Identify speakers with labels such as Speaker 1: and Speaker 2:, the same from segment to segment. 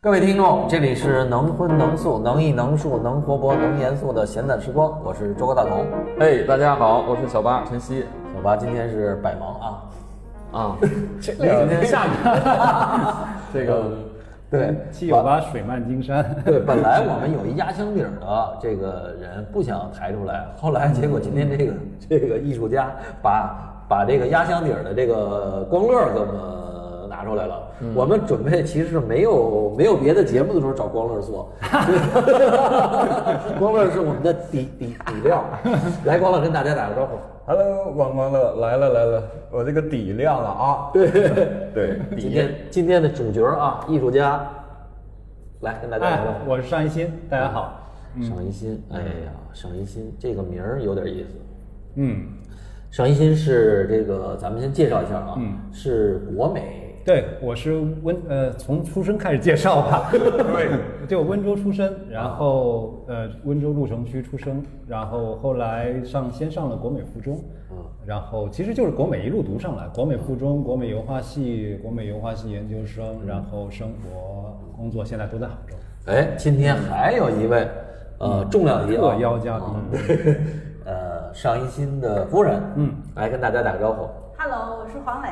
Speaker 1: 各位听众，这里是能荤能素能艺能术能活泼能严肃的闲散时光，我是周哥大同。
Speaker 2: 哎，大家好，我是小八晨曦。
Speaker 1: 小八今天是百忙啊，
Speaker 2: 啊，
Speaker 1: 这
Speaker 3: 个 下
Speaker 1: 雨，
Speaker 2: 这个
Speaker 1: 对
Speaker 3: 七九八水漫金山，
Speaker 1: 对， 本来我们有一压箱底儿的这个人不想抬出来，后来结果今天这个 这个艺术家把把这个压箱底儿的这个光乐儿给我们拿出来了。我们准备其实没有没有别的节目的时候找光乐儿做，光乐儿是我们的底底底料。来，光乐儿跟大家打个招呼。
Speaker 4: Hello，王光乐来了来了，我这个底亮了 啊！对对，
Speaker 1: 今天今天的主角啊，艺术家，来跟大家
Speaker 3: 哎
Speaker 1: 聊聊。，
Speaker 3: 我是单一新，大家好。
Speaker 1: 赏一心，哎呀，赏一心这个名儿有点意思。
Speaker 3: 嗯，
Speaker 1: 赏一心是这个，咱们先介绍一下啊，
Speaker 3: 嗯
Speaker 1: 是国美，
Speaker 3: 对，我是温呃，从出生开始介绍吧。对， 就温州出生，然后呃，温州鹿城区出生，然后后来上先上了国美附中，
Speaker 1: 嗯
Speaker 3: 然后其实就是国美一路读上来，国美附中、国美油画系、国美油画系研究生，然后生活、工作现在都在杭州，
Speaker 1: 哎，今天还有一位，呃，重量级
Speaker 3: 嗯特
Speaker 1: 啊，
Speaker 3: 邀嘉宾。
Speaker 1: 呃，赏一心的夫人，嗯，来跟大家打个招呼，啊
Speaker 5: Hello，我是黄磊。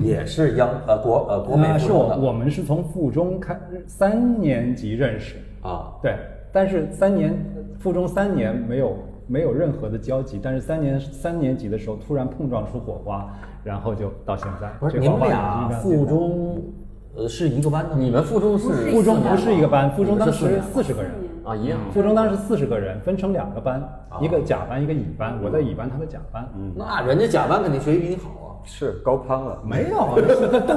Speaker 1: 也是央呃国呃国美
Speaker 3: 呃
Speaker 1: 附
Speaker 3: 是
Speaker 1: 中
Speaker 3: 我
Speaker 1: 的
Speaker 3: 我们是从附中开三年级认识，
Speaker 1: 啊，
Speaker 3: 对，但是三年附中三年没有没有任何的交集，但是三年三年级的时候突然碰撞出火花，然后就到现在。
Speaker 1: 不是
Speaker 3: 这
Speaker 1: 你
Speaker 3: 火
Speaker 1: 们
Speaker 3: 花
Speaker 1: 俩
Speaker 3: 已经
Speaker 1: 附中，呃，是一个班的吗？
Speaker 2: 你们附中
Speaker 3: 到
Speaker 2: 是
Speaker 3: 附中不是一个班，附中当
Speaker 2: 你
Speaker 3: 时
Speaker 2: 们是
Speaker 3: 四十个人，
Speaker 2: 啊一样，
Speaker 3: 附中当时四十个人分成两个班，一个甲班一个乙班，我在乙班，他在甲班。
Speaker 1: 那人家甲班肯定学习比你好啊。
Speaker 4: 是高攀了，
Speaker 3: 没有啊， 都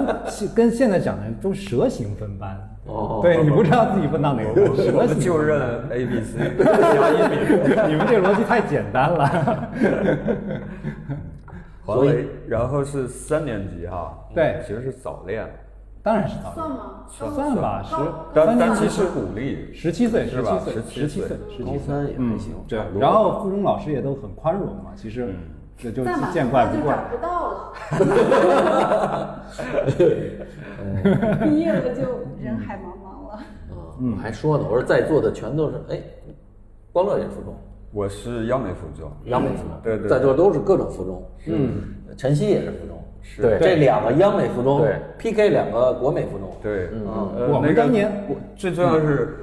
Speaker 3: 跟现在讲的都蛇形分班。
Speaker 1: 哦
Speaker 3: 对你不知道自己分到哪 个班，蛇形
Speaker 4: 我
Speaker 3: 分
Speaker 4: 们
Speaker 3: 班
Speaker 4: 就认 A B C 加一 米，
Speaker 3: 你们这逻辑太简单了。
Speaker 4: 黄磊，然后是三年级哈，嗯
Speaker 3: 对
Speaker 4: 其实是早恋，
Speaker 3: 当然是早
Speaker 5: 算
Speaker 3: 恋，
Speaker 5: 吗？
Speaker 3: 算吧，十
Speaker 4: 但
Speaker 3: 三
Speaker 4: 但
Speaker 3: 年
Speaker 4: 其
Speaker 3: 级
Speaker 4: 实鼓励，
Speaker 3: 十七岁，
Speaker 4: 是
Speaker 3: 十
Speaker 4: 吧
Speaker 3: 七岁，
Speaker 4: 17
Speaker 3: 十七
Speaker 4: 岁
Speaker 3: 岁，十
Speaker 1: 高
Speaker 3: 七岁。
Speaker 1: 三也还行，
Speaker 3: 对，然后附中老师也都很宽容嘛，其实这就
Speaker 5: 再晚
Speaker 3: 见怪
Speaker 5: 就
Speaker 3: 不怪
Speaker 5: 找。不 到了。
Speaker 3: 嗯
Speaker 5: 毕业了就人海茫茫了。
Speaker 1: 嗯，我还说呢，我说在座的全都是，哎，光乐也附中，
Speaker 4: 我是央美附中，
Speaker 1: 央美附中，
Speaker 4: 对对
Speaker 1: 在座都是各种附中，嗯，晨曦也是附中，
Speaker 4: 是
Speaker 1: 对，这两个央美附中
Speaker 2: 对
Speaker 1: PK 两个国美附中，
Speaker 4: 对，呃
Speaker 3: 嗯我们
Speaker 4: 那个
Speaker 3: 当年嗯
Speaker 4: 我最重要的是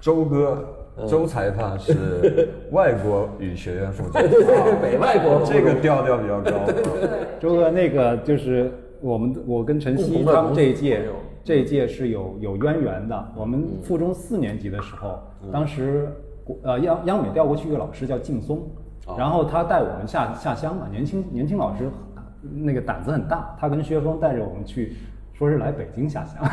Speaker 4: 周哥。周裁 判是外国语学院附中，
Speaker 1: 对对对，北外国附中
Speaker 4: 这个调调比较高。
Speaker 3: 周哥，那个就是我们，我跟晨
Speaker 1: 共
Speaker 3: 曦
Speaker 1: 同的
Speaker 3: 他们这一
Speaker 1: 朋
Speaker 3: 届
Speaker 1: 友，嗯
Speaker 3: 这一届是有有渊源的。我们附中四年级的时候，当时国呃央央美调过去一个老师叫靳松，
Speaker 1: 哦
Speaker 3: 然后他带我们下下乡嘛，年轻年轻老师那个胆子很大，他跟薛峰带着我们去。说是来北京下乡，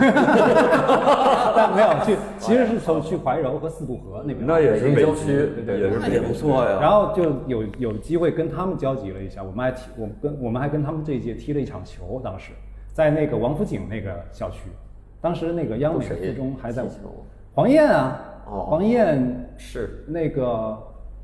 Speaker 3: 但没有去，其实是从去怀柔和四渡河那边。
Speaker 4: 那也是
Speaker 2: 北京
Speaker 4: 北
Speaker 2: 郊
Speaker 4: 京
Speaker 2: 区
Speaker 4: 对也是
Speaker 1: 那
Speaker 4: 北
Speaker 1: 也
Speaker 4: 京
Speaker 1: 不错呀。
Speaker 3: 然后就有有机会跟他们交集了一下，我们还踢，我们跟我们还跟他们这一届踢了一场球，当时在那个王府井那个校区，当时那个央美附中嗯还在黄燕啊，黄燕
Speaker 4: 是
Speaker 3: 那个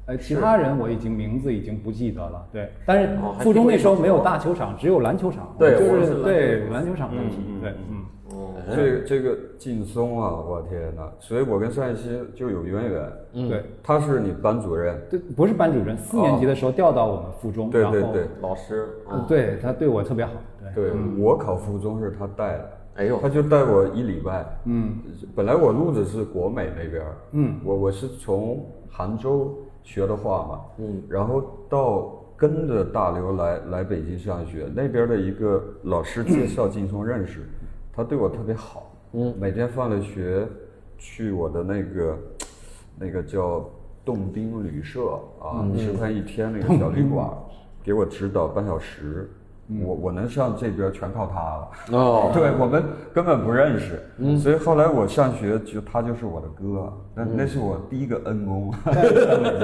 Speaker 3: 呃其他人我已经名字已经不记得了，对，但是附中那时候没哦有大球场，只有篮球场，
Speaker 2: 对
Speaker 3: 就
Speaker 2: 我
Speaker 3: 是对篮球场问题，对，嗯，
Speaker 4: 这个这个劲松啊，我天哪！所以我跟单一希就有渊源。
Speaker 3: 对。
Speaker 4: 他是你班主任，
Speaker 3: 对，不是班主任，四年级的时候调到我们附中，
Speaker 4: 对
Speaker 3: 然后
Speaker 4: 对对，
Speaker 2: 老师，嗯
Speaker 3: 呃对他对我特别好，对，
Speaker 4: 对我考附中是他带的。
Speaker 2: 哎呦
Speaker 4: 他就带我一礼拜。嗯，本来我路子是国美那边。嗯，我我是从杭州学的画嘛。嗯，然后到跟着大刘来来北京上学，那边的一个老师介绍劲松认识，他对我特别好。嗯，每天放了学去我的那个那个叫洞宾旅社啊，吃饭一天那个小旅馆，给我指导半小时。我我能上这边全靠他了。
Speaker 1: 哦，
Speaker 4: 对我们根本不认识，所以后来我上学就他就是我的哥，那、那是我第一个恩公。
Speaker 3: 但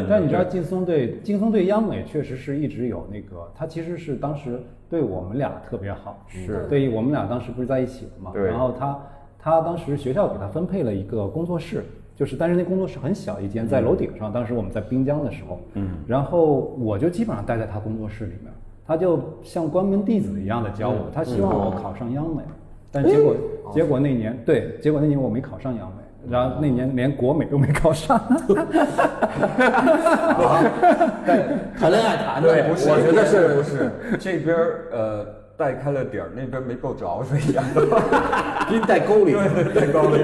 Speaker 3: 但你知道，劲松对劲松对央美确实是一直有那个，他其实是当时对我们俩特别好，嗯
Speaker 4: 是
Speaker 3: 对于我们俩当时不是在一起了嘛，
Speaker 4: 对
Speaker 3: 然后他他当时学校给他分配了一个工作室，就是但是那工作室很小一间，在楼顶上，当时我们在滨江的时候，嗯，然后我就基本上待在他工作室里面，他就像关门弟子一样的教我，他希望我考上央美。但结果结果那年对，结果那年我没考上央美，然后那年连国美都没考上。
Speaker 1: 谈恋爱谈的，
Speaker 4: 对，
Speaker 1: 不是
Speaker 4: 我觉得是不是这边儿呃带开了点儿，那边没够着，所以压到
Speaker 1: 给你带沟里。
Speaker 4: 太高了。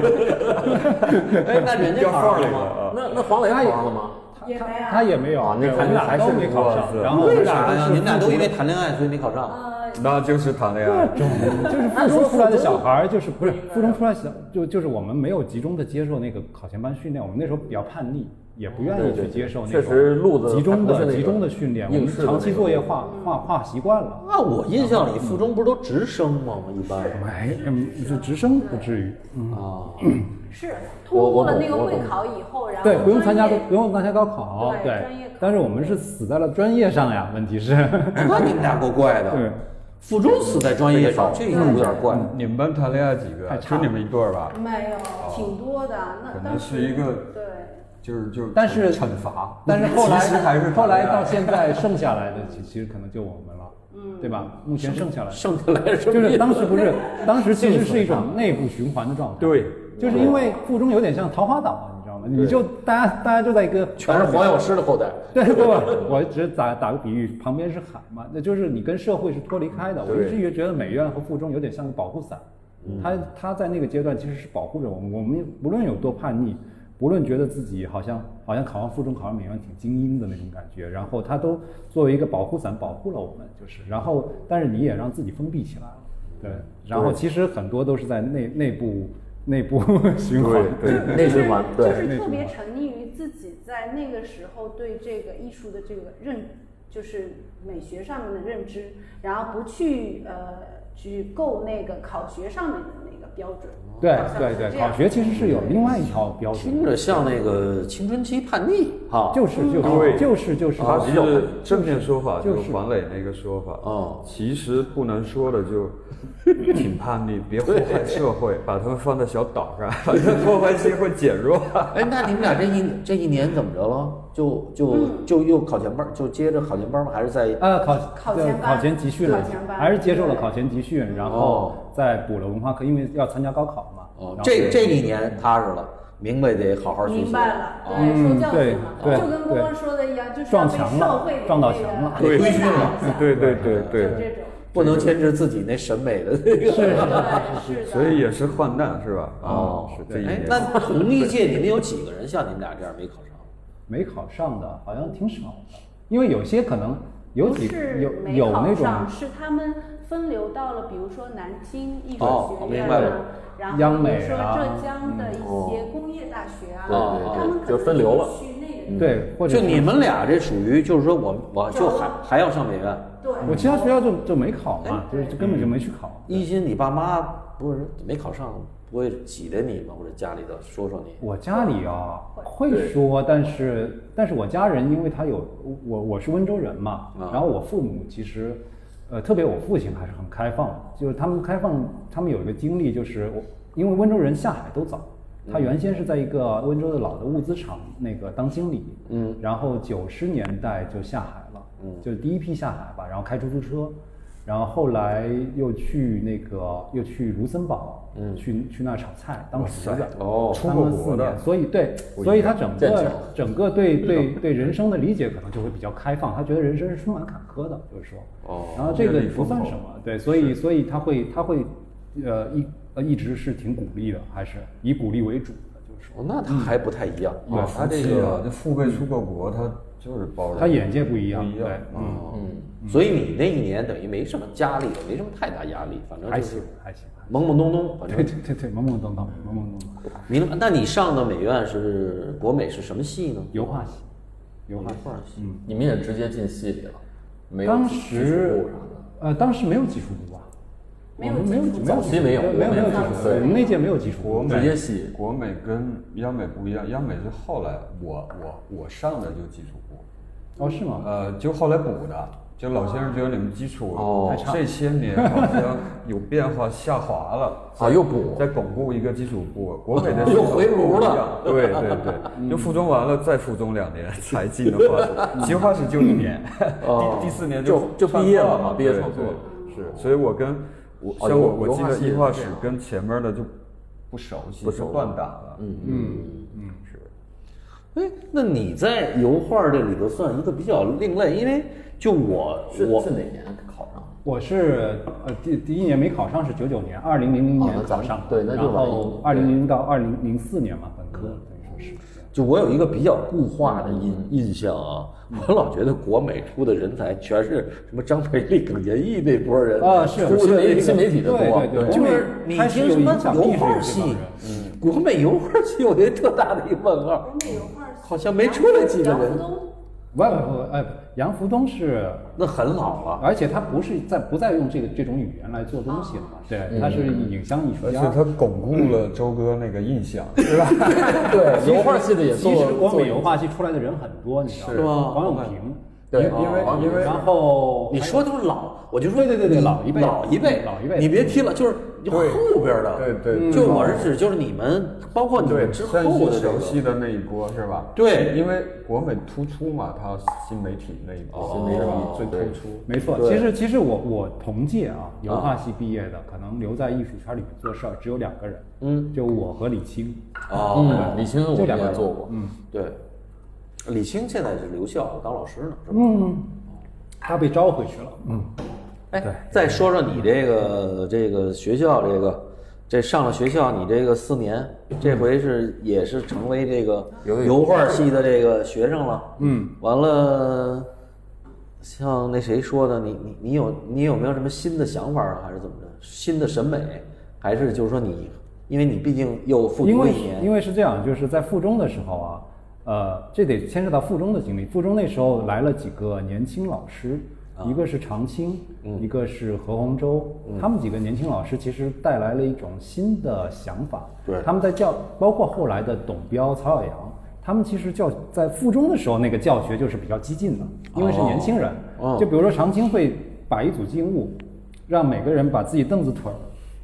Speaker 2: 哎，那人家
Speaker 4: 要
Speaker 2: 考上了
Speaker 4: 放那个
Speaker 2: 吗
Speaker 4: 啊？
Speaker 2: 那那黄磊考上了吗？
Speaker 5: 也没啊
Speaker 3: 他也没有
Speaker 2: 啊，那
Speaker 3: 对我
Speaker 2: 看
Speaker 3: 们
Speaker 2: 来
Speaker 3: 俩
Speaker 2: 还
Speaker 3: 都
Speaker 2: 是
Speaker 3: 没考
Speaker 4: 哇
Speaker 3: 上。
Speaker 4: 塞
Speaker 3: 然后我
Speaker 1: 为
Speaker 3: 们
Speaker 1: 啥
Speaker 3: 俩
Speaker 1: 呀？
Speaker 3: 是
Speaker 1: 你们俩
Speaker 3: 复
Speaker 1: 都
Speaker 3: 读
Speaker 1: 因为谈恋爱所以没考上。
Speaker 5: 呃，
Speaker 4: 那就是谈恋爱，
Speaker 3: 就是附中出来的小孩儿，就是不是附中出来小就就是我们没有集中的接受那个考前班训练，我们那时候比较叛逆，也不愿意去接受那种
Speaker 2: 确实路子
Speaker 3: 集中
Speaker 2: 还不是那
Speaker 3: 的
Speaker 2: 个
Speaker 3: 集中的训练，我
Speaker 2: 应
Speaker 3: 们
Speaker 2: 试的
Speaker 3: 长期
Speaker 2: 那种
Speaker 3: 作业画画画习惯了。
Speaker 1: 那我印象里附中不是都直升吗？一般
Speaker 3: 没，嗯，就直升不至于，嗯，
Speaker 1: 啊，
Speaker 5: 是
Speaker 2: 我
Speaker 5: 通
Speaker 2: 我
Speaker 5: 过了
Speaker 2: 懂
Speaker 5: 那个
Speaker 2: 我
Speaker 5: 会
Speaker 2: 懂
Speaker 5: 考以后，然后
Speaker 3: 对，不用参加，
Speaker 5: 专业
Speaker 3: 不用参加高考，
Speaker 5: 对
Speaker 3: 对
Speaker 5: 专业考，
Speaker 3: 但是我们是死在了专业上呀，问题是，
Speaker 1: 那你们俩够怪
Speaker 3: 对
Speaker 1: 的。附中死在专业上，这个有点 怪。
Speaker 4: 你们班谈恋爱几个？就你们一对儿吧？
Speaker 5: 没有，
Speaker 3: 哦
Speaker 5: 挺多的。那
Speaker 4: 可能
Speaker 5: 当时
Speaker 4: 是一个
Speaker 5: 对，
Speaker 4: 就是就
Speaker 3: 但是
Speaker 4: 惩罚，
Speaker 3: 但是后来
Speaker 4: 其实还是
Speaker 3: 后来
Speaker 4: 谈恋爱
Speaker 3: 到现在剩下来的，其其实可能就我们了，嗯，对吧？目前剩下来的
Speaker 1: 剩下来什
Speaker 3: 就
Speaker 1: 么意
Speaker 3: 是
Speaker 1: 思？
Speaker 3: 当时不 是，当时其实是一种内部循环的状态。
Speaker 4: 对，
Speaker 3: 就是因为附中有点像桃花岛啊，你知道吗？你就大家大家就在一个
Speaker 2: 全是黄药师的后代。
Speaker 3: 对不不，我只是打打个比喻，旁边是海嘛，那就是你跟社会是脱离开的。我一直觉得美院和附中有点像个保护伞，
Speaker 4: 嗯
Speaker 3: 它它在那个阶段其实是保护着我们。我们无论有多叛逆，不论觉得自己好像好像考上附中、考上美院挺精英的那种感觉，然后它都作为一个保护伞保护了我们，就是。然后，但是你也让自己封闭起来了，对。然后其实很多都是在内内部内部 循环，
Speaker 4: 对对
Speaker 2: 内循环
Speaker 5: 嗯就
Speaker 2: 对，
Speaker 5: 是特别沉溺于自己在那个时候对这个艺术的这个认，就是美学上面的认知，然后不去呃去够那个考学上面的那个标准。
Speaker 3: 对
Speaker 5: 好像是
Speaker 3: 对对
Speaker 5: 这
Speaker 3: 考
Speaker 5: 样嗯
Speaker 3: 学其实是有另外一套标准的。
Speaker 1: 听着像那个青春期叛逆啊，
Speaker 3: 就是就是
Speaker 4: 对
Speaker 3: 就是就是，
Speaker 4: 他
Speaker 3: 就是
Speaker 4: 正面说法，
Speaker 3: 就
Speaker 4: 就是是黄磊那个说法。
Speaker 1: 哦
Speaker 4: 其实不能说的 就挺叛逆，别祸害社会，把他们放在小岛 上，反正破坏性会减弱。
Speaker 1: 哎，那你们俩这一这一年怎么着了？就就
Speaker 5: 嗯
Speaker 1: 就又考前班儿，就接着考前班儿吗？还是在
Speaker 3: 呃考
Speaker 5: 考
Speaker 3: 对
Speaker 5: 前班
Speaker 3: 考前集训了
Speaker 5: 考前，班
Speaker 3: 还是接受了考前集训，然
Speaker 1: 哦
Speaker 3: 后再补了文化课，因为要参加高考嘛。
Speaker 1: 哦
Speaker 3: 然后，
Speaker 1: 这这一年踏实了，明白得好好学习。
Speaker 5: 明白了，
Speaker 1: 哦
Speaker 5: 对，受教育
Speaker 3: 啊嗯对
Speaker 5: 嘛，
Speaker 3: 对
Speaker 5: 就跟刚刚说的一样，就是要
Speaker 3: 撞
Speaker 5: 被
Speaker 3: 墙
Speaker 5: 社
Speaker 3: 了
Speaker 5: 会给
Speaker 3: 撞到
Speaker 5: 这个
Speaker 3: 墙了
Speaker 1: 对
Speaker 5: 鞭
Speaker 1: 规
Speaker 5: 打
Speaker 1: 训
Speaker 5: 一下
Speaker 4: 对对对
Speaker 5: 就
Speaker 4: 对，
Speaker 5: 这种。
Speaker 1: 不能牵制自己那审美的那个。是
Speaker 5: 对，是的。
Speaker 4: 所以也是患难是吧？
Speaker 1: 哦
Speaker 4: 啊，是这一
Speaker 1: 哎
Speaker 4: 年，。
Speaker 1: 那同一届你们有几个人像你们俩这样没考上？
Speaker 3: 没考上的好像挺少的，因为有些可能有
Speaker 5: 不
Speaker 3: 几
Speaker 5: 是
Speaker 3: 有
Speaker 5: 没
Speaker 3: 有
Speaker 5: 考
Speaker 3: 那种
Speaker 5: 上，是他们分流到了，比如说南京艺术
Speaker 1: 哦
Speaker 5: 学
Speaker 1: 明
Speaker 5: 院
Speaker 1: 白
Speaker 5: 啊
Speaker 1: 了，
Speaker 5: 然后
Speaker 3: 央
Speaker 5: 比
Speaker 3: 美
Speaker 5: 如说
Speaker 3: 啊哦
Speaker 5: 浙江的一些
Speaker 1: 哦
Speaker 5: 工业大学啊，
Speaker 1: 对对对
Speaker 5: 他们可
Speaker 2: 就
Speaker 5: 能
Speaker 2: 分流了
Speaker 5: 去那个地
Speaker 3: 对，或者
Speaker 1: 就是你们俩这属于就是说我我就还还要上美院。
Speaker 5: 方，对，
Speaker 3: 我其他学校就就没考嘛，就
Speaker 5: 哎
Speaker 3: 是就根本就没去考。
Speaker 1: 一心，你爸妈不是没考上，不会挤得你吗？或者家里头说说你？
Speaker 3: 我家里啊会说，但是但是我家人因为他有我我是温州人嘛
Speaker 1: 啊，
Speaker 3: 然后我父母其实，呃，特别我父亲还是很开放的，就是他们开放，他们有一个经历就是我，因为温州人下海都早。他原先是在一个温州的老的物资厂那个当经理，嗯，然后九十年代就下海了，嗯，就是第一批下海吧，然后开出租车，然后后来又去那个又去卢森堡，嗯，去去那儿炒菜当厨子，
Speaker 1: 哦
Speaker 4: 出过国的
Speaker 3: 年，所以对，
Speaker 4: 不一样
Speaker 3: 所以他整
Speaker 2: 剑
Speaker 3: 个
Speaker 2: 桥
Speaker 3: 整个对对对人生的理解可能就会比较开放，他觉得人生是充满坎坷的，就是说，
Speaker 1: 哦
Speaker 3: 然后这个
Speaker 4: 阅历
Speaker 3: 不
Speaker 4: 丰
Speaker 3: 算
Speaker 4: 富
Speaker 3: 什么，对，所以所以他会他会，呃一呃一直是挺鼓励的，还是以鼓励为主的，就是说，
Speaker 1: 哦，那他还不太一样。
Speaker 4: 哦他这
Speaker 3: 是
Speaker 4: 个这父辈出过国，他就是包容。
Speaker 3: 他眼界不一样，
Speaker 4: 哦不一样
Speaker 3: 对，嗯，
Speaker 1: 哦，所以你那一年等于没什么压力，没什么太大压力，反正
Speaker 3: 还
Speaker 1: 就
Speaker 3: 行
Speaker 1: 是
Speaker 3: 还行，还行
Speaker 1: 懵懵懂懂，反
Speaker 3: 对
Speaker 1: 正
Speaker 3: 对对对，懵懵懂懂，懵懵懂懂，
Speaker 1: 明白。那你上的美院是国美是什么系呢？
Speaker 3: 油画系，油画系。嗯
Speaker 1: 画系。
Speaker 2: 你们也直接进系里了，没有
Speaker 3: 当
Speaker 2: 基础
Speaker 3: 时
Speaker 2: 部啥的。
Speaker 3: 呃，当时没有基础部啊，
Speaker 5: 没有
Speaker 3: 我们没有
Speaker 5: 基础部
Speaker 3: 没
Speaker 2: 早
Speaker 3: 有
Speaker 2: 期没有
Speaker 3: 对没有
Speaker 2: 没
Speaker 3: 没
Speaker 2: 有
Speaker 3: 有基
Speaker 2: 基
Speaker 3: 础
Speaker 2: 础
Speaker 3: 部，
Speaker 2: 对
Speaker 3: 我们那届没有基础
Speaker 4: 国
Speaker 3: 部，
Speaker 4: 美
Speaker 2: 直接洗
Speaker 4: 国美跟央美不一样，央美是后来我我我上的就基础部，
Speaker 3: 哦是吗？
Speaker 4: 呃，就后来补的。就老先生觉得你们基础
Speaker 1: 哦
Speaker 3: 太差
Speaker 4: 这些年好像有变化，下滑了
Speaker 2: 啊又补
Speaker 4: 再巩固一个基础部，国
Speaker 2: 哦
Speaker 4: 美的
Speaker 1: 又回炉了
Speaker 4: 不一样。对对
Speaker 2: 嗯
Speaker 4: 对，就附中完了再附中两年才进的 画室，其实画室就一年，第第四年
Speaker 2: 哦就就
Speaker 4: 创
Speaker 2: 毕业了
Speaker 4: 作
Speaker 2: 嘛毕业创作
Speaker 4: 对对是，所以我跟我
Speaker 2: 哦
Speaker 4: 像
Speaker 2: 油
Speaker 4: 我我记
Speaker 2: 画
Speaker 4: 得
Speaker 2: 系
Speaker 4: 液化
Speaker 2: 是这
Speaker 4: 史
Speaker 2: 样
Speaker 4: 跟前面的就
Speaker 2: 不熟悉，
Speaker 4: 不是断档了，嗯
Speaker 3: 嗯嗯，
Speaker 1: 哎，那你在油画这里头算一个比较另类，因为就我
Speaker 2: 是
Speaker 1: 我
Speaker 2: 是哪年考上的？
Speaker 3: 我是呃第第一年没考上是九九年，二零零零
Speaker 2: 哦
Speaker 3: 年
Speaker 2: 那咱
Speaker 3: 考
Speaker 2: 们
Speaker 3: 上的，
Speaker 2: 对那嗯就
Speaker 3: 然
Speaker 2: 晚一
Speaker 3: 后
Speaker 2: 年
Speaker 3: 二零零到二零零四年嘛，本科等于说是。
Speaker 1: 就我有一个比较固化的印印象啊，
Speaker 3: 嗯
Speaker 1: 我老觉得国美出的人才全是什么张培丽、耿洁毅那波人
Speaker 3: 啊是
Speaker 1: 出
Speaker 2: 新
Speaker 1: 的
Speaker 2: 媒
Speaker 1: 那个
Speaker 2: 新媒体的多，
Speaker 3: 对对对
Speaker 1: 就是你听什么油画系，嗯国美油画系，我觉得特大的一个问号
Speaker 5: 国。美油画
Speaker 1: 好像没出来几个人
Speaker 5: 杨福东
Speaker 3: 不不不，哎，杨福东是，
Speaker 1: 那很老 了，
Speaker 3: 而且他不是在不再用这个这种语言来做东西了
Speaker 2: 哦
Speaker 3: 嘛，
Speaker 2: 嗯
Speaker 3: 对，他是影像艺术
Speaker 4: 而且
Speaker 3: 家。
Speaker 4: 它巩固了周哥那个 印象，
Speaker 2: 对油画系的也
Speaker 3: 其
Speaker 2: 做
Speaker 3: 实国
Speaker 2: 做
Speaker 3: 美油画系出来的人很多，你知道
Speaker 1: 是吗
Speaker 3: 吗？黄永平，
Speaker 2: 对，
Speaker 4: 因为因为
Speaker 2: 哦
Speaker 4: 因为
Speaker 3: 然后
Speaker 1: 你说都是老，我就说
Speaker 3: 对对对对老一辈
Speaker 1: 老一辈，
Speaker 3: 老一辈
Speaker 1: 你别提了，就是就
Speaker 4: 对
Speaker 1: 后边的，
Speaker 4: 对对对
Speaker 1: 就我是指就是你们，包括你们之后
Speaker 4: 山西
Speaker 1: 的这
Speaker 4: 熟
Speaker 1: 个
Speaker 4: 悉的那一波是吧？
Speaker 1: 对
Speaker 4: 因为国美突出嘛，它新媒体那一波，
Speaker 2: 哦
Speaker 4: 新媒体最突出。
Speaker 3: 没错，其实其实我我同届啊，油画系毕业的，可能留在艺术圈里面做事儿只有两个人，嗯，就我和李青，
Speaker 1: 啊
Speaker 2: 嗯，李青我
Speaker 3: 就
Speaker 2: 们
Speaker 3: 两个
Speaker 2: 也
Speaker 3: 人
Speaker 2: 做过，
Speaker 3: 嗯
Speaker 1: 对，李青现在是留校当老师呢，是吧？
Speaker 3: 嗯，他被招回去了，嗯，
Speaker 1: 哎，再说说你这个这个学校这个。这上了学校，你这个四年，这回是也是成为这个油画系的这个学生了。嗯，完了，像那谁说的，你你你有你有没有什么新的想法啊，还是怎么着？新的审美，还是就是说你，因为你毕竟又复
Speaker 3: 因
Speaker 1: 读
Speaker 3: 为
Speaker 1: 一年，
Speaker 3: 因为是这样，就是在附中的时候啊，呃，这得牵涉到附中的经历。附中那时候来了几个年轻老师，一个是常青，一个是何鸿洲，他们几个年轻老师其实带来了一种新的想法。
Speaker 1: 对
Speaker 3: 他们在教，包括后来的董彪、曹小阳。他们其实教在附中的时候，那个教学就是比较激进的，因为是年轻人。就比如说常青会把一组静物，让每个人把自己凳子腿儿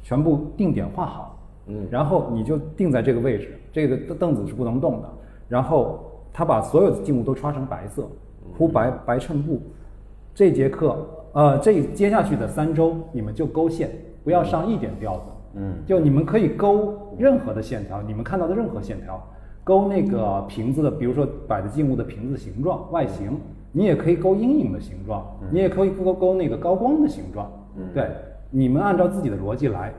Speaker 3: 全部定点画好，嗯，然后你就定在这个位置，这个凳子是不能动的。然后他把所有的静物都刷成白色，铺白白衬布。这节课，呃，这接下去的三周，你们就勾线，不要上一点调子。嗯，就你们可以勾任何的线条，你们看到的任何线条，勾那个瓶子的，比如说摆的静物的瓶子形状、外形，你也可以勾阴影的形状，你也可以勾勾那个高光的形状。对，你们按照自己的逻辑来，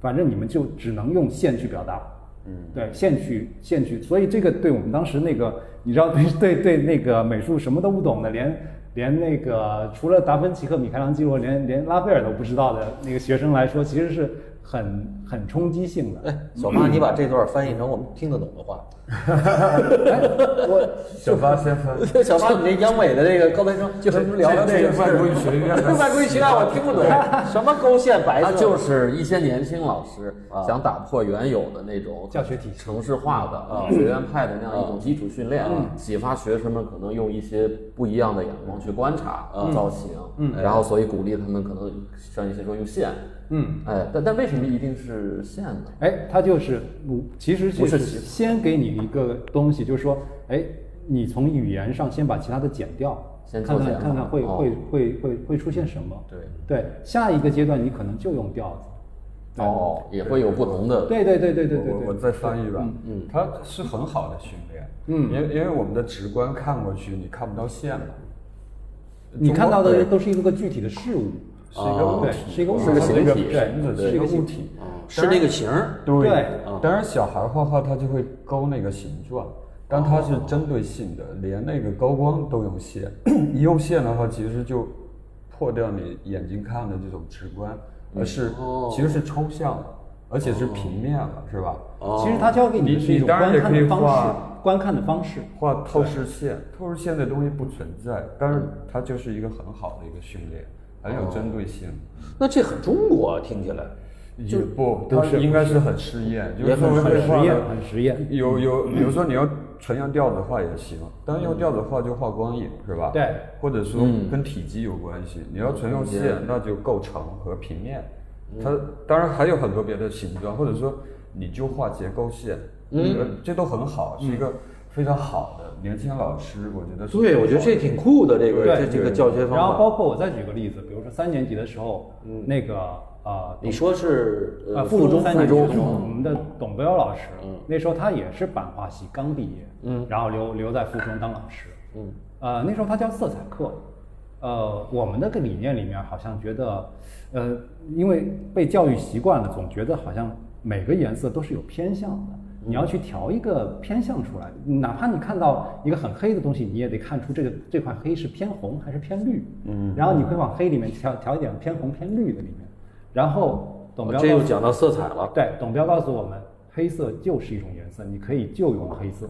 Speaker 3: 反正你们就只能用线去表达。嗯，对，线去线去，所以这个对我们当时那个，你知道 对对对那个美术什么都不懂的，连连那个除了达芬奇和米开朗基罗，连连拉斐尔都不知道的那个学生来说，其实是很很冲击性的。
Speaker 1: 小妈，你把这段翻译成我们听得懂的话。
Speaker 4: 小发先发，
Speaker 1: 小八，你这央美的这个高材生，就是聊聊这个
Speaker 4: 外国语学院
Speaker 1: 这 外国语学院我听不懂，什么勾线白
Speaker 2: 他
Speaker 1: 色，
Speaker 2: 就是一些年轻老师
Speaker 6: 啊
Speaker 2: 想打破原有的那种
Speaker 3: 教学体系
Speaker 2: 城市化的啊学院派的那样一
Speaker 6: 啊
Speaker 2: 种基础训练，啊
Speaker 3: 嗯
Speaker 2: 启发学生们可能用一些不一样的眼光去观察
Speaker 6: 啊
Speaker 2: 造型，
Speaker 3: 嗯
Speaker 2: 然后所以鼓励他们可能像一些说用线，嗯，哎，但但为什么一定是线呢？
Speaker 3: 哎，他就是，嗯其实就是先给你一个东西，就是说，哎，你从语言上先把其他的剪掉，
Speaker 2: 先
Speaker 3: 看
Speaker 2: 做
Speaker 3: 看
Speaker 2: 减法
Speaker 3: 看看会、
Speaker 2: 哦
Speaker 3: 会会会会出现什么。对对，下一个阶段你可能就用调子。对
Speaker 2: 哦，也会有不同的，
Speaker 3: 对对对对对对
Speaker 4: 我我
Speaker 3: 对。
Speaker 4: 再翻译吧，嗯，它是很好的训练，嗯，因为因为我们的直观看过去，你看不到线嘛，
Speaker 3: 你看到
Speaker 4: 中
Speaker 3: 的
Speaker 4: 国哦
Speaker 3: 都是一个具体的事物，
Speaker 4: 是一个物
Speaker 3: 哦对
Speaker 4: 体，，
Speaker 3: 是一个物
Speaker 2: 是个形体
Speaker 4: 瓶子
Speaker 3: 对，是
Speaker 4: 是一
Speaker 3: 一
Speaker 4: 个
Speaker 3: 个
Speaker 4: 物
Speaker 3: 形
Speaker 4: 体，
Speaker 1: 是那个形儿。
Speaker 4: 对，
Speaker 3: 对
Speaker 4: 当然小孩画画他就会勾那个形状，但它是针对性的，连那个高光都用线， 一用线的话，其实就破掉你眼睛看的这种直观，而是其实是抽象的，而且是平面了，是吧？
Speaker 3: 其实他教给你
Speaker 4: 你
Speaker 3: 的是一
Speaker 4: 你
Speaker 3: 种
Speaker 4: 当然
Speaker 3: 观
Speaker 4: 也
Speaker 3: 看
Speaker 4: 可以
Speaker 3: 的方式
Speaker 4: 画，
Speaker 3: 观看的方式。
Speaker 4: 画透视线，透视线这东西不存在，但是它就是一个很好的一个训练，很有针对性。
Speaker 1: 那这很中国，听起来。
Speaker 4: 也不，它应该是很试验，就
Speaker 3: 也
Speaker 4: 是
Speaker 3: 很
Speaker 4: 作为
Speaker 3: 很
Speaker 4: 绘画
Speaker 3: 实验
Speaker 4: 的
Speaker 3: 很实验
Speaker 4: 有有，比如说你要纯用调子画也行，但是用调子画就画光影是吧？
Speaker 3: 对。
Speaker 4: 或者说跟体积有关系，你要纯用线，那就构成和平面。它当然还有很多别的形状，或者说你就画结构线，呃这都很好，是一个非常好的年轻老师，我觉得是。
Speaker 1: 对，我觉得这挺酷的，这个这
Speaker 3: 对
Speaker 1: 这个教学方法。
Speaker 3: 然后包括我再举个例子，比如说三年级的时候，那个呃，
Speaker 6: 你说是
Speaker 3: 呃，
Speaker 6: 附
Speaker 3: 附中嗯三年级
Speaker 6: 中
Speaker 3: 的时候，我们的董彪老师，那时候他也是版画系刚毕业，嗯，然后留留在附中当老师，嗯，呃，那时候他教色彩课，呃，我们那个理念里面好像觉得，呃，因为被教育习惯了，总觉得好像每个颜色都是有偏向的，你要去调一个偏向出来，哪怕你看到一个很黑的东西，你也得看出这个这块黑是偏红还是偏绿，嗯，然后你会往黑里面调调一点偏红偏绿的里面，然后董彪
Speaker 6: 这
Speaker 3: 告
Speaker 6: 又
Speaker 3: 诉
Speaker 6: 讲到色彩了。
Speaker 3: 对，董彪告诉我们，黑色就是一种颜色，你可以就用黑色，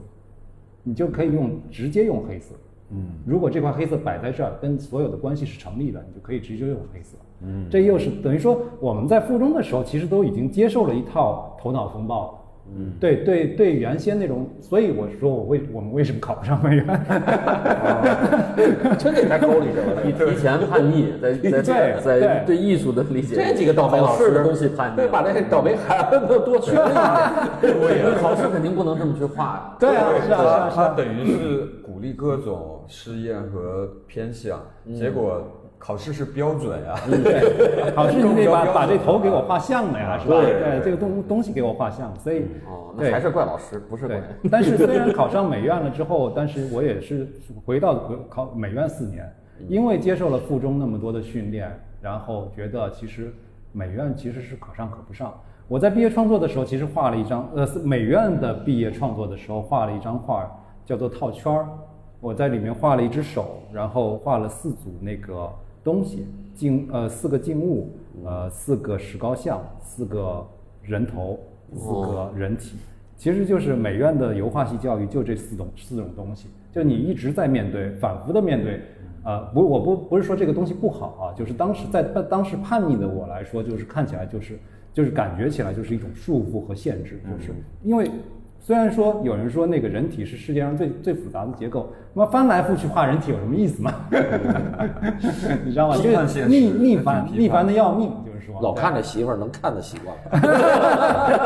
Speaker 3: 你就可以用直接用黑色。嗯，如果这块黑色摆在这儿，跟所有的关系是成立的，你就可以直接用黑色。嗯，这又是等于说我们在附中的时候，其实都已经接受了一套头脑风暴。嗯，对对对，原先那种，所以我说我为我们为什么考不上美院？
Speaker 6: 真给他沟里去了。
Speaker 2: 你提前叛逆，在在在
Speaker 3: 对
Speaker 2: 在
Speaker 3: 对
Speaker 2: 对艺术的理解，
Speaker 6: 这几个倒霉
Speaker 2: 考
Speaker 6: 老
Speaker 2: 试
Speaker 6: 师
Speaker 2: 的东西叛逆
Speaker 6: 对，
Speaker 2: 了，
Speaker 6: 把那倒霉孩子都多圈了。
Speaker 2: 对考试肯定不能这么去画呀。
Speaker 3: 对啊，是啊，是啊，
Speaker 4: 他
Speaker 3: 是
Speaker 4: 他
Speaker 3: 啊。
Speaker 4: 呃等于是鼓励各种试验和偏向，
Speaker 3: 嗯
Speaker 4: 结果考试是标准呀。
Speaker 3: 对，考试你得把
Speaker 4: 更高
Speaker 3: 把这头给我画像了呀，是吧？
Speaker 6: 对
Speaker 3: 对，嗯这个东东西给我画像，所以
Speaker 2: 哦，那
Speaker 3: 对
Speaker 2: 还是怪老师，不是怪
Speaker 3: 对。，但是虽然考上美院了之后，但是我也是回到回考美院四年，
Speaker 2: 嗯
Speaker 3: 因为接受了附中那么多的训练，然后觉得其实美院其实是可上可不上。我在毕业创作的时候，其实画了一张，呃，是美院的毕业创作的时候画了一张画儿，叫做套圈儿。我在里面画了一只手，然后画了四组那个东西，静呃四个静物，
Speaker 2: 嗯
Speaker 3: 呃四个石膏像，四个人头，四
Speaker 2: 哦
Speaker 3: 个人体，其实就是美院的油画系教育就这四种四种东西，就你一直在面对，反复的面对。呃，不，我不不是说这个东西不好啊，就是当时在当时叛逆的我来说，就是看起来就是就是感觉起来就是一种束缚和限制，就是因为虽然说有人说那个人体是世界上最最复杂的结构，那么翻来覆去画人体有什么意思吗？ 你知道吗？就
Speaker 4: 批判
Speaker 3: 是
Speaker 4: 现实
Speaker 3: 逆逆反
Speaker 4: 批判
Speaker 3: 逆反的要命，就是说
Speaker 6: 老看着媳妇儿能看的习惯了，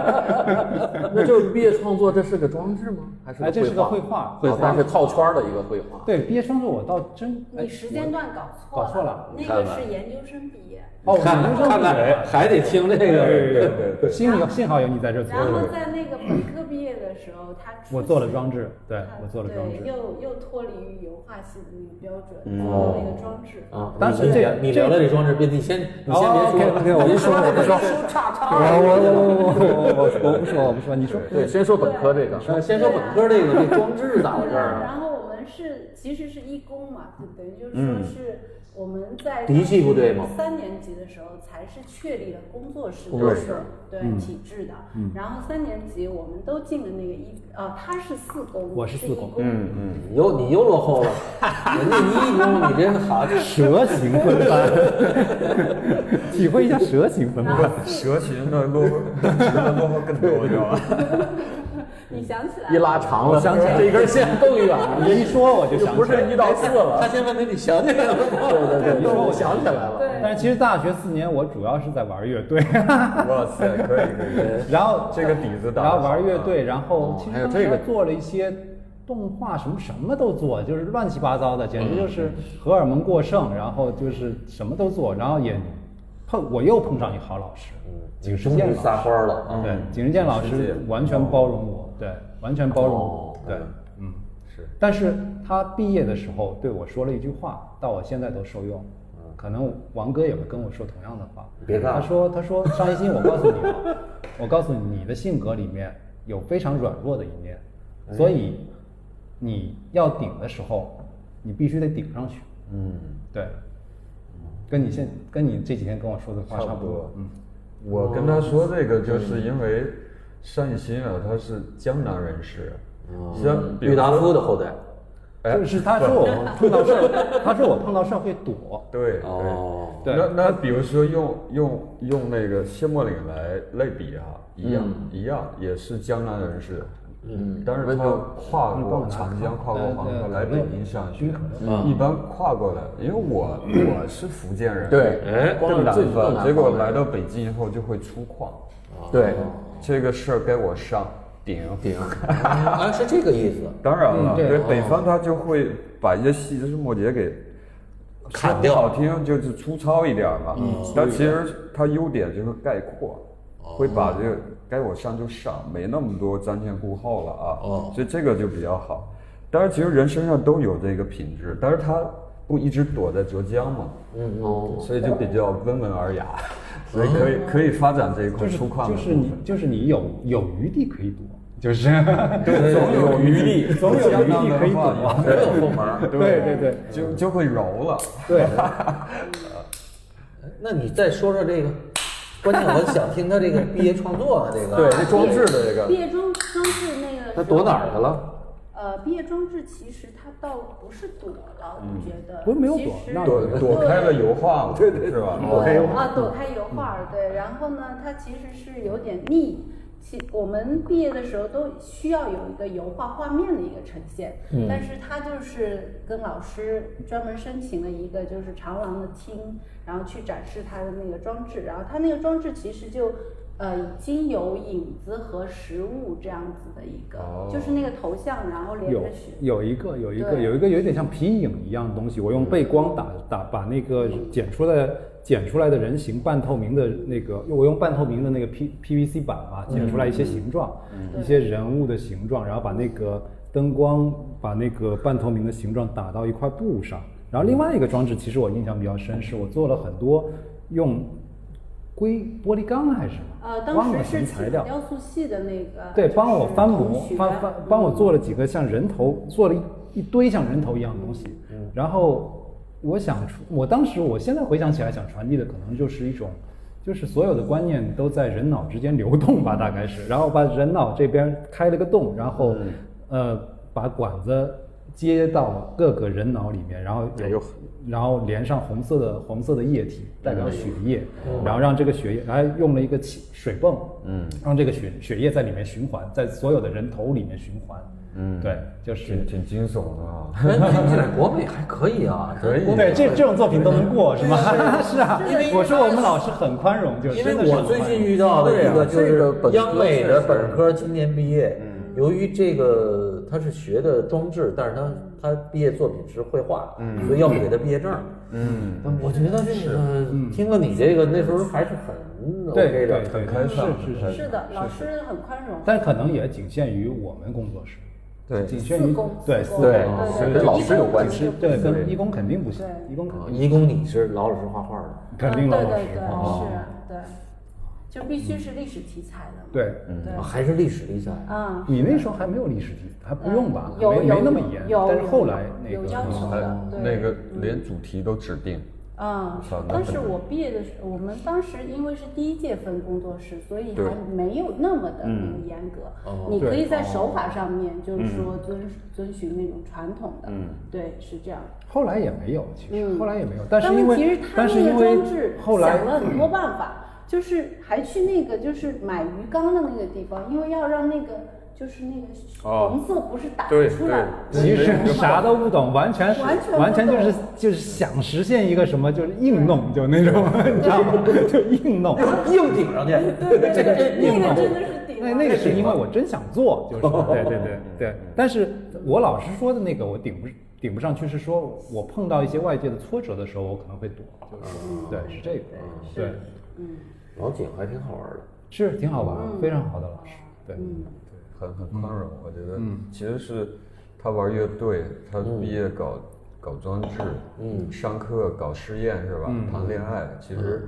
Speaker 2: 那就是毕业创作，这是个装置吗？还是
Speaker 3: 哎这是个
Speaker 2: 绘
Speaker 3: 绘画
Speaker 2: 绘
Speaker 3: 绘
Speaker 2: 画是套圈儿的一个绘画。
Speaker 3: 对毕业生说我倒真哎
Speaker 5: 你时间段搞错
Speaker 3: 搞错了
Speaker 5: 那个是研究生毕业，
Speaker 3: 哦，
Speaker 6: 看
Speaker 3: 研究生
Speaker 6: 看
Speaker 3: 毕业
Speaker 6: 看还得听这个。
Speaker 4: 对对对，
Speaker 3: 幸好幸好有你在这儿做
Speaker 5: 然，后在那个本科毕业的时候，他
Speaker 3: 嗯
Speaker 5: 出
Speaker 3: 我做了装置，对
Speaker 5: 他
Speaker 3: 我做了
Speaker 5: 对
Speaker 3: 装置。嗯
Speaker 5: 又又脱离于油画系的那个标准，做了
Speaker 3: 哦
Speaker 5: 那个装置。
Speaker 6: 啊，
Speaker 3: 当时这个
Speaker 6: 你聊聊这装置，别你先你先别说，
Speaker 3: 哦 OK OK，我不说， 我不说，
Speaker 5: 叉叉
Speaker 3: 我我我我我我不说，我不说，你说。
Speaker 2: 对，先说本科这个，
Speaker 6: 呃先说本科这个这装置咋回事
Speaker 5: 对 啊
Speaker 6: 儿啊？
Speaker 5: 然后我们是其实是义工嘛，就等于就是说是我们在
Speaker 6: 嫡系部队吗
Speaker 5: 三年级的时候才是确立了工作室工作室对体制的。然后三年级我们都进了那个一呃，他是四工，
Speaker 3: 我是四
Speaker 5: 义
Speaker 3: 工
Speaker 5: 工，嗯，
Speaker 6: 你又你又落后了，人家一工，你这好像
Speaker 3: 蛇形分班， 体会一下蛇形分
Speaker 5: 然后
Speaker 3: 班。
Speaker 5: 四
Speaker 4: 嗯蛇形的落后， 等级的落后更多，你知 道吧？
Speaker 5: 你想起来
Speaker 2: 一
Speaker 5: 了
Speaker 2: 拉长了，
Speaker 3: 想起来
Speaker 2: 这根线更远了，
Speaker 3: 你一说我就想起
Speaker 2: 不
Speaker 3: 来
Speaker 2: 是
Speaker 3: 了。
Speaker 2: 一到四了。
Speaker 1: 哎
Speaker 6: 他先问他你想起来了吗？
Speaker 2: 对对对，
Speaker 3: 你说我
Speaker 2: 想起来了。
Speaker 5: 对，
Speaker 3: 但是其实大学四年我主要是在玩乐队，
Speaker 4: 哇塞，可以可以，
Speaker 3: 然后
Speaker 4: 这个底子打得
Speaker 3: 然后玩
Speaker 4: 好
Speaker 3: 乐
Speaker 4: 啊
Speaker 3: 队，然后其
Speaker 2: 嗯哦还有
Speaker 3: 实当
Speaker 2: 这个
Speaker 3: 时做了一些动画，什么什么都做，就是乱七八糟的，简
Speaker 2: 嗯
Speaker 3: 直就是荷尔蒙过剩，然后就是什么都做，然后也碰我又碰上一好老师，
Speaker 2: 嗯
Speaker 3: 景时
Speaker 1: 终
Speaker 3: 健
Speaker 1: 于
Speaker 3: 老
Speaker 1: 撒
Speaker 3: 师，
Speaker 1: 欢儿了啊！
Speaker 3: 对，景时健老
Speaker 4: 景时
Speaker 3: 师
Speaker 4: 健
Speaker 3: 完全包容我，对，完全包容我
Speaker 2: 哦，
Speaker 3: 对，哦嗯，
Speaker 4: 是。
Speaker 3: 但是他毕业的时候对我说了一句话，到我现在都受用。可能王哥也会跟我说同样的话。
Speaker 1: 别干了
Speaker 3: 他说：“他说张一新，我告诉你啊， 我告诉你，你的性格里面有非常软弱的一面，所以你要顶的时候，你必须得顶上去。”嗯，对，跟你现跟你这几天跟我说的话差
Speaker 4: 差
Speaker 3: 不
Speaker 4: 不
Speaker 3: 多
Speaker 4: 多。。嗯，我跟他说这个，就是因为单欣啊，他是江南人士，
Speaker 3: 哦
Speaker 4: 像比
Speaker 6: 郁
Speaker 4: 如
Speaker 6: 达
Speaker 4: 说
Speaker 6: 夫的后代。
Speaker 4: 哎
Speaker 3: 就是他说我碰到社，他说我碰到社会躲，
Speaker 4: 对
Speaker 6: 哦
Speaker 3: 对
Speaker 4: 那那比如说用用用那个谢默岭来类比啊，一样、
Speaker 2: 嗯
Speaker 4: 一样，也是江南人士。嗯，但是他跨过长江，跨过黄河来北京上学，
Speaker 2: 嗯
Speaker 4: 一般跨过来，因 为我我是福建人，
Speaker 2: 对哎
Speaker 4: 更南
Speaker 2: 更南
Speaker 4: 方，结
Speaker 2: 方
Speaker 4: 果
Speaker 2: 的
Speaker 4: 来到北京以后就会粗犷，
Speaker 2: 对，
Speaker 4: 这个事儿该我上顶顶。
Speaker 6: 啊，是这个意思。
Speaker 4: 当然了，
Speaker 3: 嗯对
Speaker 4: 对北方他就会把一些细枝末节给
Speaker 1: 砍
Speaker 4: 说不
Speaker 1: 掉嗯
Speaker 4: 好听就是粗糙一点嘛。但其实它优点就是概括，
Speaker 1: 哦
Speaker 4: 会把这个该我上就上，没那么多瞻前顾后了啊。
Speaker 1: 哦
Speaker 4: 所以这个就比较好。当然，其实人身上都有这个品质，但是他不一直躲在浙江嘛，嗯
Speaker 1: 哦
Speaker 2: 哦
Speaker 4: 嗯，所以就比较温文尔 雅，所以可以可以发展这一
Speaker 3: 就
Speaker 4: 块
Speaker 3: 是
Speaker 4: 粗犷的
Speaker 3: 就
Speaker 4: 部
Speaker 3: 是
Speaker 4: 分
Speaker 3: 你。就是你有有余地可以躲， 就是
Speaker 4: 对，总有余地，
Speaker 3: 总有余地可以躲
Speaker 4: 总有后 门，
Speaker 3: 对对对
Speaker 4: 就就会柔了。
Speaker 3: 对，
Speaker 1: 那你再说说这个，关键我想听他这个毕业创作啊的这个。
Speaker 4: 对，这装置的这个
Speaker 5: 毕，业装装置那个，
Speaker 6: 他躲哪儿去？了？
Speaker 5: 呃，毕业装置其实它倒不是躲了，我觉得
Speaker 3: 不是没有
Speaker 5: 其
Speaker 3: 躲
Speaker 5: 实
Speaker 3: 那
Speaker 4: 躲躲开了油画嘛，对对是吧？
Speaker 3: 躲开
Speaker 5: 啊，躲开油画儿，对。然后呢，它其实是有点腻。其我们毕业的时候都需要有一个油画画面的一个呈现，
Speaker 3: 嗯
Speaker 5: 但是它就是跟老师专门申请了一个就是长廊的厅，然后去展示它的那个装置，然后它那个装置其实就。呃，已经有影子和实物这样子的一个，就是那个头像，然后连
Speaker 3: 哦有
Speaker 5: 着学
Speaker 3: 有一个有一个
Speaker 5: 对
Speaker 3: 有一个有点像皮影一样的东西，我用背光打打把那个剪出来剪出来的人形半透明的那个，我用半透明的那个 P PVC 板啊剪出来一些形状，一些人物的形状，然后把那个灯光把那个半透明的形状打到一块布上。然后另外一个装置，其实我印象比较深，是我做了很多用硅玻璃钢还是什么，
Speaker 5: 呃，
Speaker 3: 忘
Speaker 5: 当
Speaker 3: 了
Speaker 5: 时
Speaker 3: 什
Speaker 5: 是
Speaker 3: 么
Speaker 5: 请
Speaker 3: 材料，
Speaker 5: 雕塑系的那个，
Speaker 3: 对，帮我翻模，翻翻，帮我
Speaker 5: 做。
Speaker 3: 做了几个像人头，做了一一堆像人头一样的东西。然后我想出，我当时，我现在回想起来，想传递的可能就是一种，就是所有的观念都在人脑之间流动吧，大概是。然后把人脑这边开了个洞，然后、呃，把管子接到各个人脑里面，然后有然后连上红色的红色的液体，代表血液，然后让这个血液，还用了一个气水泵，嗯，让这个血血液在里面循环，在所有的人头里面循环，嗯，对，就是
Speaker 4: 挺挺惊悚的啊。
Speaker 1: 那哎听起来国美还可以啊，可以
Speaker 3: 对这这种作品都能过是吗？ 是啊
Speaker 1: 因为，
Speaker 3: 我说我们老师很宽容，就是
Speaker 1: 因为
Speaker 3: 真的是
Speaker 1: 我
Speaker 3: 很
Speaker 1: 最
Speaker 3: 宽
Speaker 1: 近
Speaker 3: 容
Speaker 1: 遇到的一个就
Speaker 2: 这
Speaker 1: 是
Speaker 2: 个本科
Speaker 1: 央美的
Speaker 2: 确实
Speaker 1: 本科今年毕业，由于这个他是学的装置，但是他他毕业作品是绘画，所以要给他毕业证。嗯，我觉得这个听了你这个那时候还是很
Speaker 3: 对
Speaker 1: OK
Speaker 3: 对
Speaker 1: 的
Speaker 3: 对，对
Speaker 4: 开放
Speaker 3: 是是
Speaker 5: 是
Speaker 3: 是，
Speaker 5: 的，老师很宽容，
Speaker 3: 但可能也仅限于我们工作室，
Speaker 4: 对
Speaker 3: 仅限
Speaker 5: 自
Speaker 3: 于
Speaker 5: 贡
Speaker 3: 对
Speaker 5: 自贡啊
Speaker 3: 自
Speaker 2: 对
Speaker 3: 贡
Speaker 5: 对
Speaker 2: 跟老师有关
Speaker 5: 系
Speaker 3: 对跟义工肯定不行，
Speaker 5: 对
Speaker 3: 义工肯
Speaker 1: 啊
Speaker 3: 定
Speaker 1: 一公你是老老实实画画的，
Speaker 3: 肯定
Speaker 5: 对
Speaker 3: 老
Speaker 5: 对
Speaker 3: 师
Speaker 5: 对，是，对，就必须是历史题材的嘛，
Speaker 3: 对。
Speaker 1: 啊还是历史题材。
Speaker 5: 嗯，
Speaker 3: 你那时候还没有历史题，还不用吧？
Speaker 5: 有
Speaker 3: 没
Speaker 5: 有
Speaker 3: 没那么严，
Speaker 5: 有
Speaker 3: 但是后来那
Speaker 5: 有
Speaker 3: 个嗯
Speaker 5: 要求
Speaker 4: 还
Speaker 5: 的，对
Speaker 4: 哎那个连主题都指定，
Speaker 5: 嗯
Speaker 4: 好的，
Speaker 5: 但是我毕业的时候，我们当时因为是第一届分工作室，所以还
Speaker 4: 对
Speaker 5: 没有那么的那个严格。你可以在手法上面，就是说遵、遵循那种传统的，对，是这样。
Speaker 3: 后来也没有，其实、
Speaker 5: 嗯
Speaker 3: 后来也没有，但是
Speaker 5: 当
Speaker 3: 因为
Speaker 5: 其实他
Speaker 3: 但是
Speaker 5: 那
Speaker 3: 因
Speaker 5: 个
Speaker 3: 为
Speaker 5: 装置
Speaker 3: 后来嗯
Speaker 5: 想了很多办法，就是还去那个就是买鱼缸的那个地方，因为要让那个就是那个
Speaker 2: 哦
Speaker 5: 红色不是打
Speaker 2: 对
Speaker 5: 出来吗？
Speaker 3: 其实啥都不懂，完全是
Speaker 5: 完全不懂
Speaker 3: 完全就是就是想实现一个什么，就是硬弄，就那种， 你知道吗？就硬弄。
Speaker 1: 硬顶上去，
Speaker 5: 对对对对，那个真的是顶
Speaker 3: 那
Speaker 5: 了。
Speaker 3: 那个是因为我真想做，就是说对对对对。但是我老师说的那个我顶不顶不上去，是说我碰到一些外界的挫折的时候，我可能会躲，就是对是这个，对
Speaker 1: 老景还挺好玩的。
Speaker 3: 是挺好玩，非常好的老师，对。
Speaker 4: 很很宽容。我觉得其实是他玩乐队，他毕业搞搞装置，嗯，上课搞实验是吧？谈恋爱，其实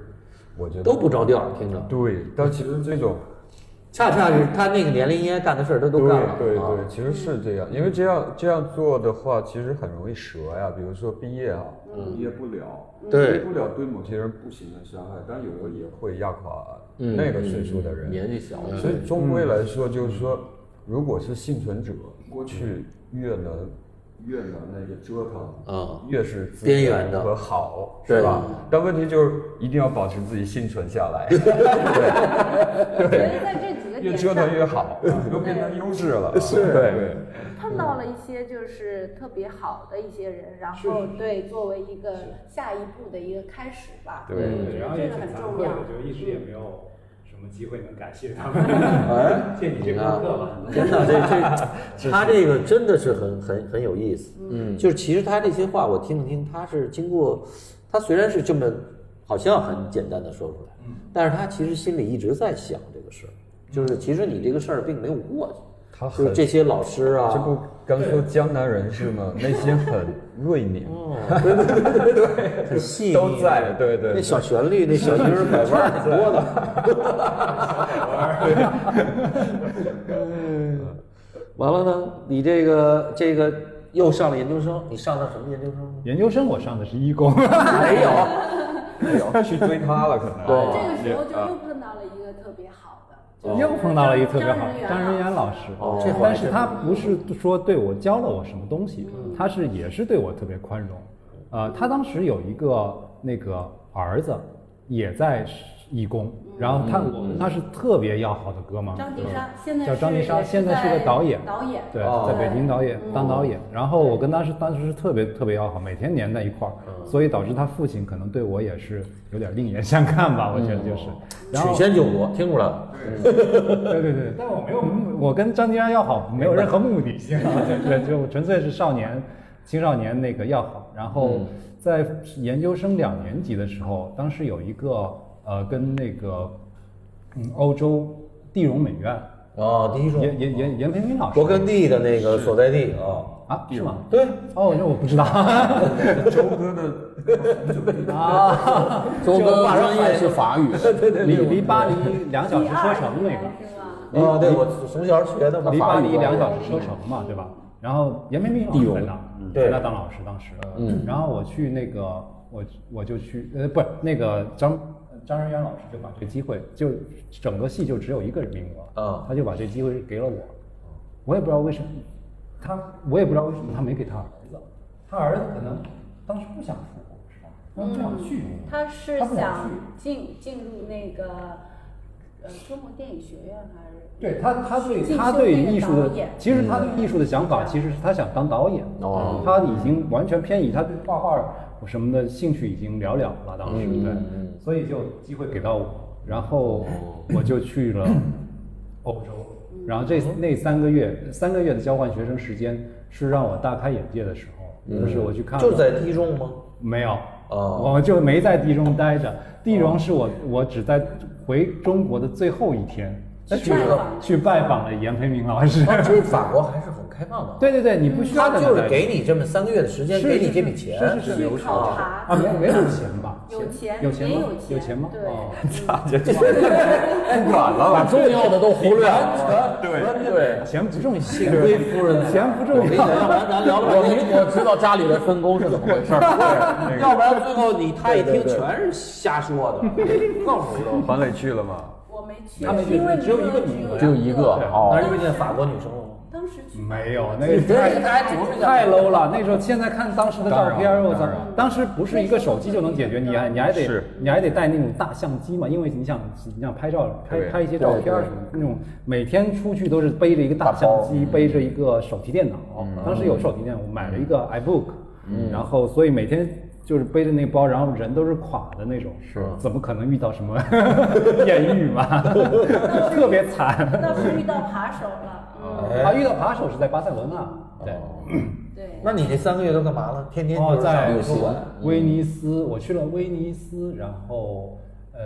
Speaker 4: 我觉得
Speaker 1: 都不着调，听着，
Speaker 4: 对，但其实这种
Speaker 1: 恰恰是他那个年龄应该干的事儿，他都
Speaker 4: 对
Speaker 1: 干了。
Speaker 4: 对
Speaker 1: 啊
Speaker 4: 对，其实是这样，因为这样这样做的话，其实很容易折呀。比如说毕业啊，毕业不了，
Speaker 1: 对
Speaker 4: 毕业不了对某些人不行的伤害，但有的也会压垮
Speaker 1: 嗯
Speaker 4: 那个岁数的人。
Speaker 2: 年纪小，
Speaker 4: 所以终归来说，就是说，如果是幸存者，过去越能越能那个折腾，
Speaker 1: 啊，
Speaker 4: 越是资
Speaker 1: 边
Speaker 4: 源
Speaker 1: 缘的
Speaker 4: 和好，
Speaker 1: 对
Speaker 4: 是吧？但问题就是一定要保持自己幸存下来，
Speaker 5: 我觉得在这几个
Speaker 4: 越
Speaker 5: 点
Speaker 4: 折
Speaker 5: 上
Speaker 4: 腾越好，都变成优势了。是，对，
Speaker 5: 碰到了一些就是特别好的一些人，然后对作为一个下一步的一个开始吧，
Speaker 4: 对
Speaker 5: 嗯这个很重
Speaker 3: 觉
Speaker 5: 要。
Speaker 3: 得一直也没有什么么机会能感谢他
Speaker 1: 哎
Speaker 3: 们，借你这
Speaker 6: 看
Speaker 3: 功课吧。
Speaker 1: 真的， 这这他这个真的是很很很有意思。嗯，就是其实他这些话我听了听，他是经过，他虽然是这么好像很简单的说出来，
Speaker 4: 嗯
Speaker 1: 但是他其实心里一直在想这个事儿，就是其实你这个事儿并没有过去，
Speaker 4: 他
Speaker 1: 就是
Speaker 4: 很
Speaker 1: 这些老师啊，
Speaker 4: 这不刚说江南人士吗？内心很锐敏，
Speaker 1: 嗯很细腻，
Speaker 4: 都在，对对
Speaker 1: 那
Speaker 4: 对。
Speaker 1: 小旋律，那小音儿拐弯儿挺多的。
Speaker 6: 完了呢，你这个这个又上了研究生，你上的什么研究生呢？
Speaker 3: 研究生我上的是医工，
Speaker 6: 没有，
Speaker 4: 要去追他了，可能。
Speaker 6: 对
Speaker 5: 这个时候就又碰到了一个特别好的，就是
Speaker 3: 又碰到了一个特别好
Speaker 5: 张
Speaker 3: 张
Speaker 5: 仁
Speaker 3: 仁
Speaker 5: 远
Speaker 3: 元
Speaker 5: 老
Speaker 3: 老
Speaker 5: 师。
Speaker 3: 师，
Speaker 6: 哦
Speaker 1: 哦这
Speaker 3: 但是他不是说对我教了我什么东西，
Speaker 5: 嗯
Speaker 3: 他是也是对我特别宽容。呃，他当时有一个那个儿子也在义工，然后
Speaker 1: 嗯
Speaker 3: 他我们那是特别要好的哥们儿，
Speaker 5: 嗯张迪莎现在
Speaker 3: 叫张迪莎，
Speaker 5: 是
Speaker 3: 现在是个导演，
Speaker 5: 导演
Speaker 3: 对，
Speaker 5: 哦
Speaker 3: 在北京导演当导演。然后我跟他是当时是特别特别要好，每天黏在一块儿，
Speaker 1: 嗯
Speaker 3: 所以导致他父亲可能对我也是有点另眼相看吧，我觉得就是。然后
Speaker 1: 哦曲线救国，听出来了，
Speaker 3: 对对对，但我没有目，我跟张迪安要好没有任何目的性，对，就纯粹是少年、青少年那个要好。然后在研究生两年级的时候，当时有一个呃跟那个嗯欧洲地荣美院
Speaker 1: 哦，第一种
Speaker 3: 严严严严培民老师
Speaker 1: 勃艮第的那个所在地啊，
Speaker 3: 啊，是吗？
Speaker 1: 对，
Speaker 3: 哦，这我不 知道
Speaker 4: 周哥的
Speaker 3: 啊，
Speaker 2: 周哥专业是法语，
Speaker 3: 离离巴黎两小时车程那个。
Speaker 5: 是吗？
Speaker 1: 啊，对我从小学的嘛，
Speaker 3: 离巴
Speaker 1: 法语
Speaker 3: 黎
Speaker 1: 嘛
Speaker 3: 两小时车程嘛，对吧？然后严培明老师在那儿，在那儿当老师当时。嗯。然后我去那个，我我就去，呃，不是那个张张仁元老师就把这个机会，就整个系就只有一个人名额，
Speaker 1: 啊
Speaker 3: 他就把这机会给了我。我也不知道为什么，他我也不知道为什么他没给他儿子，他儿子可能当时不想出国，是吧？他不想去。
Speaker 5: 他是
Speaker 3: 他不想
Speaker 5: 想
Speaker 3: 去
Speaker 5: 进进入那个呃中国电影学院还是？
Speaker 3: 对他，他对
Speaker 5: 进
Speaker 3: 他
Speaker 5: 修
Speaker 3: 对
Speaker 5: 那个
Speaker 3: 艺术的
Speaker 5: 导演，
Speaker 3: 其实他对艺术的想法，其实是他想当导演。
Speaker 2: 哦
Speaker 3: 他已经完全偏移，他对画画什么的兴趣已经寥寥了，当时对，所以就机会给到我，然后我就去了欧洲，
Speaker 5: 嗯
Speaker 3: 然后这那三个月三个月的交换学生时间是让我大开眼界的时候，就是我去看
Speaker 1: 就
Speaker 3: 了
Speaker 1: 在第一中吗？
Speaker 3: 没有，
Speaker 1: 哦
Speaker 3: 我就没在地中待着。地中是我我只在回中国的最后一天，去
Speaker 5: 拜访
Speaker 3: 去拜访了严培明老师。
Speaker 1: 啊这法国还是很开放的，啊
Speaker 3: 对对对，你不需要
Speaker 1: 他
Speaker 3: 在那
Speaker 1: 就是
Speaker 3: 待
Speaker 1: 给
Speaker 3: 着
Speaker 1: 你这么三个月的时间，
Speaker 3: 是
Speaker 1: 给
Speaker 3: 是
Speaker 1: 你这笔
Speaker 3: 是
Speaker 1: 钱，
Speaker 3: 是是
Speaker 5: 去考察
Speaker 3: 啊，没没有钱吧？
Speaker 5: 有钱
Speaker 3: 有
Speaker 5: 也
Speaker 3: 吗有
Speaker 5: 有？钱
Speaker 3: 钱吗？
Speaker 5: 对
Speaker 3: 哦
Speaker 1: 哎
Speaker 4: 不管了吧？
Speaker 2: 重要的都忽略了。
Speaker 3: 对，钱不重要，幸
Speaker 1: 亏夫人在
Speaker 3: 钱不重要。
Speaker 1: 要不然咱聊了
Speaker 2: 我
Speaker 1: 半
Speaker 2: 明
Speaker 1: 天，
Speaker 2: 我知道家里的分工是怎么回事儿。
Speaker 1: 要不然最后你他一听全是瞎说 的，告诉我
Speaker 4: 黄磊去了吗？
Speaker 5: 我没去，
Speaker 3: 他没去
Speaker 5: 因为
Speaker 3: 只有一个
Speaker 5: 名
Speaker 3: 名
Speaker 5: 额
Speaker 3: 额
Speaker 2: 只有一个
Speaker 1: 那
Speaker 2: 哦，
Speaker 1: 是遇见法国女生了吗？
Speaker 5: 当时去
Speaker 3: 没有，那个
Speaker 1: 这
Speaker 3: 太
Speaker 1: 他还主动
Speaker 3: 太 low 了。那时候现在看当时的照
Speaker 4: 当
Speaker 3: 片，
Speaker 4: 然
Speaker 3: 我操
Speaker 4: 当然，
Speaker 3: 当时不是一个手机就能解决，你还你还得
Speaker 4: 是
Speaker 3: 你还得带那种大相机嘛，因为你想你想拍照拍
Speaker 4: 对
Speaker 3: 拍一些照片儿什么的那种，每天出去都是背着一个大相机，背着一个手提电脑。
Speaker 4: 嗯
Speaker 3: 当时有手提电脑，我买了一个 iBook，然后所以每天。就是背着那包，然后人都是垮的那种，是怎么可能遇到什么 艳遇嘛？ 特别惨。
Speaker 5: 倒是遇到扒手了，嗯，
Speaker 4: 哎
Speaker 3: 啊，遇到扒手是在巴塞罗那，
Speaker 4: 哦
Speaker 3: 对，
Speaker 5: 对，
Speaker 1: 那你这三个月都干嘛了？天天就
Speaker 3: 哦，
Speaker 1: 是
Speaker 3: 在
Speaker 1: 上美术馆，
Speaker 3: 威尼斯，我去了威尼斯，然后呃，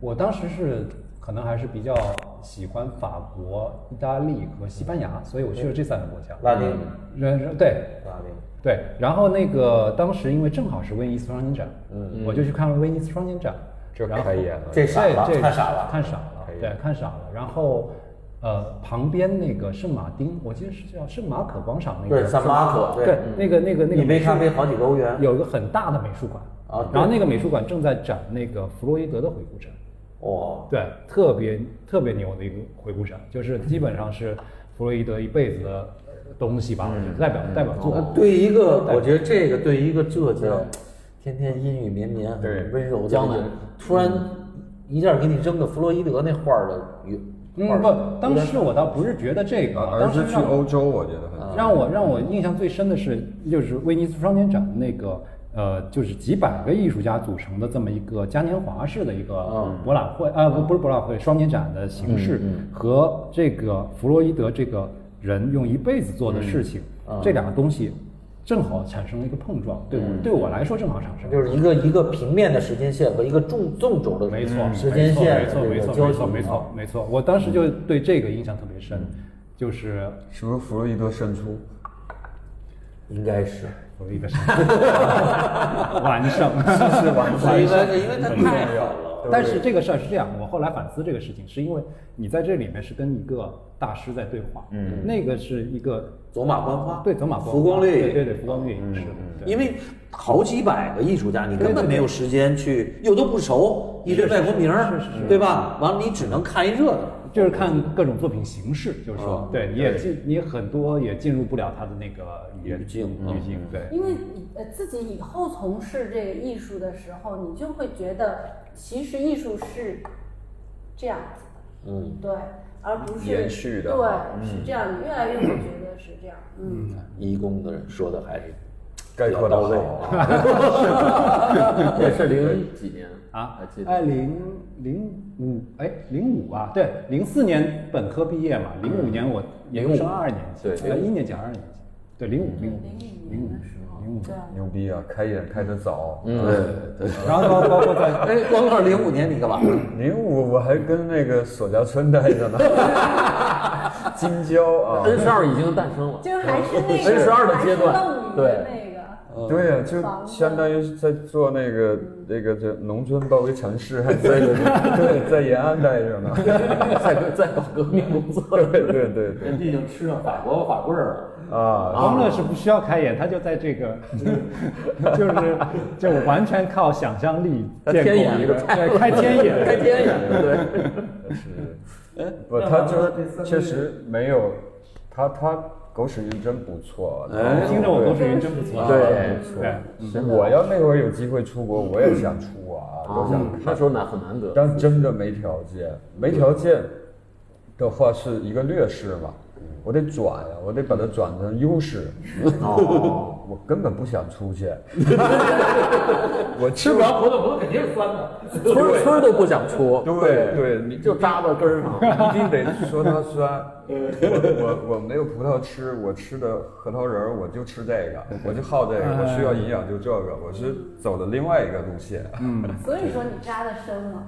Speaker 3: 我当时是可能还是比较喜欢法国、意大利和西班牙，所以我去了这三个国家。
Speaker 1: 拉丁，
Speaker 3: 人人对
Speaker 1: 拉丁。
Speaker 3: 对，然后那个当时因为正好是威尼斯双年展，嗯，我就去看了威尼斯双年展，
Speaker 4: 这
Speaker 3: 然后
Speaker 4: 开眼了
Speaker 1: 这傻了
Speaker 3: 对这
Speaker 1: 看傻了
Speaker 3: 看傻了
Speaker 4: 可，以
Speaker 3: 对，看傻了。然后，呃，旁边那个圣马丁，我记得是叫圣马可广场那个，
Speaker 1: 对圣马嗯可对
Speaker 3: 嗯对，那个那个那个
Speaker 1: 一杯
Speaker 3: 美术
Speaker 1: 咖啡好几个欧元
Speaker 3: 有一个很大的美术馆
Speaker 1: 啊对
Speaker 3: 然后那个美术馆正在展那个弗洛伊德的回顾展，
Speaker 1: 哇，
Speaker 3: 对，特别特别牛的一个回顾展，就是基本上是弗洛伊德一辈子的东西吧，我觉得代表代表作。
Speaker 1: 嗯呃对一个，我觉得这个对一个浙江，天天阴雨绵绵、
Speaker 4: 对
Speaker 1: 很温柔的
Speaker 2: 江
Speaker 1: 人
Speaker 2: 南，
Speaker 1: 突然
Speaker 3: 嗯
Speaker 1: 一下给你扔个弗洛伊德那画儿的原画
Speaker 3: 嗯，
Speaker 1: 儿
Speaker 3: 不，当时我倒不是觉得这个，
Speaker 4: 而
Speaker 3: 当时
Speaker 4: 啊是去
Speaker 3: 让我
Speaker 7: 啊
Speaker 3: 啊
Speaker 4: 欧洲，我觉得很。
Speaker 3: 让我让我印象最深的是，就是威尼斯双年展那个呃，就是几百个艺术家组成的这么一个嘉年华式的一个博览会，啊，不不是博览会，双年展的形式，
Speaker 7: 嗯
Speaker 3: 和这个弗洛伊德这个人用一辈子做的事情，
Speaker 7: 嗯啊
Speaker 3: 这两个东西正好产生了一个碰撞，对我对我来说正好产生，
Speaker 7: 嗯就是嗯一个一个平面的时间线和一个纵纵轴的
Speaker 3: 没错，
Speaker 7: 时间线
Speaker 3: 没错，
Speaker 7: 的
Speaker 3: 没
Speaker 7: 这个
Speaker 3: 错，
Speaker 7: 交
Speaker 3: 没
Speaker 7: 集
Speaker 3: 错，没
Speaker 7: 啊嗯
Speaker 3: 错，没错，我当时就对这个印象特别深，就是
Speaker 4: 是不是弗洛伊德胜出？
Speaker 7: 应该是。
Speaker 3: 我的一 个完 胜，
Speaker 4: 是完
Speaker 1: 是因为是因为它太好了，
Speaker 3: 但是这个事儿是这样，我后来反思这个事情，是因为你在这里面是跟一个大师在对话，嗯，那个是一个
Speaker 1: 走马观花，
Speaker 3: 对走马观
Speaker 1: 浮光掠影，嗯
Speaker 3: 对对对，浮光掠影是的，对
Speaker 1: 因为好几百个艺术家，你根本没有时间去，又都不熟，一堆外国名儿，对吧？完了，你只能看一热闹。
Speaker 3: 就是看各种作品形式，就是说，对，你也进，你很多也进入不了他的那个语言
Speaker 1: 境
Speaker 3: 语境，对，
Speaker 5: 因为你呃自己以后从事这个艺术的时候，你就会觉得其实艺术是这样子的，嗯，对，而不是
Speaker 4: 延续的
Speaker 5: 对，是这样，你越来越会觉得是这样，嗯，
Speaker 7: 医工的人说的还是
Speaker 4: 概括到位。
Speaker 2: 也是零几年
Speaker 3: 啊
Speaker 2: 还记，得
Speaker 3: 哎，零零五，哎，零五啊，对，零四年本科毕业嘛，零五年我研究生二年级，
Speaker 2: 对
Speaker 3: 呃，一年级还是二年级，对，零五零五零五零五，
Speaker 4: 牛逼啊！开眼开得早。
Speaker 3: 嗯 然后包包括在
Speaker 1: 哎，光棍零五年你干嘛？
Speaker 7: 嗯
Speaker 4: 零五我还跟那个索家村待着呢， 京郊啊，
Speaker 2: ，N 十二已经诞生了，
Speaker 5: 就是还是那个
Speaker 2: 十二的阶段
Speaker 5: 还是弄你
Speaker 2: 对
Speaker 5: 的那个，
Speaker 3: 嗯
Speaker 4: 对呀、
Speaker 5: 房
Speaker 4: 就
Speaker 5: 子嗯
Speaker 4: 相当于是在做那个那个这农村包围城市，还在 对在延安待着呢，
Speaker 2: 在在搞革命工作，
Speaker 4: 对对对对
Speaker 2: 人家已经吃上法国法国人了。
Speaker 4: 啊，
Speaker 3: 光乐是不需要开眼，他就在这个， 就是就完全靠想象力建构一个，对，开天 眼，
Speaker 2: 开天眼，对，
Speaker 4: 不，他就是确实没有，他他狗屎运真不错，
Speaker 3: 听着我都是云真不错，
Speaker 2: 啊
Speaker 4: 对
Speaker 2: 嗯
Speaker 3: 对，
Speaker 4: 不错，我要那会儿有机会出国，我也想出啊，
Speaker 2: 嗯
Speaker 4: 我想
Speaker 2: 那时候难很难得，啊
Speaker 4: 但真的没条件，没条件的话是一个劣势嘛，我得转呀，我得把它转成优势。哦，我根本不想出去，我吃不
Speaker 2: 葡萄葡萄肯定是酸的，村村都不想出，
Speaker 4: 对对，你
Speaker 2: 就扎到根儿上。
Speaker 4: 一定得说它酸。我我我没有葡萄吃，我吃的核桃仁儿，我就吃这个，我就好这个，我需要营养就这个，我是走的另外一个路线。
Speaker 5: 所以说你扎的深了，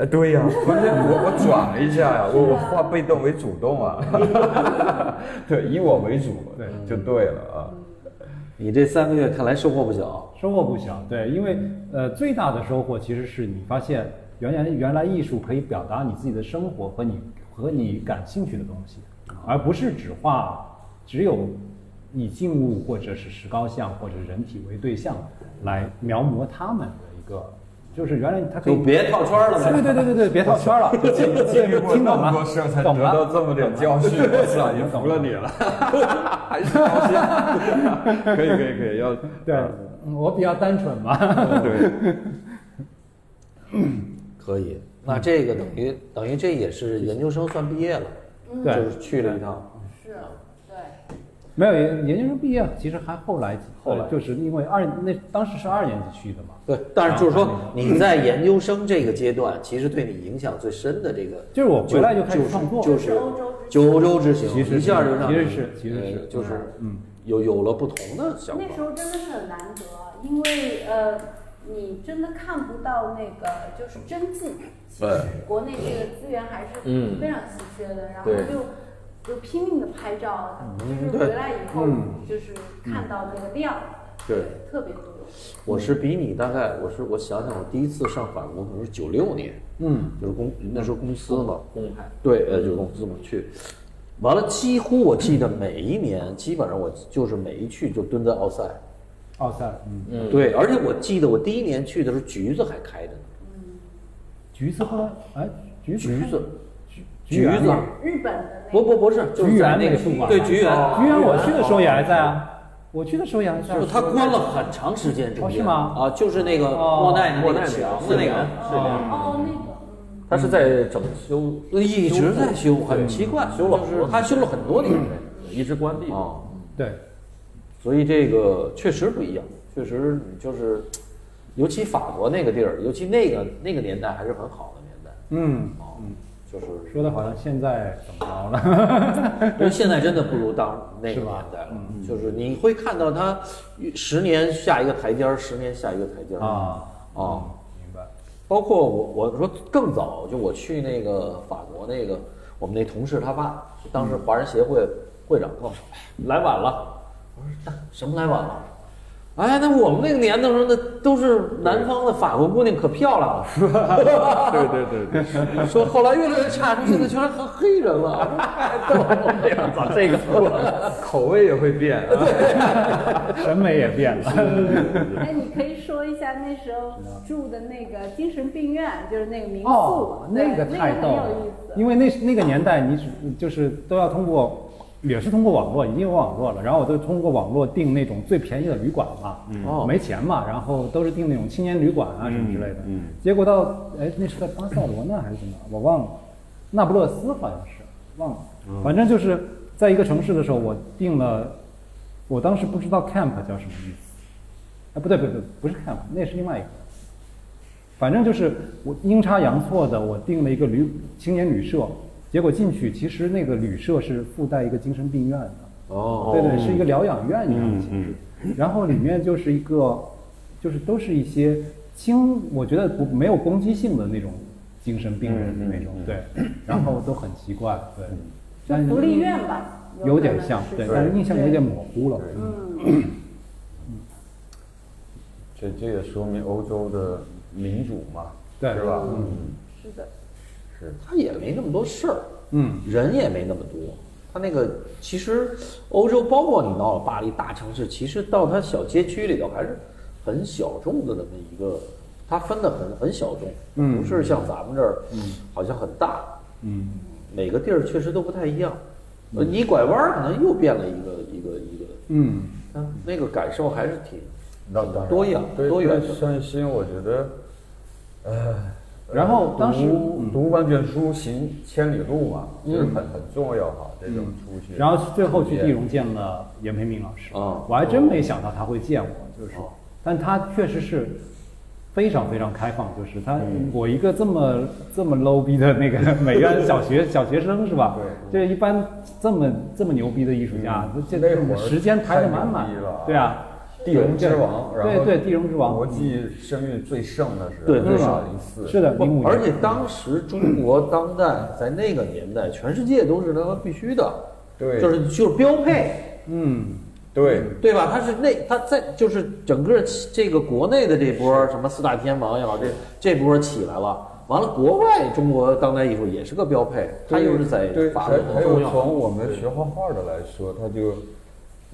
Speaker 4: 哎，对呀、关键我我转了一下呀、我我化被动为主动啊，对，以我为主，对，就对了啊。
Speaker 1: 你这三个月看来收获不小，
Speaker 3: 收获不小，对，因为呃最大的收获其实是你发现原来原来艺术可以表达你自己的生活和你和你感兴趣的东西，而不是只画只有以静物或者是石膏像或者人体为对象来描摹他们的一个，就是原来他可以
Speaker 1: 就别套圈了呗。
Speaker 3: 对对对对对，别套圈了，
Speaker 4: 经历过
Speaker 3: 听
Speaker 4: 那
Speaker 3: 懂
Speaker 4: 么多
Speaker 3: 了
Speaker 4: 事儿，才，
Speaker 3: 懂
Speaker 4: 得到
Speaker 3: 了。
Speaker 4: 这么点教训，我操，也服了你了，还是高兴，可以可以可以，要
Speaker 3: 对，我比较单纯嘛。
Speaker 4: 对，
Speaker 1: 可
Speaker 3: 嗯
Speaker 1: 以，那这个等于等于这也是研究生算毕业了，就
Speaker 3: 对，
Speaker 1: 是去了一趟。
Speaker 5: 嗯是，对，
Speaker 3: 没有研研究生毕业，其实还后来几
Speaker 1: 后来
Speaker 3: 就是因为二那当时是二年级去的嘛，
Speaker 1: 对，但是就是说
Speaker 3: 嗯
Speaker 1: 你在研究生这个阶段，其实对你影响最深的这个，
Speaker 3: 就是我回来就开始创作，
Speaker 1: 就
Speaker 5: 就是
Speaker 1: 是
Speaker 5: 欧洲之
Speaker 1: 九州之行，
Speaker 3: 其实是
Speaker 1: 一下就让
Speaker 3: 其实
Speaker 1: 你
Speaker 3: 是其实是
Speaker 1: 呃就是嗯，有有了不同的想法
Speaker 5: 那。时候真的是很难得，啊因为呃，你真的看不到那个就是真迹，其实国内这个资源还是
Speaker 2: 嗯
Speaker 5: 非常稀缺的，然后
Speaker 2: 对
Speaker 5: 就就拼命的拍照，啊
Speaker 3: 嗯
Speaker 5: 就是回来以后就是看到那个量，
Speaker 1: 对，
Speaker 5: 特别多。
Speaker 1: 我是比你大概，我是我想想，我第一次上法国可能是九六年，嗯，就是公那时候公司嘛，
Speaker 2: 公派
Speaker 1: 对，呃，就是公司嘛去，完了几乎我记得每一年基本上我就是每一去就蹲在奥赛，
Speaker 3: 奥赛，嗯，
Speaker 1: 嗯，对，而且我记得我第一年去的时候橘子还开着呢，
Speaker 3: 橘子后来哎，橘子
Speaker 1: 橘子，
Speaker 3: 橘
Speaker 1: 橘子，
Speaker 5: 日本的那
Speaker 1: 不
Speaker 5: 个
Speaker 1: 不不是，就是
Speaker 3: 橘
Speaker 1: 在
Speaker 3: 园哦
Speaker 1: 那
Speaker 3: 美
Speaker 1: 个
Speaker 3: 术馆
Speaker 1: 对橘园，
Speaker 3: 居然我去的时候也还在啊，我去的时候也还在啊，
Speaker 1: 就它关了很长时间，中
Speaker 3: 哦
Speaker 1: 间
Speaker 3: 是吗
Speaker 1: 啊，就是那个
Speaker 3: 哦
Speaker 1: 莫奈那
Speaker 2: 莫
Speaker 1: 个
Speaker 2: 奈那个
Speaker 1: 墙的
Speaker 2: 是
Speaker 1: 那
Speaker 2: 的
Speaker 1: 个，
Speaker 5: 哦那个嗯
Speaker 2: 他是在整修，
Speaker 1: 一直在修，很奇怪，
Speaker 2: 修了嗯
Speaker 1: 就
Speaker 2: 很
Speaker 1: 是
Speaker 2: 多
Speaker 1: 它修了很多年。
Speaker 2: 一直关闭。
Speaker 1: 啊，
Speaker 3: 对，
Speaker 1: 所以这个确实不一样，确实就是，尤其法国那个地儿，尤其那个那个年代还是很好的年代，啊
Speaker 3: 嗯，
Speaker 1: 就是
Speaker 3: 说的好像现在怎么着了？
Speaker 1: 因为现在真的不如当那个年代了，就是嗯你会看到它十年下一个台阶儿，十年下一个台阶儿
Speaker 3: 啊
Speaker 1: 啊
Speaker 3: 明白。
Speaker 1: 包括我，我说更早，就我去那个法国那个，我们那同事他爸，当时华人协会会长跟我说，来晚了。我说那什么来晚了？哎，那我们那个年的时候，那都是南方的法国姑娘可漂亮 了。
Speaker 4: 对对对对，
Speaker 1: 说后来越来越差，说现在全是黑黑人了。我说太逗了， 这个咋这个？
Speaker 4: 口味也会变。
Speaker 3: 审美也变了。
Speaker 5: 哎，你可以说一下那时候住的那个精神病院，就是那个民宿，
Speaker 3: 哦，
Speaker 5: 对
Speaker 3: 那个太逗
Speaker 5: 那个很
Speaker 3: 了
Speaker 5: 有意，思。
Speaker 3: 因为那那个年代，你只就是都要通过，也是通过网络，已经有网络了，然后我都通过网络订那种最便宜的旅馆嘛，
Speaker 1: 哦
Speaker 3: 没钱嘛，然后都是订那种青年旅馆啊什么之类的，嗯，结果到哎那是在巴塞罗那还是哪儿，我忘了，那不勒斯好像是忘了，反正就是在一个城市的时候，我订了，我当时不知道 camp 叫什么意思，哎不对不对不是 camp，那是另外一个。反正就是我阴差阳错的，我订了一个旅青年旅社，结果进去其实那个旅社是附带一个精神病院的，
Speaker 1: 哦
Speaker 3: 对对，是一个疗养院一样的性质。然后里面就是一个，就是都是一些轻，我觉得不没有攻击性的那种精神病人的那种，对，然后都很奇怪，对，但是
Speaker 5: 福利院吧，
Speaker 3: 有
Speaker 5: 可能
Speaker 3: 点像，
Speaker 5: 是
Speaker 3: 嗯对，
Speaker 5: 这
Speaker 3: 但
Speaker 5: 样
Speaker 3: 是印象有点模糊了，嗯
Speaker 4: 这这也说明欧洲的民主嘛，
Speaker 3: 对
Speaker 4: 是吧？
Speaker 5: 是的，
Speaker 1: 他也没那么多事儿，
Speaker 3: 嗯，
Speaker 1: 人也没那么多。他那个其实欧洲，包括你到了巴黎大城市，其实到它小街区里头还是很小众的那么一个，它分的很很小众，
Speaker 3: 嗯
Speaker 1: 不是像咱们这儿，好像很大，
Speaker 3: 嗯，
Speaker 1: 每个地儿确实都不太一样。呃，你一拐弯儿可能又变了一个一个一个，
Speaker 3: 嗯，
Speaker 1: 但那个感受还是挺
Speaker 4: 那当然
Speaker 1: 多样
Speaker 4: 对
Speaker 1: 多元
Speaker 4: 对
Speaker 1: 的
Speaker 4: 像新，我觉得，呃，
Speaker 3: 然后当时嗯
Speaker 4: 读读万卷书行千里路嘛，就是很很重要哈，这种出去。
Speaker 3: 嗯然后最后去地荣见了严培明老
Speaker 1: 啊
Speaker 3: 师，
Speaker 4: 哦
Speaker 3: 我还真没想到他会见我，就是，但他确实是非常非常开放，就是他、
Speaker 4: 嗯
Speaker 3: 我一个这么这么 low 逼的那 个美院小学小学生是吧？对，就是一般这么这么牛逼的艺术家，这
Speaker 4: 嗯那会儿
Speaker 3: 时间排得满
Speaker 4: 太
Speaker 3: 满
Speaker 4: 牛逼了啊，
Speaker 3: 对啊，
Speaker 4: 地荣之王，然
Speaker 3: 对
Speaker 4: 后
Speaker 3: 对，地荣之王，
Speaker 4: 国际声誉最盛的时候，
Speaker 1: 对对
Speaker 4: 至少零四，
Speaker 3: 是的，
Speaker 1: 不
Speaker 3: 零五年，
Speaker 1: 而且当时中国当代在那个年代，全世界都是他妈必须的，
Speaker 4: 对
Speaker 1: 就是就是标配，
Speaker 3: 嗯，
Speaker 4: 对，
Speaker 1: 对吧？他是那他在就是整个起这个国内的这波什么四大天王也好，这这波起来了，完了国外中国当代艺术也是个标配，它又是在
Speaker 4: 对，
Speaker 1: 法
Speaker 4: 还
Speaker 1: 国
Speaker 4: 还
Speaker 1: 很
Speaker 4: 有
Speaker 1: 重要
Speaker 4: 从我们学画画的来说，他就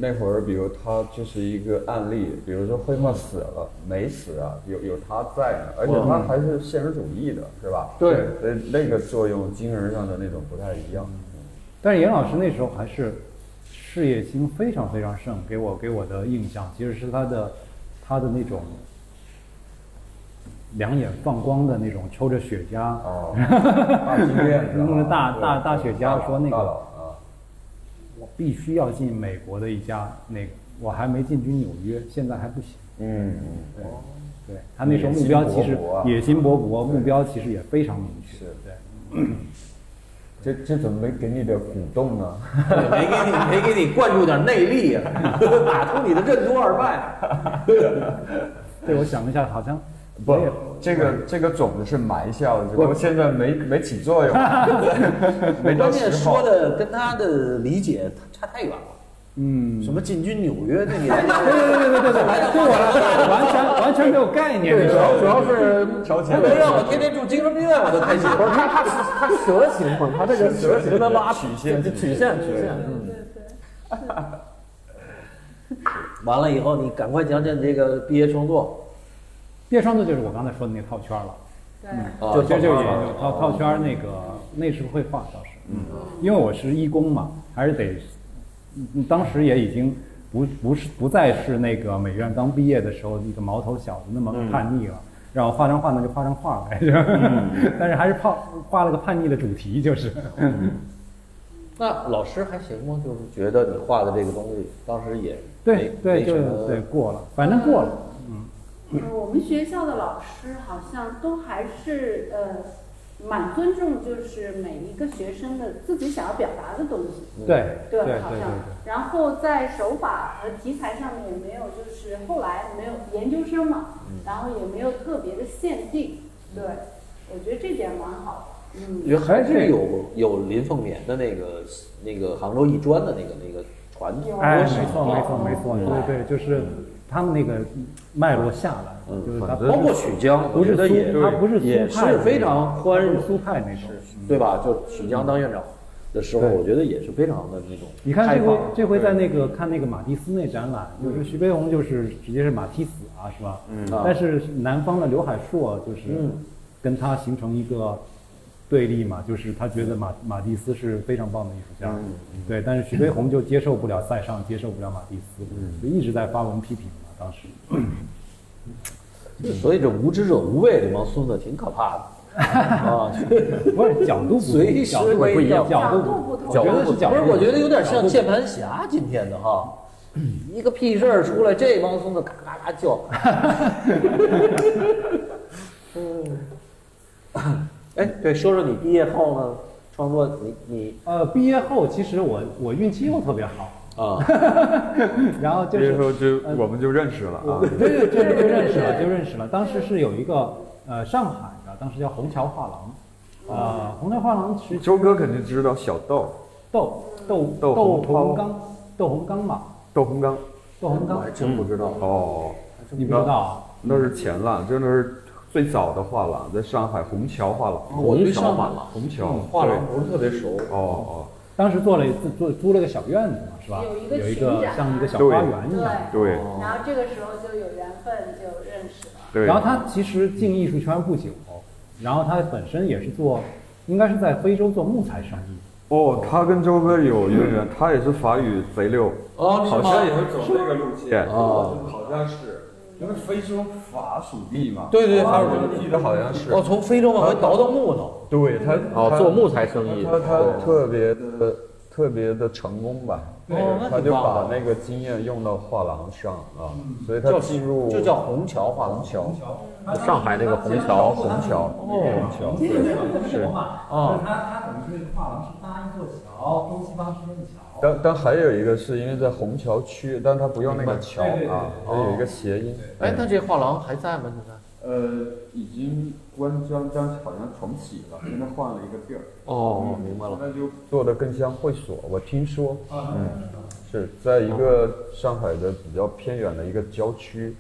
Speaker 4: 那会儿，比如他就是一个案例，比如说惠墨死了没死啊，有有他在呢，而且他还是现实主义的，是吧？
Speaker 1: 对
Speaker 4: 呃，那个作用精神上的那种不太一样。
Speaker 3: 嗯但是严老师那时候还是事业心非常非常盛，给我给我的印象其实是他的他的那种两眼放光的那种，抽着雪茄，
Speaker 4: 哦，大经验 是吧
Speaker 3: 弄了大
Speaker 4: 对
Speaker 3: 大大雪茄说那个
Speaker 4: 大佬啊，
Speaker 3: 我必须要进美国的一家那个，我还没进军纽约，现在还不行。
Speaker 4: 嗯，
Speaker 3: 对他那时候目标其实
Speaker 4: 野心勃勃啊
Speaker 3: 野心勃勃，目标其实也非常明确。
Speaker 4: 是
Speaker 3: 对，
Speaker 4: 这这怎么没给你点鼓动呢？
Speaker 1: 对没给你没给你灌注点内力啊， 打通你的任督二 脉。啊
Speaker 3: 对我想了一下，好像
Speaker 4: 不
Speaker 3: 我也，
Speaker 4: 这个这个种子是埋下的，只不过现在没没起作 用，没到
Speaker 1: 关键
Speaker 4: 时
Speaker 1: 说
Speaker 4: 候。
Speaker 1: 的跟他的理解差太远了。
Speaker 3: 嗯，
Speaker 1: 什么进军纽约那年 代？
Speaker 3: 对对对对对对，对我来完全完全没有概念。那时候
Speaker 8: 主要是
Speaker 4: 乔
Speaker 1: 他能让我天天住精神病院，我都开心。
Speaker 8: 不是他他他蛇形嘛，他这个蛇形的拉
Speaker 4: 曲线
Speaker 8: 就曲线曲线，
Speaker 2: 嗯
Speaker 1: 完了以后，你赶快讲讲你这个毕业创作。
Speaker 3: 毕业创作就是我刚才说的那套圈儿了，
Speaker 5: 对，
Speaker 1: 啊
Speaker 3: 就就就也就套套圈儿那个那是绘画倒是，嗯，因为我是义工嘛，还是得，嗯当时也已经不不是不再是那个美院刚毕业的时候那个毛头小子那么
Speaker 1: 嗯
Speaker 3: 叛逆了。让我画张画，那就画张画
Speaker 1: 嗯
Speaker 3: 呗，但是还是画画了个叛逆的主题，就是，
Speaker 1: 那老师还行吗？就是觉得你画的这个东西，当时也没
Speaker 3: 对对
Speaker 1: 没什
Speaker 3: 就
Speaker 1: 么
Speaker 3: 对过了，反正过了。
Speaker 5: 呃，我们学校的老师好像都还是呃，蛮尊重就是每一个学生的自己想要表达的东西，
Speaker 3: 对
Speaker 5: 对，
Speaker 3: 对对
Speaker 5: 好
Speaker 3: 对
Speaker 5: 像
Speaker 3: 对，
Speaker 5: 然后在手法和题材上面也没有，就是后来没有研究生嘛，然后也没有特别的限定，对，我觉得这点蛮好的，嗯。
Speaker 1: 觉得还
Speaker 3: 还
Speaker 1: 是
Speaker 3: 是
Speaker 1: 有有林凤眠的那个那个杭州艺专的那个那个传统。
Speaker 3: 哎，
Speaker 5: 有
Speaker 3: 没错没错没错，
Speaker 1: 嗯
Speaker 3: 对对，就是他们那个脉络下来，嗯
Speaker 1: 嗯
Speaker 3: 就是他
Speaker 1: 包括曲江，
Speaker 3: 不是
Speaker 1: 我觉得也
Speaker 3: 苏，他不是
Speaker 1: 也
Speaker 3: 苏派
Speaker 1: 是
Speaker 3: 的嗯
Speaker 1: 非常宽容，
Speaker 3: 苏派那种。
Speaker 1: 对吧？就曲江当院长的时候，
Speaker 3: 对
Speaker 1: 我觉得也是非常的那种
Speaker 3: 你看这
Speaker 1: 开
Speaker 3: 回
Speaker 1: 放
Speaker 3: 这回在那个看那个马蒂斯那展览，就是徐悲鸿就是直接是马蒂斯啊，是吧？嗯但是南方的刘海硕就是跟他形成一个对立嘛，就是他觉得马马蒂斯是非常棒的艺术家，对，但是徐悲鸿就接受不了塞尚，接受不了马蒂斯，就一直在发文批评嘛，当时。
Speaker 1: 所以这无知者无畏这帮孙子挺可怕的啊！
Speaker 3: 不是角度不
Speaker 1: 随
Speaker 3: 同，
Speaker 1: 时
Speaker 3: 角度
Speaker 1: 可以
Speaker 3: 一样，角
Speaker 5: 角
Speaker 3: 度
Speaker 5: 度不
Speaker 3: 同，我
Speaker 5: 同
Speaker 1: 角
Speaker 3: 觉得
Speaker 1: 度
Speaker 3: 是角
Speaker 1: 不
Speaker 3: 度
Speaker 1: 是，
Speaker 3: 不同
Speaker 1: 我觉得有点像键盘侠今天的 哈，一个屁事儿出来，这帮孙子嘎嘎嘎 叫。嗯，哎，对，说说你毕业后呢，创作你你
Speaker 3: 呃，毕业后其实我我运气又特别好，
Speaker 1: 啊，
Speaker 3: 然后就
Speaker 4: 那
Speaker 3: 是
Speaker 4: 时候就我们就认识了啊。
Speaker 3: 对对，就就认识了，就 认识了。当时是有一个呃上海的，当时叫虹桥画廊，呃，虹桥画廊是
Speaker 4: 周哥肯定知道小豆
Speaker 3: 窦窦
Speaker 4: 窦
Speaker 3: 窦
Speaker 4: 红涛
Speaker 3: 红刚，窦红刚嘛，
Speaker 4: 窦洪刚
Speaker 3: 窦红刚，
Speaker 2: 嗯
Speaker 1: 真不知道。
Speaker 4: 哦，
Speaker 3: 你不知道啊？
Speaker 4: 那是前浪，真的是最早的画廊，在上海虹桥嗯画廊。
Speaker 1: 我对上海了
Speaker 4: 虹桥
Speaker 1: 画廊不是特别熟，
Speaker 4: 对哦
Speaker 3: 当时做了一次租租了个小院子嘛，是吧？
Speaker 5: 有
Speaker 3: 有一
Speaker 5: 一个群
Speaker 3: 个
Speaker 5: 展
Speaker 3: 像一个小花园一样。
Speaker 5: 对
Speaker 4: 哦，对
Speaker 5: 然后这个时候就有缘分就认识了。
Speaker 4: 对。
Speaker 3: 然后他其实进艺术圈不久，然后他本身也是做，应该是在非洲做木材生意。
Speaker 4: 哦，他跟周哥有渊源，他也是法语贼溜，
Speaker 1: 哦是吗
Speaker 4: 好像也是走那个路线哦，好像是，因为非洲法属地嘛，
Speaker 1: 对对
Speaker 4: 法
Speaker 1: 法属
Speaker 4: 属
Speaker 1: 地
Speaker 4: 地，我记得好像是，
Speaker 1: 哦，从非洲往回倒倒木头，
Speaker 4: 对他，
Speaker 2: 哦，
Speaker 4: 他
Speaker 2: 做木材生意，哦
Speaker 4: 他他特别的特别的成功吧，
Speaker 1: 对哦那
Speaker 4: 他
Speaker 1: 挺
Speaker 4: 就
Speaker 1: 棒的
Speaker 4: 把那个经验用到画廊上啊，所以他
Speaker 1: 叫
Speaker 4: 进入
Speaker 1: 就叫虹桥画廊
Speaker 4: 虹。桥，
Speaker 3: 嗯
Speaker 2: 上海那个虹
Speaker 4: 桥
Speaker 2: 桥，
Speaker 4: 虹桥，虹桥，对是。
Speaker 1: 嗯
Speaker 3: 哦，他他等于是画廊是搭一座桥，东西方是那个桥。
Speaker 4: 但但还有一个是因为在虹桥区，但他不用那个桥啊，它有一个谐音。
Speaker 2: 哎，那这画廊还在吗？现在？
Speaker 9: 呃，已经关张张好像重启了，现在换了一个地儿。
Speaker 2: 哦，明白了。
Speaker 9: 那就
Speaker 4: 做的更像会所。我听说，
Speaker 3: 啊
Speaker 4: 嗯，是在一个上海的比较偏远的一个郊区，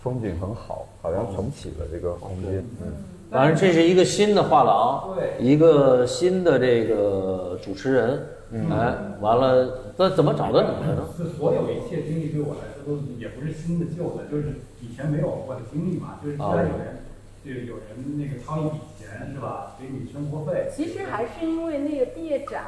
Speaker 4: 风景很好，好像重启了这个空
Speaker 9: 哦
Speaker 4: 间。嗯，
Speaker 1: 反正这是一个新的画廊，对，一个新的这个主持人，
Speaker 2: 嗯
Speaker 1: 哎，完了，那怎么找到你的呢？
Speaker 3: 是所有一切经历对我来说都也不是新的旧的，就是以前没有过的经历嘛，就是既然有人，就是有人那个掏一笔钱是吧，给你生活费，
Speaker 5: 其实还是因为那个毕业展，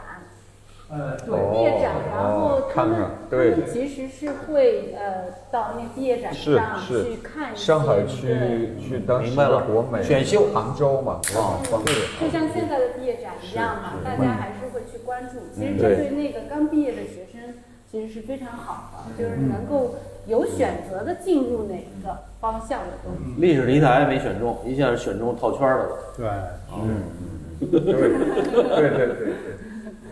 Speaker 3: 呃，对，
Speaker 4: 哦
Speaker 5: 毕业展，然后他们、
Speaker 4: 看看
Speaker 5: 他
Speaker 4: 对
Speaker 5: 们其实是会呃到那毕业展
Speaker 4: 是
Speaker 5: 上去
Speaker 4: 是
Speaker 5: 看一，些
Speaker 4: 上海
Speaker 5: 对
Speaker 4: 去去当时
Speaker 1: 明白
Speaker 4: 的
Speaker 1: 了
Speaker 4: 国美
Speaker 1: 选秀
Speaker 4: 杭州嘛，啊，
Speaker 9: 哦
Speaker 4: 杭州
Speaker 5: 就像现在的毕业展一样嘛，大家还是会去关注。其实这对那个刚毕业的学生其实是非常好的，就是能够有选择的进入哪一个方向的东
Speaker 2: 嗯
Speaker 5: 西。
Speaker 1: 历史题材没选中，一下选中套圈儿的了。
Speaker 3: 对，
Speaker 4: 对对对对对。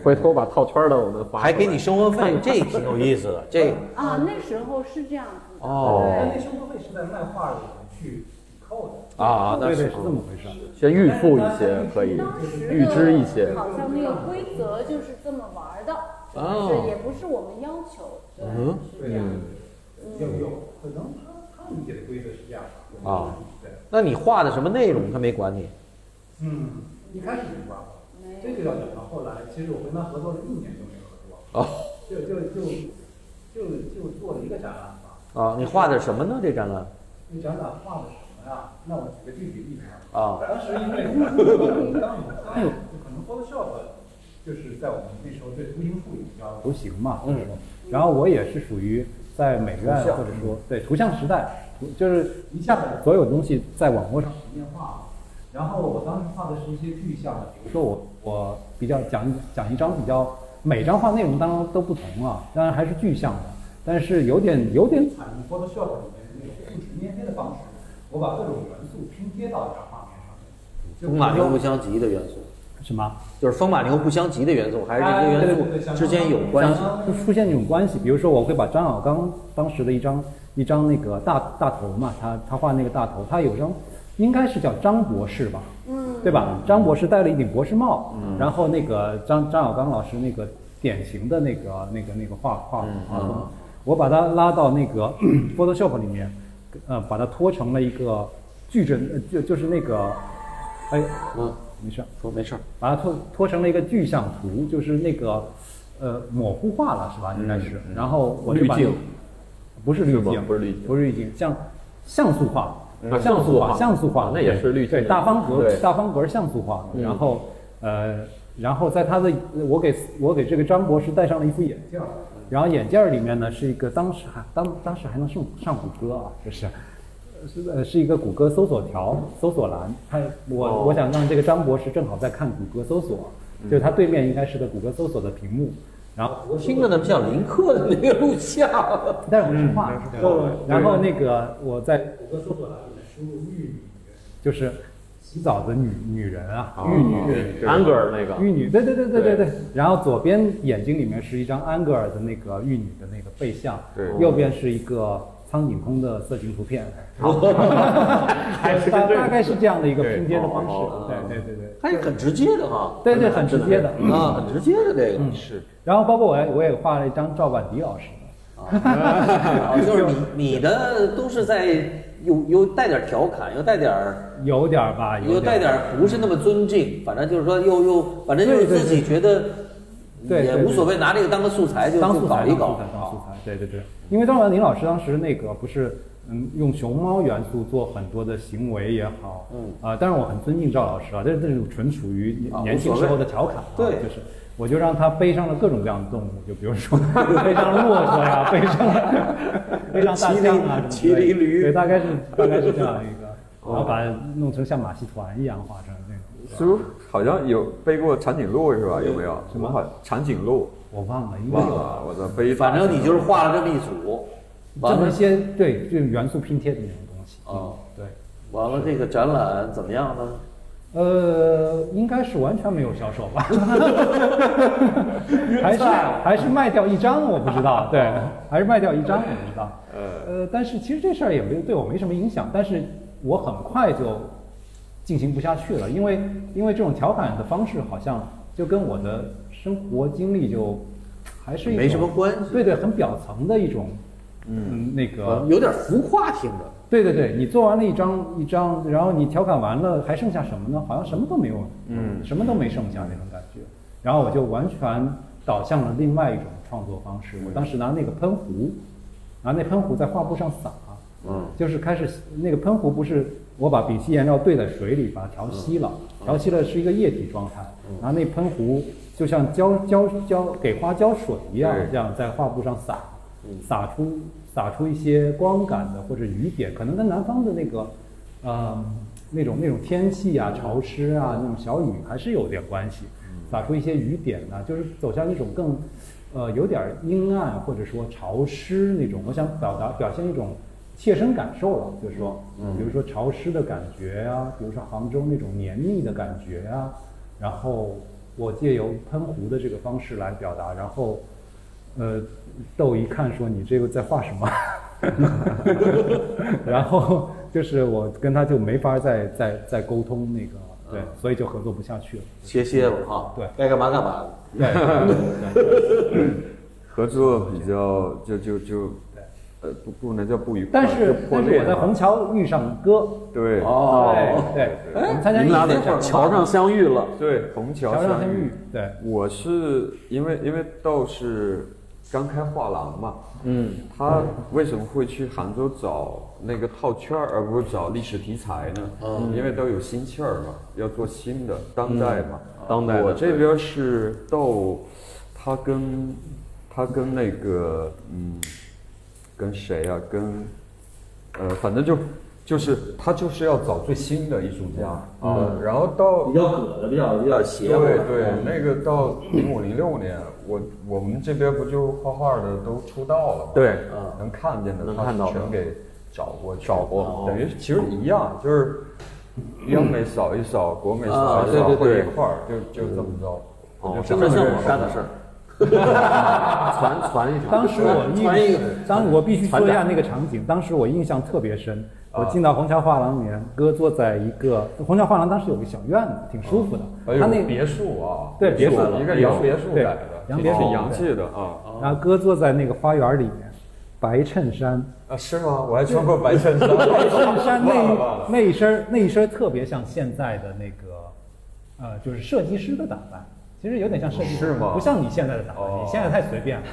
Speaker 2: 回头把套圈的我们发出来
Speaker 1: 还给你生活费，这挺有意 思的。这
Speaker 5: 啊，那时候是这样子的。
Speaker 1: 哦
Speaker 5: 对，
Speaker 3: 生活费是在卖画的人去扣
Speaker 1: 啊，那
Speaker 3: 对对，
Speaker 1: 是
Speaker 3: 是这么回事。
Speaker 2: 先预付一些，可以
Speaker 5: 当时
Speaker 2: 预支一些
Speaker 5: 的。好像那个规则就是这么玩的，
Speaker 1: 哦
Speaker 5: 就是也不是我们要求，对，是这样。
Speaker 1: 嗯
Speaker 3: 有有啊可能他他理解的规则是这样的
Speaker 1: 啊。那你画的什么内容他没管你？
Speaker 3: 嗯，一开始不管我，这就要讲到后来，其实我跟他合作了一年都没有合作，
Speaker 1: 哦
Speaker 3: 就就就就就做了一个展览吧。
Speaker 1: 啊，你画的什么呢？这展览
Speaker 3: 那展览画的什么呀？那我举个具体例子啊，
Speaker 1: 啊，
Speaker 3: 当时因为当我们发现就可能 Photoshop 就是在我们那时候对图形处理比较流行嘛，嗯，然后我也是属于在美院或者说对图像时代，图就是一下子所有东西在网络上随便画。然后我当时画的是一些具象的，比如说我我比较讲一讲一张比较每张画内容当然都不同啊，当然还是具象的，但是有点有点反映 Photoshop 里面那种复制粘贴的方式，我把各种元素拼贴到一张画面上面，就
Speaker 6: 风马牛不相及的元素，
Speaker 3: 什么？
Speaker 6: 就是风马牛不相及的元素，还是这些
Speaker 3: 哎对
Speaker 6: 元
Speaker 3: 对对
Speaker 6: 素
Speaker 3: 想
Speaker 6: 之间有关系？
Speaker 3: 就出现这种关系。比如说，我会把张小刚当时的一张一张那个大大头嘛，他他画那个大头，他有张应该是叫张博士吧，嗯，对吧？张博士戴了一顶博士帽，
Speaker 6: 嗯
Speaker 3: 然后那个张张小刚老师那个典型的那个那个那个画画
Speaker 6: 嗯
Speaker 3: 画风，我把它拉到那个 Photoshop 里面，呃，把它拖成了一个矩阵，呃就就是那个，哎，
Speaker 6: 嗯，
Speaker 3: 没事儿。
Speaker 6: 说没事儿，
Speaker 3: 把它拖拖成了一个具象图，就是那个呃模糊化了是吧？应该是。然后我就
Speaker 2: 嗯
Speaker 3: 把
Speaker 2: 滤镜
Speaker 3: 不是滤
Speaker 2: 是吗
Speaker 3: 镜，
Speaker 2: 不是滤镜
Speaker 3: 不是滤镜，像像素化，
Speaker 2: 啊
Speaker 3: 像
Speaker 2: 像素化
Speaker 3: 像素化
Speaker 2: 啊，那也是滤镜
Speaker 3: 对，大方格
Speaker 2: 对
Speaker 3: 大方格像素化，然后呃，然后在他的我给我给这个张博士戴上了一副眼镜儿。然后眼镜儿里面呢是一个当时还当当时还能上上谷歌啊，就是，是呃是一个谷歌搜索条搜索栏，它我、我想让这个张博士正好在看谷歌搜索，就是他对面应该是个谷歌搜索的屏幕，然后
Speaker 6: 听着怎么像林克的那个录像？
Speaker 3: 但是我是画，就然嗯后那个我在谷歌搜索栏里面输入“玉女”，就是洗澡的女女人啊，玉女。
Speaker 2: 安格尔那个，
Speaker 3: 玉女，对对对对对对。然后左边眼睛里面是一张安格尔的那个玉女的那个背像，
Speaker 4: 对
Speaker 3: 右边是一个苍井空的色情图片，
Speaker 2: 还是
Speaker 3: 大
Speaker 2: 跟这
Speaker 3: 大
Speaker 2: 个
Speaker 3: 概是这样的一个
Speaker 4: 对
Speaker 3: 拼接的方式
Speaker 2: 哦。
Speaker 3: 对对对对。
Speaker 6: 还是很直接的哈，
Speaker 3: 对对，很直接的。
Speaker 6: 啊，很直接的这
Speaker 2: 嗯
Speaker 6: 个，
Speaker 4: 是
Speaker 3: 然后包括我也我也画了一张赵万迪老师的，
Speaker 6: 啊就是你你的都是在有有带点调侃，又带点儿
Speaker 3: 有点儿吧，
Speaker 6: 又带点
Speaker 3: 点儿。
Speaker 6: 儿不是那么尊敬，反正就是说又又反正就
Speaker 3: 对
Speaker 6: 是
Speaker 3: 对
Speaker 6: 自己觉得
Speaker 3: 对
Speaker 6: 也
Speaker 3: 对
Speaker 6: 无
Speaker 3: 对
Speaker 6: 所谓，拿这个当个素材就
Speaker 3: 当
Speaker 6: 就
Speaker 3: 素
Speaker 6: 搞
Speaker 3: 材
Speaker 6: 一
Speaker 3: 当
Speaker 6: 搞啊
Speaker 3: 素材，当
Speaker 1: 啊
Speaker 3: 素材，对对对。因为张婉玲老师当时那个不是，嗯，用熊猫元素做很多的行为也好，嗯啊，当然我很尊敬赵老师啊，但是这种纯属于年
Speaker 6: 啊
Speaker 3: 年轻
Speaker 6: 无所
Speaker 3: 时
Speaker 6: 谓
Speaker 3: 候的调侃啊，
Speaker 6: 对
Speaker 3: 就是。我就让他背上了各种各样的动物，就比如说 背上骆驼呀，背上了背上大象啊，
Speaker 6: 麒麟
Speaker 3: 什么之类的
Speaker 6: 麒麟驴
Speaker 3: 对，大概是大概是这样一 个，然后把它弄成像马戏团一样画成那种，
Speaker 4: 叔好像有背过长颈鹿是吧？有没有？
Speaker 3: 什么
Speaker 4: 我好？长颈鹿
Speaker 3: 我忘了，应该
Speaker 4: 忘
Speaker 3: 有
Speaker 4: 了，我的背。
Speaker 6: 反正你就是画了这么一组，
Speaker 3: 这
Speaker 6: 完
Speaker 3: 么
Speaker 6: 了
Speaker 3: 一些对这种元素拼贴的那种东西。
Speaker 6: 哦
Speaker 3: 嗯，对。
Speaker 6: 完了这个展览怎么样呢？
Speaker 3: 呃，应该是完全没有销售吧，还是还是卖掉一张，我不知道，对，还是卖掉一张，我不知道。呃，但是其实这事儿也没对我没什么影响，但是我很快就进行不下去了，因为因为这种调侃的方式好像就跟我的生活经历就还是一种
Speaker 6: 没什么关系
Speaker 3: 对对，很表层的一种，嗯，那个
Speaker 6: 有点浮夸，听着。
Speaker 3: 对对对，你做完了一张一张，然后你调侃完了，还剩下什么呢？好像什么都没有，嗯，什么都没剩下那种感觉。然后我就完全导向了另外一种创作方式。我当时拿那个喷壶，拿那喷壶在画布上撒，嗯，就是开始那个喷壶不是我把丙烯颜料兑在水里，把它调稀了，调稀了是一个液体状态，然后那喷壶就像浇浇浇给花浇水一样，
Speaker 4: 对
Speaker 3: 这样在画布上撒。撒出撒出一些光感的或者雨点，可能跟南方的那个，呃，那种那种天气啊、潮湿啊、那种小雨还是有点关系，撒出一些雨点呢、就是走向一种更，呃，有点阴暗或者说潮湿那种。我想表达表现一种切身感受了，就是说，
Speaker 4: 嗯
Speaker 3: 比如说潮湿的感觉啊，比如说杭州那种黏腻的感觉啊，然后我借由喷壶的这个方式来表达，然后。呃，豆一看说你这个在画什么， 然后就是我跟他就没法再再再沟通那个，
Speaker 4: 嗯
Speaker 3: 对，所以就合作不下去了。
Speaker 4: 哦
Speaker 6: 歇歇吧哈，
Speaker 3: 对
Speaker 6: 该干嘛干嘛。
Speaker 4: 合作比较就就就，呃，不不能叫不愉快，
Speaker 3: 但是
Speaker 4: 就破
Speaker 3: 但是
Speaker 4: 裂
Speaker 3: 我在哦
Speaker 4: 了哦
Speaker 3: 虹桥遇上哥，
Speaker 4: 对
Speaker 3: 对对，我们参加
Speaker 2: 你们俩
Speaker 3: 一
Speaker 2: 在
Speaker 3: 场
Speaker 2: 桥上相遇了，
Speaker 4: 对虹桥
Speaker 3: 桥上
Speaker 4: 相
Speaker 3: 相遇
Speaker 4: 遇，，
Speaker 3: 对，
Speaker 4: 哎我是因为因为道是刚开画廊嘛，嗯，他为什么会去杭州找那个套圈儿，而不是找历史题材呢？嗯，因为都有新气儿嘛，要做新的当代嘛。
Speaker 2: 嗯当代的
Speaker 4: 我这边是道，他跟他跟那个嗯，跟谁啊？跟呃，反正就就是他就是要找最新的艺术家
Speaker 2: 嗯
Speaker 4: 啊，然后到
Speaker 6: 比较葛的，比较比较邪乎
Speaker 4: 对
Speaker 6: 的。
Speaker 4: 对，那个到零五零六年，我我们这边不就画画的都出道了吗？
Speaker 2: 对
Speaker 6: 嗯
Speaker 4: 能看见的，
Speaker 2: 能
Speaker 4: 他
Speaker 2: 看到的
Speaker 4: 全给找过去，啊
Speaker 2: 找过
Speaker 4: 等于其实一样，就是央美扫一扫，国美扫一
Speaker 2: 啊对对
Speaker 4: 扫，
Speaker 2: 嗯
Speaker 4: 汇
Speaker 2: 对
Speaker 4: 一块儿，就就这么着。
Speaker 6: 哦
Speaker 4: 就，
Speaker 6: 真的
Speaker 4: 这么
Speaker 6: 像
Speaker 4: 认
Speaker 6: 我
Speaker 4: 识
Speaker 6: 干的事儿。
Speaker 2: 传传一条。
Speaker 3: 当时我
Speaker 6: 穿一
Speaker 3: 印
Speaker 6: 个，
Speaker 3: 当时我必须说一
Speaker 6: 船
Speaker 3: 下
Speaker 6: 长
Speaker 3: 那个场景，当时我印象特别深。我进到虹桥画廊里面，哥坐在一个呃虹桥画廊，当时有个小院子，挺舒服的。
Speaker 4: 哎呦
Speaker 3: 他那
Speaker 4: 别墅啊，
Speaker 3: 对别墅
Speaker 4: 一个
Speaker 3: 别
Speaker 4: 洋
Speaker 3: 墅
Speaker 4: 别墅
Speaker 3: 对
Speaker 4: 改的，
Speaker 3: 洋
Speaker 4: 挺
Speaker 3: 别墅哦
Speaker 4: 挺洋气的啊
Speaker 3: 然后哥坐在那个花园里面，白衬衫，
Speaker 4: 啊是吗？我还穿过白衬衫，
Speaker 3: 白衬衫那
Speaker 4: 忘了
Speaker 3: 一
Speaker 4: 忘了
Speaker 3: 那一身儿那一身儿特别像现在的那个，呃，就是设计师的打扮，其实有点像设计师，
Speaker 4: 是吗
Speaker 3: 不像你现在的打扮，
Speaker 4: 哦
Speaker 3: 你现在太随便了。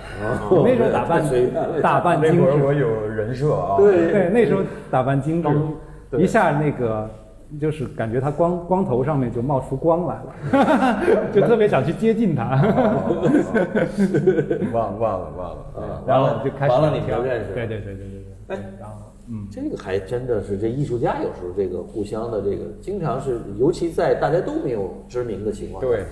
Speaker 1: 哦
Speaker 3: 那时候打
Speaker 1: 太随便
Speaker 3: 扮
Speaker 1: 了
Speaker 3: 打扮
Speaker 4: 那
Speaker 3: 精
Speaker 4: 会儿
Speaker 3: 致，
Speaker 4: 我有人设啊，
Speaker 3: 对，那时候打扮精致，一下那个就是感觉他光光头上面就冒出光来了， 就特别想去接近他，
Speaker 4: 忘忘了忘了啊。
Speaker 3: 然后就开始
Speaker 1: 完了
Speaker 3: 聊
Speaker 1: 你们就
Speaker 3: 天
Speaker 1: 认识了
Speaker 3: 对对对对对对，
Speaker 1: 哎
Speaker 3: 然后。
Speaker 1: 这个还真的是，这艺术家有时候这个互相的这个，经常是，尤其在大家都没有知名的情况下，
Speaker 4: 对，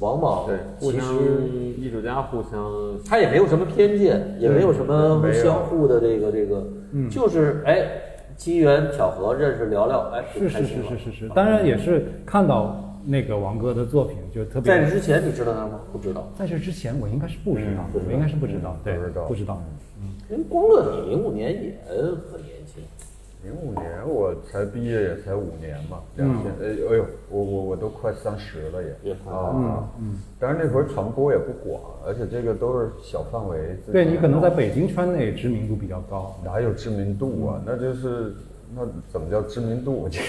Speaker 1: 往往
Speaker 2: 对，互
Speaker 1: 其
Speaker 2: 相
Speaker 1: 实
Speaker 2: 艺术家互相
Speaker 1: 他也没有什么偏见，也没有什么
Speaker 4: 没有
Speaker 1: 相互的这个这个，
Speaker 3: 嗯
Speaker 1: 就是哎，机缘巧合认识聊聊，哎，
Speaker 3: 是
Speaker 1: 开
Speaker 3: 是
Speaker 1: 心
Speaker 3: 是
Speaker 1: 了啊
Speaker 3: 是是是，当然也是看到那个王哥的作品就特别。
Speaker 1: 在这之前你知道他吗？不知道。
Speaker 3: 在这之前我应该是不知道，
Speaker 1: 嗯不知道
Speaker 3: 我应该是不知道，对，
Speaker 4: 不知道
Speaker 3: 不知道。
Speaker 1: 因为光乐你零五年也很年轻，
Speaker 4: 零五年我才毕业也才五年嘛，
Speaker 3: 嗯
Speaker 4: 两千，哎哎呦，我我我都快三十了也，
Speaker 1: 也快
Speaker 4: 啊，嗯，但是那会儿传播也不广，而且这个都是小范围，
Speaker 3: 对你可能在北京圈内知名度比较高，
Speaker 4: 哪有知名度啊？那就是那怎么叫知名度？我觉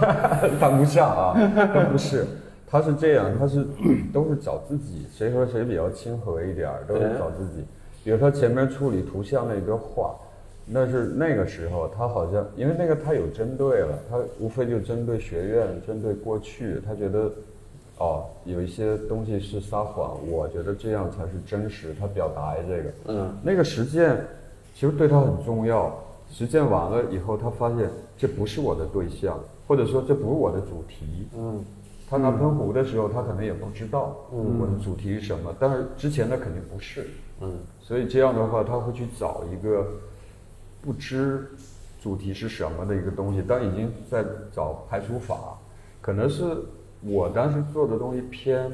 Speaker 4: 得 谈不上啊，但不是。他是这样，他是 都是找自己，谁和谁比较亲和一点儿，都是找自己。比如他前面处理图像那个画，那是那个时候他好像，因为那个他有针对了，他无非就针对学院，针对过去，他觉得哦，有一些东西是撒谎，我觉得这样才是真实，他表达这个，嗯，那个实践其实对他很重要。实践完了以后，他发现这不是我的对象，或者说这不是我的主题，嗯。他拿喷壶的时候，他可能也不知道我的主题是什么，但是之前的肯定不是，嗯，所以这样的话，他会去找一个不知主题是什么的一个东西，但已经在找排除法，可能是我当时做的东西偏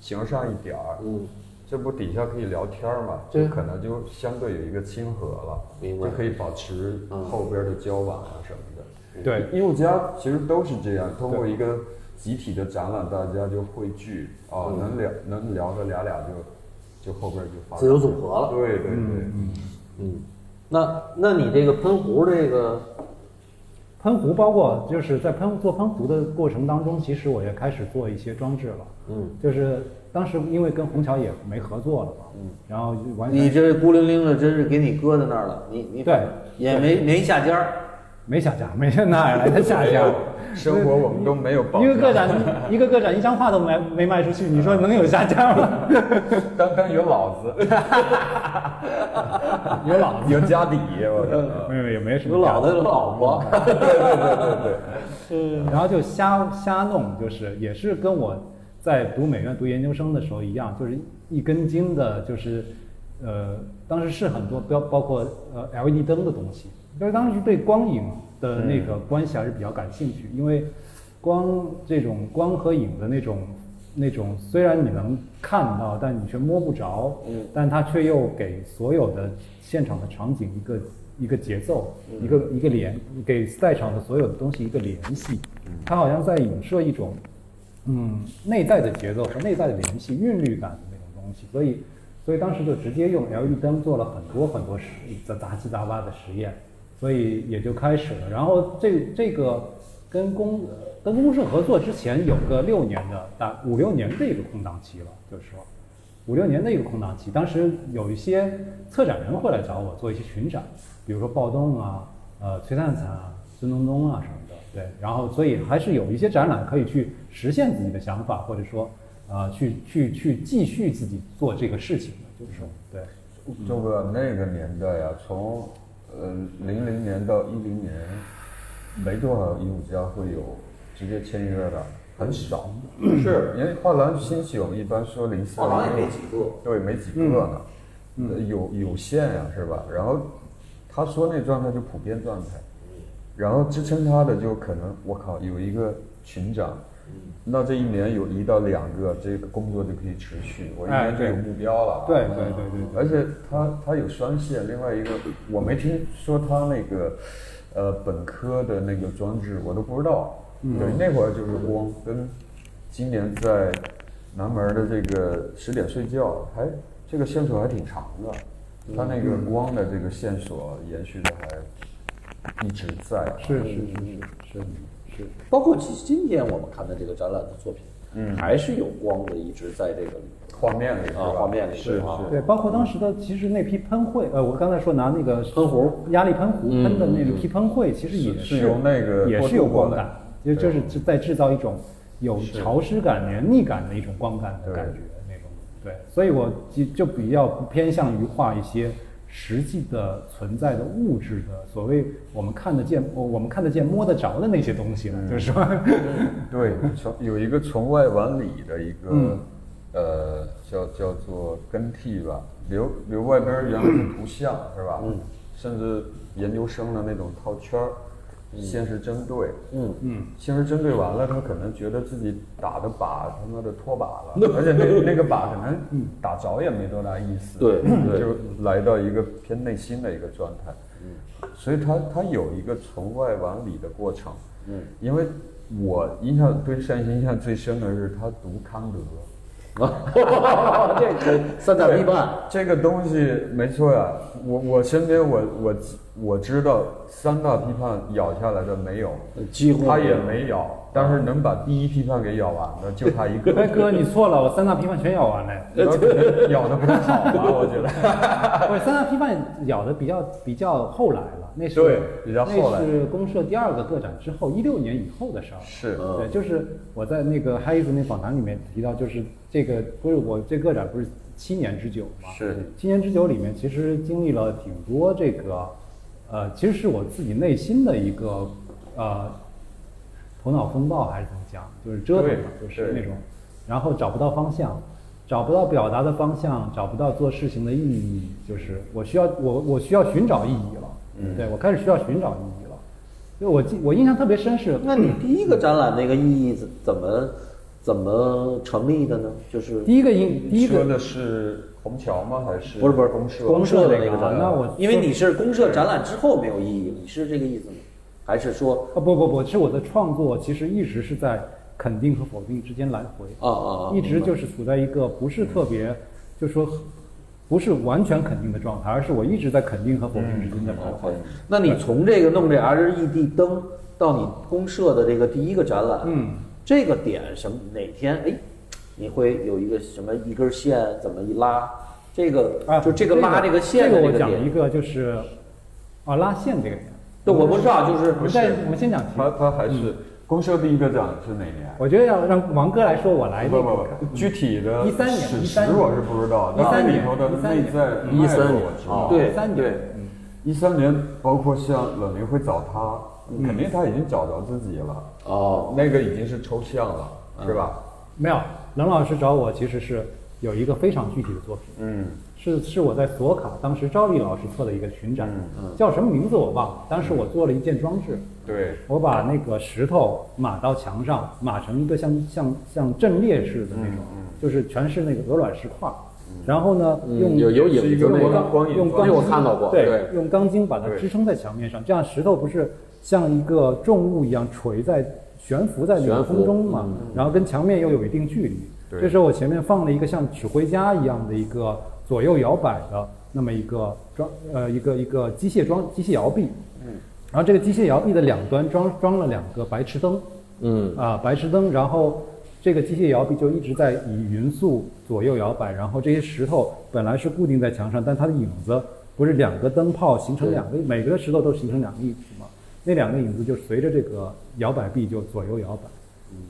Speaker 4: 形而上一点儿，嗯，这不底下可以聊天儿嘛，这可能就相对有一个亲和了，
Speaker 1: 明白嗯
Speaker 4: 就可以保持后边的交往啊什么的。
Speaker 3: 对，
Speaker 4: 艺术家其实都是这样，通过一个集体的展览，大家就汇聚啊，
Speaker 1: 嗯
Speaker 4: 能聊能聊的俩俩就就后边就发
Speaker 1: 自由组合了。
Speaker 4: 对对对，
Speaker 1: 嗯，那那你这个喷壶这个，
Speaker 3: 喷壶包括就是在喷做喷壶的过程当中，其实我也开始做一些装置了，
Speaker 1: 嗯，
Speaker 3: 就是当时因为跟虹桥也没合作了嘛，嗯，然后就完
Speaker 6: 哎你
Speaker 3: 全
Speaker 6: 这孤零零的，真是给你搁在那儿了，你你
Speaker 3: 对
Speaker 6: 也没没下家儿。
Speaker 3: 没下家，没哪儿来的下家？
Speaker 4: 哎生活我们都没有保
Speaker 3: 一个个
Speaker 4: 障，
Speaker 3: 展，一个个展一张画都没没卖出去，你说能有下家吗？
Speaker 4: 单单有老子， 有老子，有家底，我 觉得。
Speaker 3: 没有，也没什么
Speaker 1: 有
Speaker 3: 价值。
Speaker 1: 老的有老婆，
Speaker 3: 然后就瞎瞎弄，就是也是跟我在读美院读研究生的时候一样，就是一根筋的，就是呃，当时是很多包包括呃 LED 灯的东西，就是当时对光影的那个关系还是比较感兴趣，因为光这种光和影的那种那种，虽然你能看到，但你却摸不着，但它却又给所有的现场的场景一个一个节奏，一个一个联，给在场的所有的东西一个联系，它好像在影射一种嗯内在的节奏和内在的联系、韵律感的那种东西，所以所以当时就直接用 LED 灯做了很多很多实杂杂七杂八的实验，所以也就开始了。然后这这个跟公跟公社合作之前有个六年的大五六年的一个空档期了，就是说。五六年的一个空档期，当时有一些策展人会来找我做一些巡展，比如说暴动啊、呃崔灿灿啊、孙东东啊什么的，对，然后所以还是有一些展览可以去实现自己的想法，或者说，呃，去去去继续自己做这个事情的，就是说，对，嗯
Speaker 4: 周哥那个年代啊，从呃零零年到一零年，没多少艺术家会有直接签约的，很少。
Speaker 3: 嗯
Speaker 10: 是
Speaker 4: 因为画廊兴起，我们一般说零四
Speaker 1: 画廊也没几个，
Speaker 4: 对，没几个呢，
Speaker 3: 嗯
Speaker 4: 呃有有限呀、是吧？然后他说那状态就普遍状态，然后支撑他的就可能我靠有一个群长，
Speaker 3: 嗯
Speaker 4: 那这一年有一到两个，这个工作就可以持续，我一
Speaker 3: 哎
Speaker 4: 年就
Speaker 3: 对
Speaker 4: 有目标了。啊嗯
Speaker 3: 对对对对对，
Speaker 4: 而且他他有双线，另外一个我没听说他那个呃本科的那个装置，我都不知道。
Speaker 3: 嗯
Speaker 4: 对，那会儿就是光跟今年在南门的这个十点睡觉，还这个线索还挺长的，
Speaker 3: 嗯
Speaker 4: 他那个光的这个线索延续的还一直在。啊
Speaker 3: 是是是是是
Speaker 6: 包括今今天我们看的这个展览的作品，嗯，还是有光的一直在这个里
Speaker 4: 画面里是
Speaker 6: 啊
Speaker 4: 吧？
Speaker 6: 画面里
Speaker 4: 是
Speaker 6: 啊
Speaker 4: 是。
Speaker 3: 对，包括当时的其实那批喷绘，呃，我刚才说拿那个喷壶压力喷壶喷的那个批喷绘，其实也
Speaker 4: 嗯是是由那个
Speaker 3: 也
Speaker 4: 过
Speaker 3: 是
Speaker 4: 渡
Speaker 3: 有
Speaker 4: 过
Speaker 3: 光
Speaker 4: 来
Speaker 3: 感，就就是就在制造一种有潮湿感、黏腻感的一种光感的
Speaker 4: 对
Speaker 3: 感觉那种。对，所以我就就比较不偏向于画一些实际的存在的物质的所谓我们看得见、我我们看得见、摸得着的那些东西了，就是说，
Speaker 4: 对，从有一个从外往里的一个，
Speaker 3: 嗯
Speaker 4: 呃，叫叫做更替吧，留留外边儿原来是图像是吧？嗯，甚至研究生的那种套圈儿，现实针对，嗯嗯，现实针对完了，他可能觉得自己打的靶他妈的脱靶了，而且 那嗯那个靶可能打着也没多大意思，
Speaker 6: 对对
Speaker 4: 就来到一个偏内心的一个状态，所以它它有一个从外往里的过程。嗯，因为我印象对单行印象最深的是他读康德。
Speaker 6: 啊，这个三大批判，
Speaker 4: 这个东西没错呀、我我身边我我我知道三大批判咬下来的没有，
Speaker 6: 几乎
Speaker 4: 他也没咬，但是能把第一批判给咬完的就他一个。
Speaker 3: 哎哥你错了，我三大批判全咬完了呀。
Speaker 4: 然后可能咬的不太好吧，我觉得。
Speaker 3: 不是三大批判咬的比较比较后来了，那是
Speaker 4: 对比较后来
Speaker 3: 那是公社第二个个展之后，一六年以后的事儿。
Speaker 4: 是
Speaker 3: 对，就是我在那个嗨艺术那访谈里面提到，就是这个不是我这个展不是七年之久嘛？
Speaker 4: 是
Speaker 3: 七年之久里面，其实经历了挺多这个，呃，其实是我自己内心的一个呃头脑风暴还是怎么讲，就是折腾嘛，
Speaker 4: 对
Speaker 3: 就是
Speaker 4: 对
Speaker 3: 那种，然后找不到方向，找不到表达的方向，找不到做事情的意义，就是我需要我我需要寻找意义了，
Speaker 4: 嗯
Speaker 3: 对我开始需要寻找意义了。因为我记我印象特别深是，
Speaker 6: 那你第一个展览那个意义怎怎么怎么成立的呢？就是
Speaker 3: 第一个印第一
Speaker 4: 说
Speaker 3: 个
Speaker 4: 的是虹桥吗？还是
Speaker 6: 不是不是
Speaker 4: 公社？
Speaker 3: 公
Speaker 6: 社
Speaker 3: 社
Speaker 6: 的
Speaker 3: 的
Speaker 6: 那
Speaker 3: 那
Speaker 6: 个
Speaker 3: 个
Speaker 6: 展览，
Speaker 3: 那我
Speaker 6: 因为你是公社展览之后没有意义，你是这个意思吗？还是说
Speaker 3: 啊不不不，是我的创作其实一直是在肯定和否定之间来回，
Speaker 6: 啊啊啊
Speaker 3: 一直就是处在一个不是特别，就说不是完全肯定的状态，而是我一直在肯定和否定之间在徘徊。
Speaker 6: 那你从这个弄这 LED 灯到你公社的这个第一个展览，嗯，这个点什么哪天哎，你会有一个什么一根线怎么一拉，这个、
Speaker 3: 啊，
Speaker 6: 嗯就这个拉这个线的
Speaker 3: 这个
Speaker 6: 这
Speaker 3: 我
Speaker 6: 个
Speaker 3: 讲一
Speaker 6: 点，
Speaker 3: 个就是啊拉线这个点，
Speaker 6: 对，我不知道就是
Speaker 3: 我们再我们先讲题
Speaker 4: 他他还是公社第一个展是哪年？
Speaker 3: 我觉得要让王哥来说，我来
Speaker 4: 不
Speaker 3: 那
Speaker 4: 不
Speaker 3: 个
Speaker 4: 不，具体的
Speaker 3: 13年
Speaker 4: 史实
Speaker 3: 13年
Speaker 4: 我是不知道，
Speaker 3: 13
Speaker 4: 但是里
Speaker 3: 年
Speaker 4: 头的内在
Speaker 3: 13
Speaker 4: 脉络
Speaker 2: 年
Speaker 4: 我知道。
Speaker 2: 哦
Speaker 6: 对
Speaker 3: 三
Speaker 4: 对
Speaker 3: 点，
Speaker 4: 一三年，包括像冷凝会找他，嗯肯定他已经找着自己了，
Speaker 6: 哦，
Speaker 4: 那个已经是抽象了，是吧？
Speaker 3: 没有，冷老师找我其实是有一个非常具体的作品，
Speaker 4: 嗯，
Speaker 3: 是是我在索卡当时赵丽老师做的一个群展，
Speaker 2: 嗯
Speaker 3: 叫什么名字我忘了。当时我做了一件装置，
Speaker 4: 对，
Speaker 3: 我把那个石头码到墙上，码成一个像像像阵列式的那种，
Speaker 2: 嗯
Speaker 3: 就是全是那个鹅卵石块儿。然后呢，用
Speaker 2: 嗯有有影
Speaker 4: 是一
Speaker 2: 子
Speaker 4: 个
Speaker 2: 那
Speaker 3: 用
Speaker 2: 个
Speaker 3: 钢
Speaker 4: 光影
Speaker 3: 用
Speaker 4: 光
Speaker 3: 钢
Speaker 2: 那
Speaker 3: 筋
Speaker 2: 我看到过
Speaker 3: 对
Speaker 2: 对，
Speaker 3: 用钢筋把它
Speaker 4: 对
Speaker 3: 支撑在墙面上，这样石头不是像一个重物一样垂在悬浮在那个
Speaker 2: 悬浮
Speaker 3: 空中嘛？然后跟墙面又有一定距离。
Speaker 4: 对
Speaker 3: 这时候我前面放了一个像指挥家一样的一个左右摇摆的那么一个装呃一个一个机械装机械摇臂，嗯，然后这个机械摇臂的两端装装了两个白炽灯，
Speaker 2: 嗯
Speaker 3: 啊，白炽灯，然后这个机械摇臂就一直在以匀速左右摇摆，然后这些石头本来是固定在墙上，但它的影子不是两个灯泡形成两个，每个石头都形成两个一体嘛，那两个影
Speaker 4: 嗯
Speaker 3: 子就随着这个摇摆臂就左右摇摆，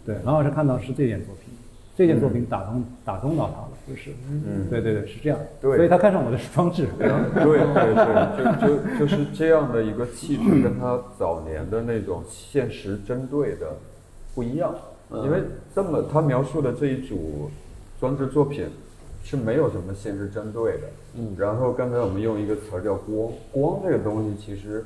Speaker 3: 对，然后是看到是这件作品，这件作品打动打动到他了，就是，嗯，对对对，是这样，所以他看上我的是装置，
Speaker 4: 对对对，就就就是这样的一个气质，跟他早年的那种现实针对的不一样。因为这么他描述的这一组装置作品是没有什么现实针对的。嗯。然后刚才我们用一个词儿叫光，光这个东西其实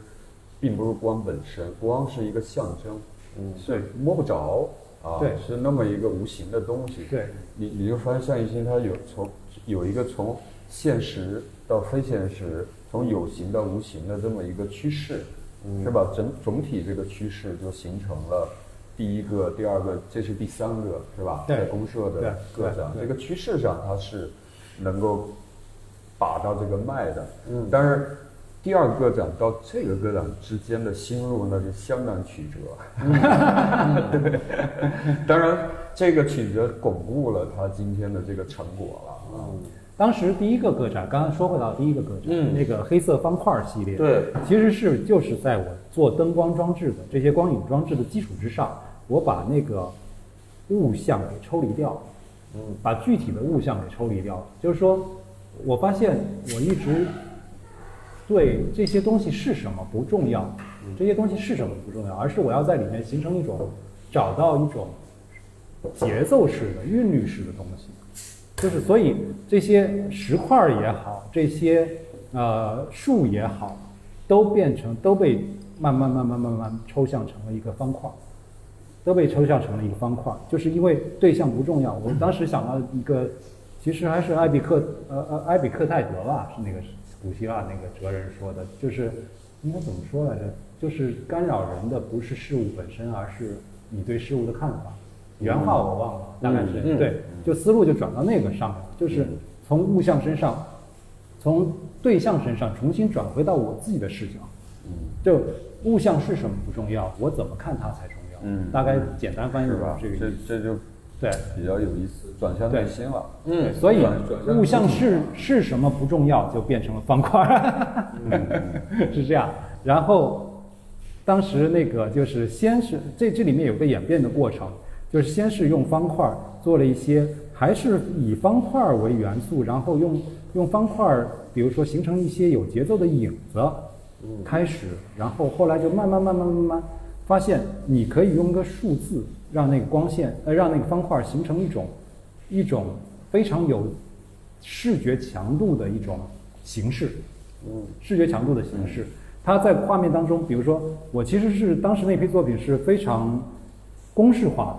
Speaker 4: 并不是光本身，光是一个象征，嗯，是摸不着啊，
Speaker 3: 对
Speaker 4: 是那么一个无形的东西。
Speaker 3: 对。
Speaker 4: 你你就发现单一心它有从有一个从现实到非现实，从有形到无形的这么一个趋势，
Speaker 3: 嗯
Speaker 4: 是吧？整总体这个趋势就形成了第一个、第二个，这是第三个，是吧？
Speaker 3: 对
Speaker 4: 在公社
Speaker 3: 对
Speaker 4: 的各
Speaker 3: 对
Speaker 4: 上，
Speaker 3: 对
Speaker 4: 这个趋势上它是能够把到这个脉的。嗯，但是第二个展到这个个展之间的心路那是相当曲折。
Speaker 3: 嗯
Speaker 4: 对，当然这个曲折巩固了他今天的这个成果了。啊
Speaker 3: 当时第一个个展，刚刚说回到第一个个展，
Speaker 4: 嗯
Speaker 3: 那个黑色方块系列，
Speaker 6: 对，
Speaker 3: 其实是就是在我做灯光装置的这些光影装置的基础之上，我把那个物象给抽离掉，嗯，把具体的物象给抽离掉，就是说，我发现我一直对这些东西是什么不重要，这些东西是什么不重要，而是我要在里面形成一种，找到一种节奏式的、韵律式的东西。就是所以这些石块儿也好，这些呃树也好，都变成都被慢慢慢慢慢慢抽象成了一个方块儿，都被抽象成了一个方块儿，就是因为对象不重要。我当时想到一个，其实还是埃比克呃呃埃比克泰德吧，是那个古希腊那个哲人说的，就是应该怎么说来着？就是干扰人的不是事物本身，而是你对事物的看法。原话我忘了，大概是、对，就思路就转到那个上面了，就是从物象身上，从对象身上重新转回到我自己的视角。
Speaker 4: 嗯
Speaker 3: 就物象是什么不重要，我怎么看它才重要。
Speaker 4: 嗯
Speaker 3: 大概简单翻译
Speaker 4: 是
Speaker 3: 吧
Speaker 4: 吧，？
Speaker 3: 嗯这个意
Speaker 4: 这
Speaker 3: 思。
Speaker 4: 这就
Speaker 3: 对，
Speaker 4: 比较有意思，转向内心了。
Speaker 3: 对嗯所以
Speaker 4: 转转向
Speaker 3: 物象是是什么不重要，就变成了方块儿，
Speaker 4: 嗯
Speaker 3: 是这样。然后当时那个就是先是这这里面有个演变的过程，就是先是用方块儿做了一些，还是以方块儿为元素，然后用用方块儿，比如说形成一些有节奏的影子，开始，然后后来就慢慢慢慢慢慢发现，你可以用个数字让那个光线呃让那个方块儿形成一种一种非常有视觉强度的一种形式，嗯，视觉强度的形式。它在画面当中，比如说我其实是当时那批作品是非常公式化的，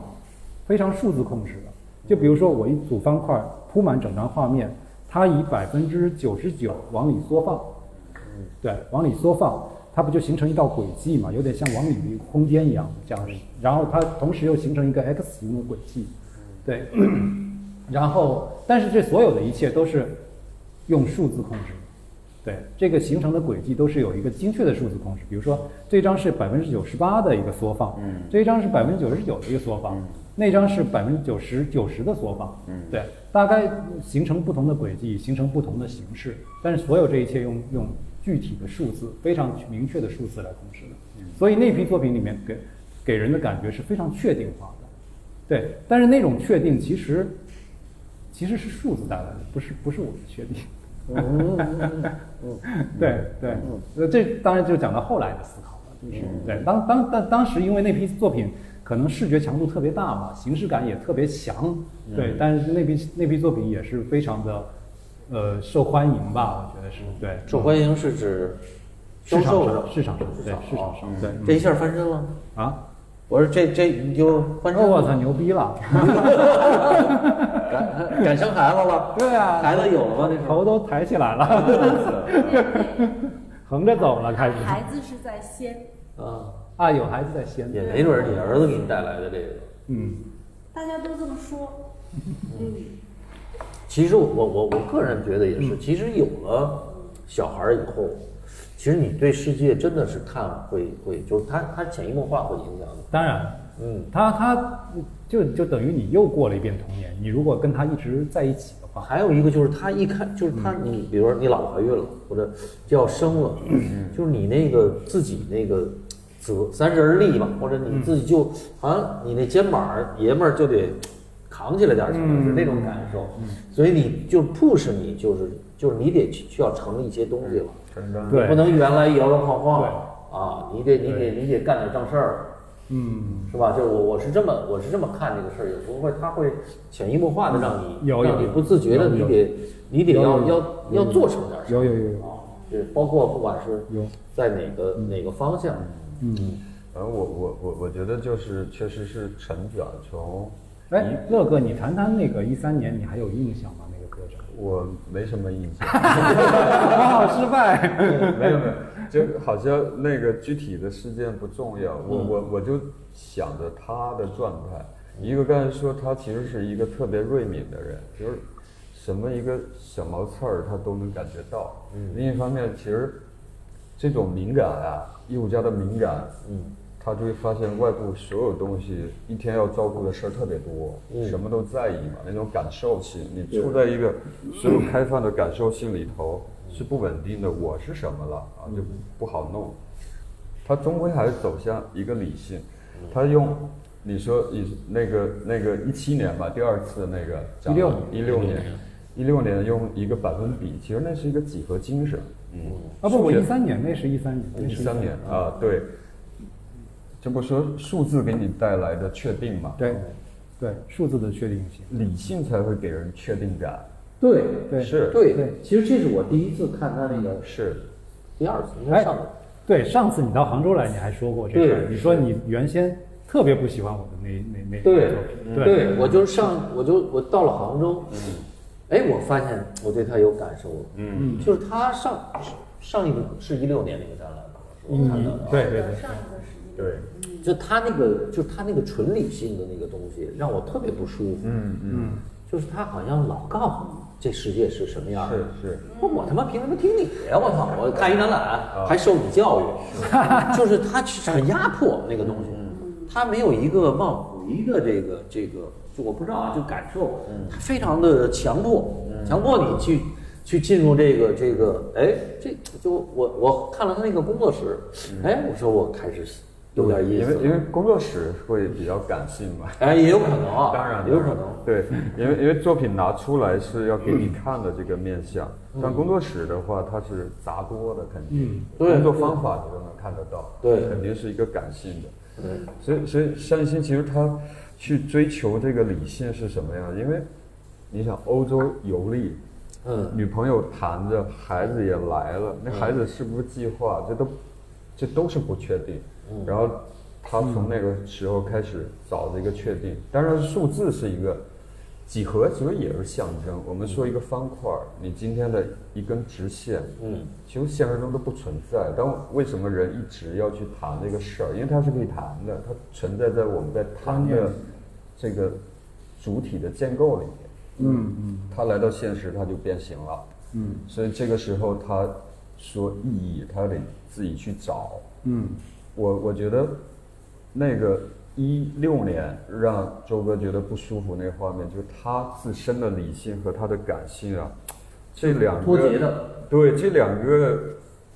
Speaker 3: 非常数字控制的。就比如说我一组方块儿铺满整张画面，它以百分之九十九往里缩放，对，往里缩放，它不就形成一道轨迹嘛？有点像往里的一个空间一样，这样。然后它同时又形成一个 X 型的轨迹，对。 然后，但是这所有的一切都是用数字控制的，对，这个形成的轨迹都是有一个精确的数字控制。比如说，这张是百分之九十八的一个缩放，嗯，这一张是百分之九十九的一个缩放，那张是百分之九十九十的缩放，嗯，对，大概形成不同的轨迹，形成不同的形式，但是所有这一切用用具体的数字，非常明确的数字来控制的。所以那批作品里面给给人的感觉是非常确定化的，对，但是那种确定其实其实是数字带来的，不是不是我们确定。 对对，呃，这当然就讲到后来的思考了，就是对当当当当时因为那批作品可能视觉强度特别大嘛，形式感也特别强，对，但是那批那批作品也是非常的呃受欢迎吧，我觉得是对
Speaker 1: 嗯
Speaker 6: 受欢迎是指销
Speaker 3: 市场
Speaker 6: 售
Speaker 3: 上
Speaker 6: 上
Speaker 3: 市场上对市场上对
Speaker 1: 嗯
Speaker 6: 这一下翻身了。
Speaker 3: 啊，
Speaker 6: 我说这这你就翻身
Speaker 3: 哦
Speaker 6: 了，
Speaker 3: 我操牛逼了，
Speaker 6: 敢敢生孩子了？
Speaker 3: 对啊
Speaker 6: 孩子有了吗？那时候
Speaker 3: 头都抬起来了，横着走了开始
Speaker 5: 孩子是在先，
Speaker 1: 啊，
Speaker 3: 啊，有孩子在先，
Speaker 1: 也没准儿你儿子给你带来的这个。
Speaker 3: 嗯，
Speaker 5: 大家都这么说，嗯，
Speaker 1: 其实我我我我个人觉得也
Speaker 6: 嗯
Speaker 1: 是，其实有了小孩儿以后，其实你对世界真的是看会会，就是他他潜移默化会影响你。
Speaker 3: 当然。
Speaker 1: 嗯，
Speaker 3: 他他就就等于你又过了一遍童年。你如果跟他一直在一起的话，
Speaker 1: 啊还有一个就是他一看就是他
Speaker 3: 嗯
Speaker 1: 你，比如说你老怀孕了或者就要生了，嗯就是你那个自己那个
Speaker 3: 嗯
Speaker 1: 责三十而立吧，或者你自己就好像你那肩膀儿爷们儿就得扛起来点儿什么，
Speaker 3: 嗯
Speaker 1: 是那种感受。所以你就 push 你，就是就是你得去需要承一些东西了，
Speaker 3: 对
Speaker 1: 你不能原来摇摇晃晃
Speaker 3: 对
Speaker 1: 啊，你得你得你得干点正事儿，
Speaker 3: 嗯，
Speaker 1: 是吧？就是我我是这么我是这么看这个事儿，有时候会他会潜移默化的让你
Speaker 3: 有有
Speaker 1: 让你不自觉的
Speaker 3: 有
Speaker 1: 你
Speaker 3: 有
Speaker 1: 得你得
Speaker 3: 有
Speaker 1: 要
Speaker 3: 有
Speaker 1: 要要做成点事儿
Speaker 3: 有有有有，
Speaker 1: 啊，就是包括不管是
Speaker 3: 有
Speaker 1: 在哪个哪个方向，
Speaker 3: 嗯，
Speaker 4: 反正我我我我觉得就是确实是成长，从
Speaker 3: 哎，乐哥，你谈谈那个一三年，你还有印象吗？那个歌展，
Speaker 4: 我没什么印象。
Speaker 3: 我好失败。
Speaker 4: 没有没有，就好像那个具体的事件不重要，我我我就想着他的状态。一个刚才说他其实是一个特别锐敏的人，就是什么一个小毛刺儿他都能感觉到。另一方面，其实这种敏感啊，艺术家的敏感，嗯，他就会发现外部所有东西一天要照顾的事儿特别多，什么都在意嘛，那种感受性，你处在一个所有开放的感受性里头是不稳定的，我是什么了啊，就不好弄。他终归还是走向一个理性，他用。你说你那个那个一七年吧，第二次那个展览一六年，一六年用一个百分比，其实那是一个几何精神，嗯，
Speaker 3: 啊不，我一三年，那是一三年，那
Speaker 4: 一
Speaker 3: 是
Speaker 4: 三年啊，对，这不说数字给你带来的确定嘛？，
Speaker 3: 对，对，数字的确定性，
Speaker 4: 理性才会给人确定感。
Speaker 6: 对
Speaker 3: 对
Speaker 4: 是
Speaker 6: 对
Speaker 3: 对
Speaker 6: 其实这是我第一次看他那个
Speaker 4: 是，
Speaker 6: 第二次，应
Speaker 3: 哎
Speaker 6: 该上次。
Speaker 3: 对，上次你到杭州来，你还说过这事儿，你说你原先特别不喜欢我的那那那
Speaker 1: 对
Speaker 3: 那个作品对嗯
Speaker 1: 对，我就上，我就我到了杭州，哎，我发现我对他有感受了，嗯，就是他上上一个是一六年那个展览吧，是我看到的
Speaker 3: 嗯
Speaker 1: 啊，
Speaker 3: 对对对，
Speaker 5: 上一个十一
Speaker 4: 对，
Speaker 1: 就他那个就是他那个纯理性的那个东西让我特别不舒服，嗯嗯，就是他好像老告诉你这世界是什么样的，
Speaker 4: 是是，
Speaker 1: 不，我他妈凭什么听你呀？我操！我看一展
Speaker 4: 啊
Speaker 1: 览还受你教育， 就是他是很压迫那个东西，
Speaker 4: 嗯
Speaker 1: 他没有一个往回的这个这个，就我不知道啊，就感受，
Speaker 4: 嗯
Speaker 1: 他非常的强迫，强迫你去去进入这个这个，哎，这就我我看了他那个工作室，哎，我说我开始有点意
Speaker 4: 因
Speaker 1: 思
Speaker 4: 嗯为因
Speaker 1: 了，
Speaker 4: 为工作室会比较感性嘛。
Speaker 1: 哎，也有可能啊，
Speaker 4: 当然
Speaker 1: 也有可能，
Speaker 4: 对，因为因为作品拿出来是要给你看的这个面相，
Speaker 1: 嗯
Speaker 4: 但工作室的话，它是杂多的，肯定、
Speaker 1: 对
Speaker 4: 工作方法你都能看得到，
Speaker 1: 对
Speaker 4: 肯定是一个感性的。对，所以所以单欣其实他去追求这个理性是什么样？因为你想欧洲游历，
Speaker 1: 嗯，
Speaker 4: 女朋友谈着，孩子也来了，那孩子是不是计划？这都这都是不确定。
Speaker 1: 嗯
Speaker 4: 然后他从那个时候开始找这个确定，当然数字是一个几何，其实也是象征。我们说一个方块儿，你今天的一根直线，
Speaker 1: 嗯，
Speaker 4: 其实现实中都不存在。但为什么人一直要去谈这个事儿？因为它是可以谈的，它存在在我们在谈的这个主体的建构里面。
Speaker 3: 嗯嗯，
Speaker 4: 他来到现实，他就变形了。嗯，所以这个时候他说意义，他得自己去找。
Speaker 3: 嗯，
Speaker 4: 我我觉得那个一六年让周哥觉得不舒服那个画面，就是他自身的理性和他的感性啊，这两个
Speaker 1: 脱节的，
Speaker 4: 对，这两个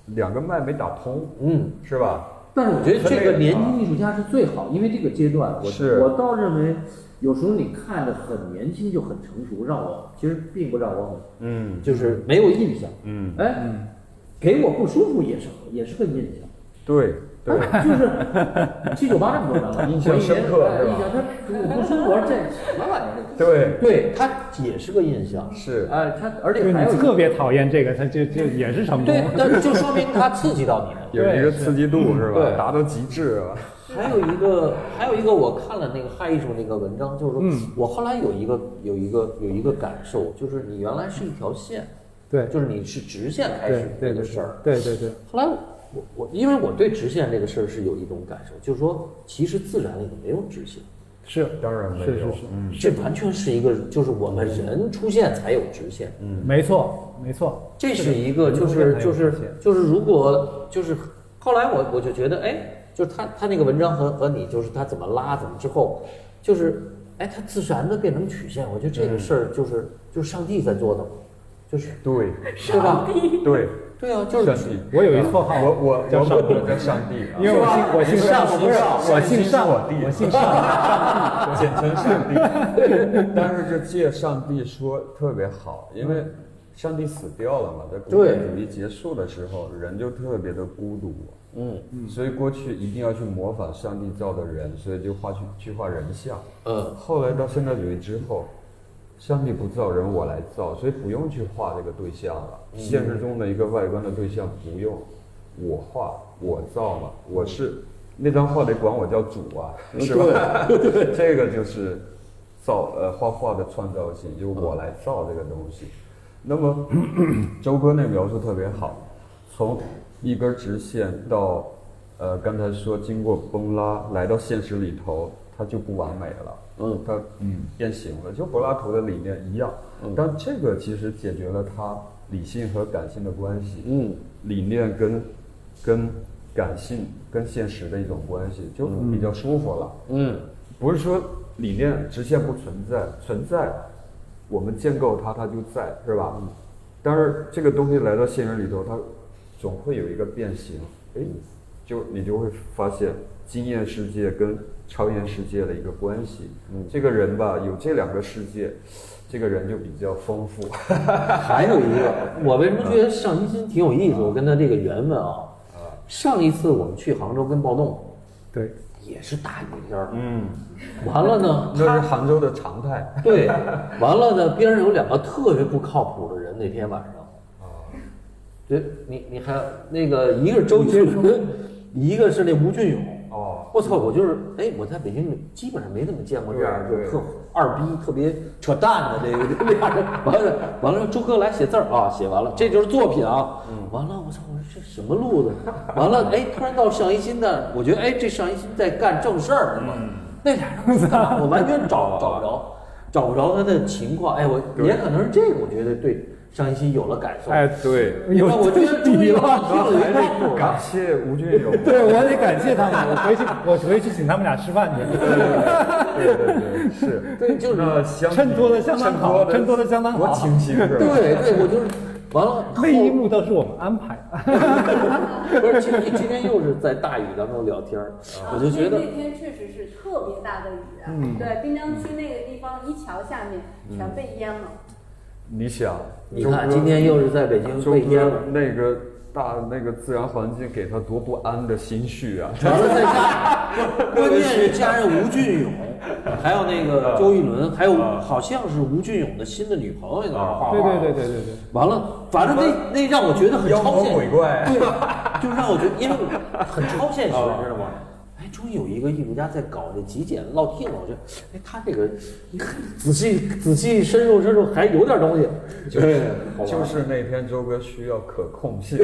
Speaker 4: 两个脉没打通，
Speaker 1: 嗯，
Speaker 4: 是吧？
Speaker 6: 但是我觉得这
Speaker 4: 啊
Speaker 6: 个年轻艺术家是最好，因为这个阶段，我
Speaker 4: 是
Speaker 6: 我倒认为，有时候你看着很年轻就很成熟，让我其实并不让我很
Speaker 4: 嗯
Speaker 6: 就是没有印象。
Speaker 4: 嗯，
Speaker 6: 哎，给我不舒服也是也是个印象。
Speaker 4: 对对，
Speaker 6: 哎就是七九八这么多年了，
Speaker 4: 印象深刻
Speaker 6: 哎
Speaker 4: 是吧
Speaker 6: 印象他我不舒服，我说这什么玩意儿？
Speaker 4: 对
Speaker 1: 对，它也是个印象，
Speaker 4: 是
Speaker 6: 哎，他而
Speaker 3: 就
Speaker 6: 且
Speaker 3: 是
Speaker 6: 还有
Speaker 3: 你
Speaker 6: 一个
Speaker 3: 特别讨厌这个，他就就也是成功。
Speaker 1: 对，但就说明它刺激到你了。
Speaker 4: 有一个刺激度是吧？
Speaker 1: 对
Speaker 4: 达到极致了。
Speaker 1: 还有一个，还有一个，我看了那个汉艺术那个文章，就是说、
Speaker 3: 嗯
Speaker 1: 我后来有一个有一个有一个感受，就是你原来是一条线，
Speaker 3: 对
Speaker 1: 就是你是直线开
Speaker 3: 对
Speaker 1: 始
Speaker 3: 对
Speaker 1: 这
Speaker 3: 对
Speaker 1: 个事儿。
Speaker 3: 对对对，
Speaker 1: 后来我我因为我对直线这个事儿是有一种感受，就是说其实自然里头没有直线，
Speaker 3: 是
Speaker 4: 当然没有
Speaker 3: 是是是，
Speaker 1: 这完全是一个就是我们人出现才有直线，
Speaker 3: 没错没错，
Speaker 1: 这是一个就是就是就是如果就是后来我我就觉得哎，就是他他那个文章和和你就是他怎么拉怎么之后，
Speaker 3: 嗯
Speaker 1: 就是哎他自然的变成曲线，我觉得这个事儿就是就是上帝在做的嘛，
Speaker 6: 就是
Speaker 4: 对
Speaker 6: 对
Speaker 3: 啊
Speaker 6: 吧？
Speaker 4: 对，
Speaker 6: 对啊，就是
Speaker 4: 上帝。
Speaker 3: 我有一绰号
Speaker 4: 我我
Speaker 3: 叫
Speaker 4: 我
Speaker 3: 上
Speaker 4: 不
Speaker 3: 帝
Speaker 4: 懂得上帝啊，
Speaker 3: 因为我姓我姓上，我不是我姓上，
Speaker 4: 我弟
Speaker 3: 我姓上，
Speaker 4: 简称上帝。但是这借上帝说特别好，因为上帝死掉了嘛，在古典主义结束的时候，人就特别的孤独。嗯，所以过去一定要去模仿上帝造的人，所以就画去去画人像。
Speaker 6: 嗯，
Speaker 4: 后来到现代主义之后，上帝不造人，我来造，所以不用去画这个对象了。现实中的一个外观的对象不用，我画，我造嘛，我是那张画得管我叫主啊，是吧？ 这个就是造呃画画的创造性，就是我来造这个东西。那么 周哥那描述特别好，从一根直线到呃刚才说经过崩拉来到现实里头，它就不完美了。嗯，它嗯变形了，就柏拉图的理念一样。但这个其实解决了他理性和感性的关系。嗯，理念跟跟感性跟现实的一种关系，就比较舒服了。嗯，不是说理念直线不存在，存在，我们建构它，它就在，是吧？但是这个东西来到现实里头，它总会有一个变形。哎，就你就会发现经验世界跟超验世界的一个关系。嗯，这个人吧，有这两个世界，这个人就比较丰富。
Speaker 1: 还有一个，我为什么觉得上一心挺有意思？我跟他这个缘分啊，上一次我们去杭州跟暴动
Speaker 3: 对，
Speaker 1: 也是大雨天儿，嗯，完了 呢，
Speaker 4: 那是杭州的常态。
Speaker 1: 对，完了呢，边上有两个特别不靠谱的人，那天晚上，这你你还那个一个是周杰伦， 一个是那吴俊勇。
Speaker 4: 哦，
Speaker 1: 我操！我就是哎，我在北京基本上没怎么见过这样儿
Speaker 4: 对
Speaker 1: 就
Speaker 4: 对
Speaker 1: 特二逼、特别扯淡的这个 这俩人。完了，完了，周哥来写字儿啊，写完了，这就是作品啊。
Speaker 4: 嗯
Speaker 1: 完了，我操！我说这什么路子？完了，哎，突然到上一新的，我觉得哎，这上一新在干正事儿呢嘛。
Speaker 4: 嗯
Speaker 1: 那俩人我操，我完全找找不着，找不着他的情况。哎，我也可能是这个，我觉得对上一新有了感受。
Speaker 4: 哎，对，
Speaker 3: 有
Speaker 1: 那我觉得终于有了一个靠谱的
Speaker 4: 感谢吴俊勇。
Speaker 3: 对我得感谢他们，我回去我回去请他们俩吃 饭去，
Speaker 4: 对对对，是。
Speaker 1: 对，就是
Speaker 4: 那相比
Speaker 3: 衬托得相当好衬托得相当好
Speaker 4: 多清新是吧？
Speaker 1: 对对，我就是完了。
Speaker 3: 那一幕都是我们安排的。
Speaker 1: 不是，今天今天又是在大雨当中聊天儿，我就觉得
Speaker 5: 啊
Speaker 1: 嗯
Speaker 5: 那天确实是特别大的雨啊，对，滨江区那个地方一桥下面全被淹了。
Speaker 4: 你想，
Speaker 1: 你
Speaker 4: 周
Speaker 1: 看
Speaker 4: 哥
Speaker 1: 今天又是在北京
Speaker 4: 周
Speaker 1: 被淹
Speaker 4: 哥
Speaker 1: 了，
Speaker 4: 那个大那个自然环境给他多不安的心绪啊！
Speaker 1: 完了再加， 关键是加上吴俊 勇，还有那个周玉伦，还有好像是吴俊勇的新的女朋友在那儿画画。
Speaker 3: 对对对对对对，
Speaker 1: 完了，反正那那让我觉得很
Speaker 4: 妖
Speaker 1: 超
Speaker 4: 魔
Speaker 1: 现
Speaker 4: 鬼
Speaker 1: 实，
Speaker 4: 怪
Speaker 1: 对，就让我觉得，因为我很超现实， 你知道吗？哎，终于有一个艺术家在搞这极简烙铁了，我觉得，哎，他这个你看 仔细仔细深入深入，还有点东西，
Speaker 4: 就是
Speaker 1: 好玩
Speaker 4: 就是那天周哥需要可控 性，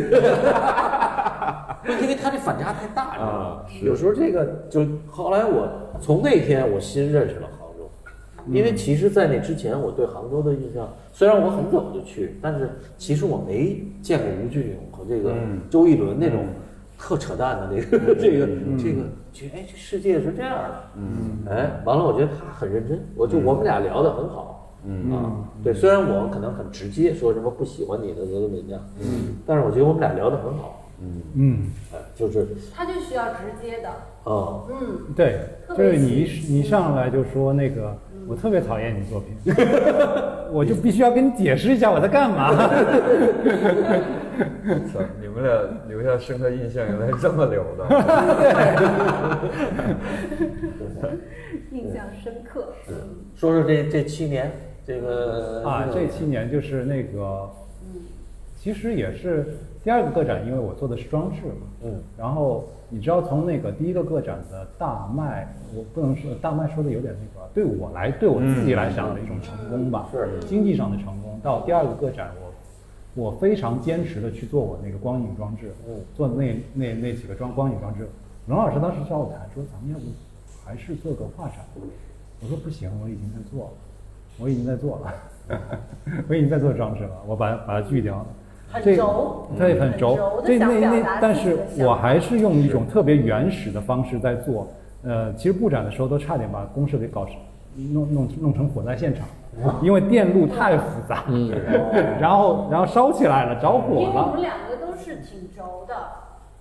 Speaker 1: 不，因为他这反差太大，你知道吗？有时候这个就后来我从那天我新认识了杭州，因为其实，在那之前我对杭州的印象，虽然我很早就去，但是其实我没见过吴俊勇和这个周一伦那种特扯淡的这个 这个这个，觉得哎，这世界是这样的，嗯，哎，完了，我觉得他很认真，我就我们俩聊得很好。嗯啊，对，虽然我可能很直接说什么不喜欢你的怎么怎么样，嗯，但是我觉得我们俩聊得很好，
Speaker 3: 嗯，
Speaker 1: 哎，就是
Speaker 5: 他就需要直接的，
Speaker 1: 啊，
Speaker 5: 嗯，
Speaker 3: 对，
Speaker 5: 特
Speaker 3: 就
Speaker 5: 别
Speaker 3: 是你一你上来就说那个，我特别讨厌你作 品，我就必须要跟你解释一下我在干嘛。
Speaker 4: 操你们俩留下深刻印象，原来是这么留 的。
Speaker 5: 印象深刻。
Speaker 1: 说说这这七年这个
Speaker 3: 啊，这七年就是嗯那个，其实也是第二个个展，因为我做的是装置嘛，嗯，然后你知道从那个第一个个展的大卖，我不能说大卖说的有点那个，对我来对我自己来讲的一种成功吧，嗯是经济上的成功。到第二个个展，我我非常坚持的去做我那个光影装置，嗯，做那那那几个装光影装置。龙老师当时找我谈说，咱们要不还是做个画展？我说不行，我已经在做了。我已经在做了，我已经在做装置了，我把把它拒掉了。
Speaker 5: 很
Speaker 3: 这
Speaker 5: 轴
Speaker 3: 对，
Speaker 5: 嗯
Speaker 3: 很轴
Speaker 5: 很轴。地
Speaker 3: 对，
Speaker 5: 想
Speaker 3: 那
Speaker 5: 表
Speaker 3: 那
Speaker 5: 达，
Speaker 3: 但
Speaker 5: 自
Speaker 3: 是
Speaker 5: 己的想
Speaker 3: 我
Speaker 5: 法
Speaker 3: 还是用一种特别原始的方式在做。呃，其实布展的时候都差点把公社给搞弄弄弄成火灾现场了。因为电路太复杂，
Speaker 2: 嗯
Speaker 3: 然后然后烧起来了，着
Speaker 5: 因为
Speaker 3: 火
Speaker 5: 我
Speaker 3: 了
Speaker 5: 们，两个都是挺轴的，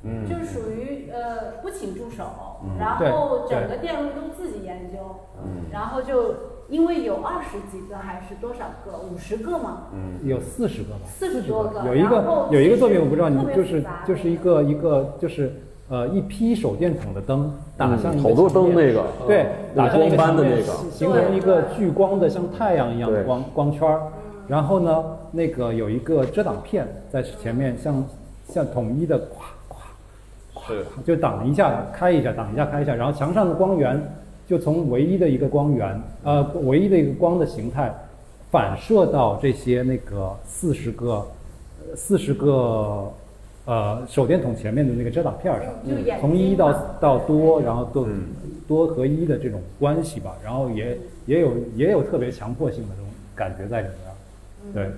Speaker 5: 嗯，就属于呃不请助手，
Speaker 1: 嗯
Speaker 5: 然后
Speaker 3: 对
Speaker 5: 整个电路都自己研究，嗯，然后就因为有二十几个还是多少个，五十个嘛，
Speaker 3: 有四十个吧，
Speaker 5: 四十多个
Speaker 3: 有一
Speaker 5: 然后
Speaker 3: 个有一个作品我不知道你
Speaker 5: 特别
Speaker 3: 就
Speaker 5: 复
Speaker 3: 是
Speaker 5: 杂
Speaker 3: 就是一个一个就是呃一批手电筒的灯打向一个
Speaker 2: 好多
Speaker 3: 墙
Speaker 2: 嗯灯
Speaker 3: 面
Speaker 2: 那个，
Speaker 3: 对，打上
Speaker 2: 光
Speaker 3: 一个
Speaker 2: 斑的
Speaker 3: 墙面
Speaker 2: 那个，
Speaker 3: 形成一个聚光的像太阳一样的
Speaker 2: 对
Speaker 3: 光光圈儿。然后呢，那个有一个遮挡片在前面，像像统一的咵
Speaker 11: 是
Speaker 3: 就挡一下开一下，挡一下开一下，然后墙上的光源就从唯一的一个光源，呃，唯一的一个光的形态反射到这些那个四十个呃四十个呃手电筒前面的那个遮挡片儿上，
Speaker 5: 嗯就眼睛
Speaker 3: 从一到
Speaker 5: 嘛
Speaker 3: 到多，然后多、多和一的这种关系吧，然后也也有也有特别强迫性的这种感觉在里面，啊对，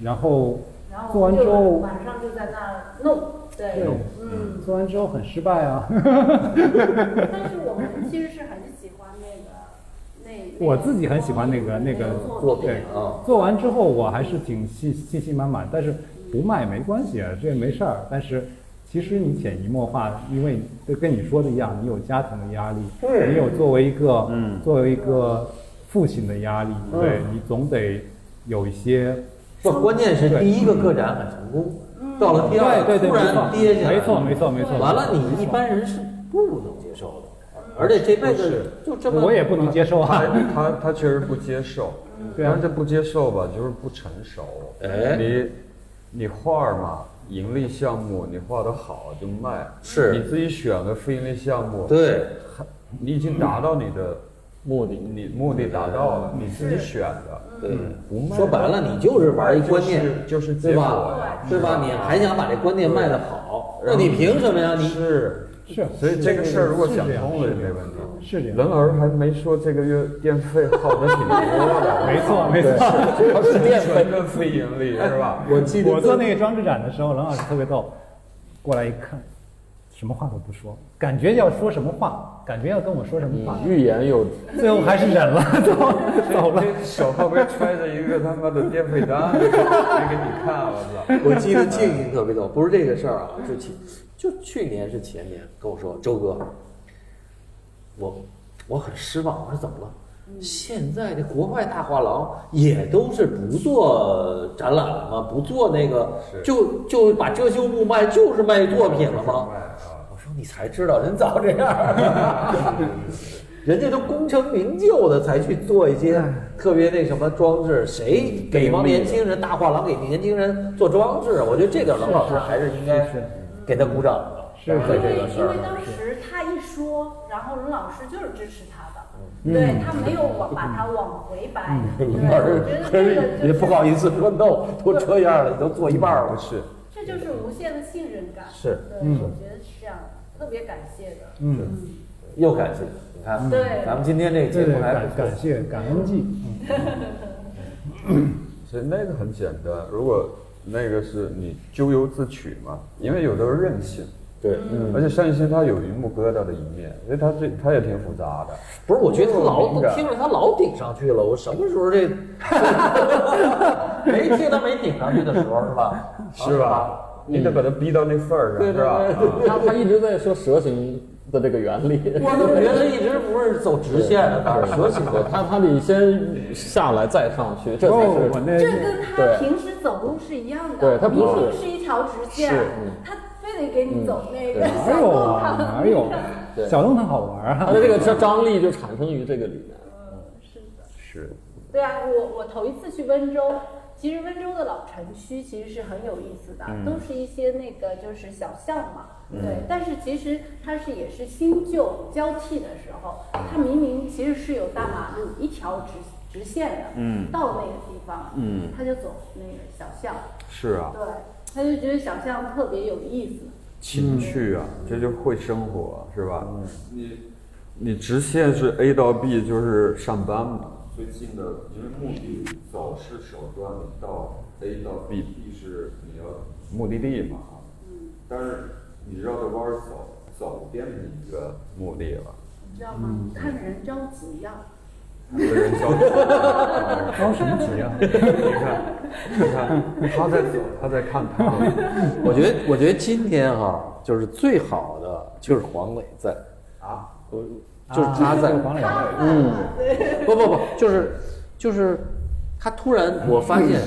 Speaker 3: 然后
Speaker 5: 嗯然后
Speaker 3: 做
Speaker 5: 我
Speaker 3: 完
Speaker 5: 们
Speaker 3: 之
Speaker 5: 就
Speaker 3: 后。
Speaker 5: 晚上就在那儿弄，对
Speaker 3: 弄，
Speaker 5: 嗯，
Speaker 3: 做完之后很失败啊！
Speaker 5: 但是我们其实是很喜欢那个那，那
Speaker 3: 我自己很喜欢那个那个
Speaker 5: 作
Speaker 3: 对
Speaker 1: 啊，
Speaker 3: 做完之后我还是挺信信心满满，但是不卖没关系啊，这没事儿。但是其实你潜移默化，因为就跟你说的一样，你有家庭的压力，你有作为一个、作为一个父亲的压力，对你总得有一些
Speaker 1: 不，关键是第一个个展很成功，到了第二
Speaker 3: 对对
Speaker 1: 个
Speaker 3: 对，
Speaker 1: 突然跌下来，
Speaker 3: 没错没错没错。
Speaker 1: 完了，你一般人是不能接受的，而且这辈子就这么
Speaker 3: 我也不能接受啊
Speaker 4: 他。他他确实不接受，
Speaker 3: 对啊
Speaker 4: 但是不接受吧，就是不成熟。
Speaker 1: 哎
Speaker 4: 你你画儿嘛，盈利项目你画的好就卖，
Speaker 1: 是
Speaker 4: 你自己选个非盈利项目，
Speaker 1: 对，
Speaker 4: 你已经达到你的目的，
Speaker 1: 嗯
Speaker 4: 你目的达到了，你自己选的，
Speaker 1: 对，
Speaker 3: 嗯
Speaker 4: 不卖。
Speaker 1: 嗯说白了，你就是玩一观念，
Speaker 4: 就是就是
Speaker 1: 对
Speaker 4: 结果
Speaker 1: 吧
Speaker 4: 呀？
Speaker 1: 对吧？
Speaker 3: 嗯
Speaker 1: 你还想把这观念卖得好，那你凭什么呀？你
Speaker 4: 是
Speaker 3: 是
Speaker 4: 所以这个事儿如果
Speaker 3: 是
Speaker 4: 想
Speaker 3: 这样
Speaker 4: 通了就没问题。
Speaker 3: 是这样
Speaker 4: 人儿还没说这个月电费耗的挺多 的，
Speaker 3: 没错没错。
Speaker 4: 主要是电费跟非盈利是吧？
Speaker 1: 哎我记
Speaker 3: 我做那个装置展的时候，冷老师特别逗，过来一看，什么话都不说，感觉要说什么话，感觉要跟我说什么话，
Speaker 2: 欲嗯言又止。
Speaker 1: 嗯
Speaker 3: 最后还是 忍了，走走了。
Speaker 4: 这手后边揣着一个他妈的电费单，没给你看，我操！
Speaker 1: 我记得静静特别逗，不是这个事儿啊，就去就去年是前年跟我说，周哥，我我很失望，我说怎么了？现在这国外大画廊也都是不做展览了吗？不做那个，就就把遮羞布卖，就是卖作品了吗？我说你才知道，人早这样儿，人家都功成名就的才去做一些特别那什么装置，谁给帮年轻人大画廊给年轻人做装置？我觉得这点冷老师还是应该给他鼓掌的，
Speaker 3: 是
Speaker 1: 对
Speaker 5: 因为
Speaker 1: 这个事
Speaker 5: 因为
Speaker 1: 儿。
Speaker 5: 当时他一说，然后卢老师就是支持他
Speaker 1: 嗯
Speaker 5: 的，
Speaker 3: 嗯
Speaker 5: 对他没有往把他往回摆， 对，我觉得
Speaker 1: 可
Speaker 5: 这
Speaker 1: 是
Speaker 5: 个
Speaker 1: 也
Speaker 5: 就是
Speaker 1: 不好意思说 no，都这样了，你都做一半儿了
Speaker 4: 不。是，
Speaker 5: 这就是无限的信任感，
Speaker 1: 是
Speaker 5: 对，我觉得是这样的，特别感谢的，
Speaker 3: 嗯，
Speaker 1: 又感谢，你看，
Speaker 5: 对
Speaker 1: 咱们今天这个节
Speaker 3: 对对，
Speaker 1: 目还
Speaker 3: 感
Speaker 1: 不错
Speaker 3: 感谢感恩季，
Speaker 4: 所以那个很简单。如果那个是你咎由自取嘛，因为有的人任性，
Speaker 1: 对，
Speaker 2: 嗯
Speaker 4: 而且单于欣他有榆木疙瘩的一面，所以他这他也挺复杂的。
Speaker 1: 不是，我觉得他
Speaker 6: 哦
Speaker 1: 老
Speaker 4: 敏感
Speaker 1: 听着他老顶上去了，我什么时 候这没听他没顶上去的时候是吧？啊
Speaker 4: 是吧？啊你得把他逼到那份儿上，是吧？
Speaker 2: 他他一直在说蛇形的这个原理，
Speaker 1: 我怎么觉得一直不是走直线的，哪儿蛇形
Speaker 2: 对
Speaker 1: 的？
Speaker 2: 他他得先下来再上去，这才
Speaker 3: 哦，我
Speaker 2: 是
Speaker 3: 那
Speaker 5: 这跟他
Speaker 2: 对
Speaker 5: 平时走路是一样的，
Speaker 2: 对他不
Speaker 5: 明
Speaker 2: 是
Speaker 5: 明是一条直线
Speaker 2: 是，嗯
Speaker 5: 他非得给你走那个
Speaker 3: 哪
Speaker 5: 小
Speaker 3: 有
Speaker 5: 路
Speaker 3: 啊
Speaker 5: 旁
Speaker 3: 哪有
Speaker 2: 对
Speaker 3: 小动弹好玩
Speaker 2: 他
Speaker 3: 啊？
Speaker 2: 的这个张张力就产生于这个里面。
Speaker 4: 是，
Speaker 5: 对啊，我我头一次去温州，其实温州的老城区其实是很有意思的，
Speaker 2: 嗯
Speaker 5: 都是一些那个就是小巷嘛，对。但是其实它是也是新旧交替的时候，
Speaker 2: 嗯
Speaker 5: 它明明其实是有大马路一条直直线的，嗯，到那个地方，嗯，他就走那个小巷，
Speaker 4: 是啊，
Speaker 5: 对，他就觉得小巷特别有意思，
Speaker 4: 情趣啊，这就会生活，是吧？你你直线是 A 到 B 就是上班嘛。最近的，因为目的走是手段，你到 A 到 B，B 是你要目的地嘛。但是你绕着弯儿走， 走变成一个目的了。
Speaker 5: 你知道吗？看人着急呀、
Speaker 4: 的人交流。
Speaker 3: 着什 么急啊？
Speaker 4: 你看，你看，他在走，他在看他 的。
Speaker 6: 我觉得，我觉得今天哈、就是最好的就是黄磊在
Speaker 10: 啊，
Speaker 6: 我就是他在，
Speaker 3: 啊黄磊
Speaker 6: 不不不，就是就是他突然我发现，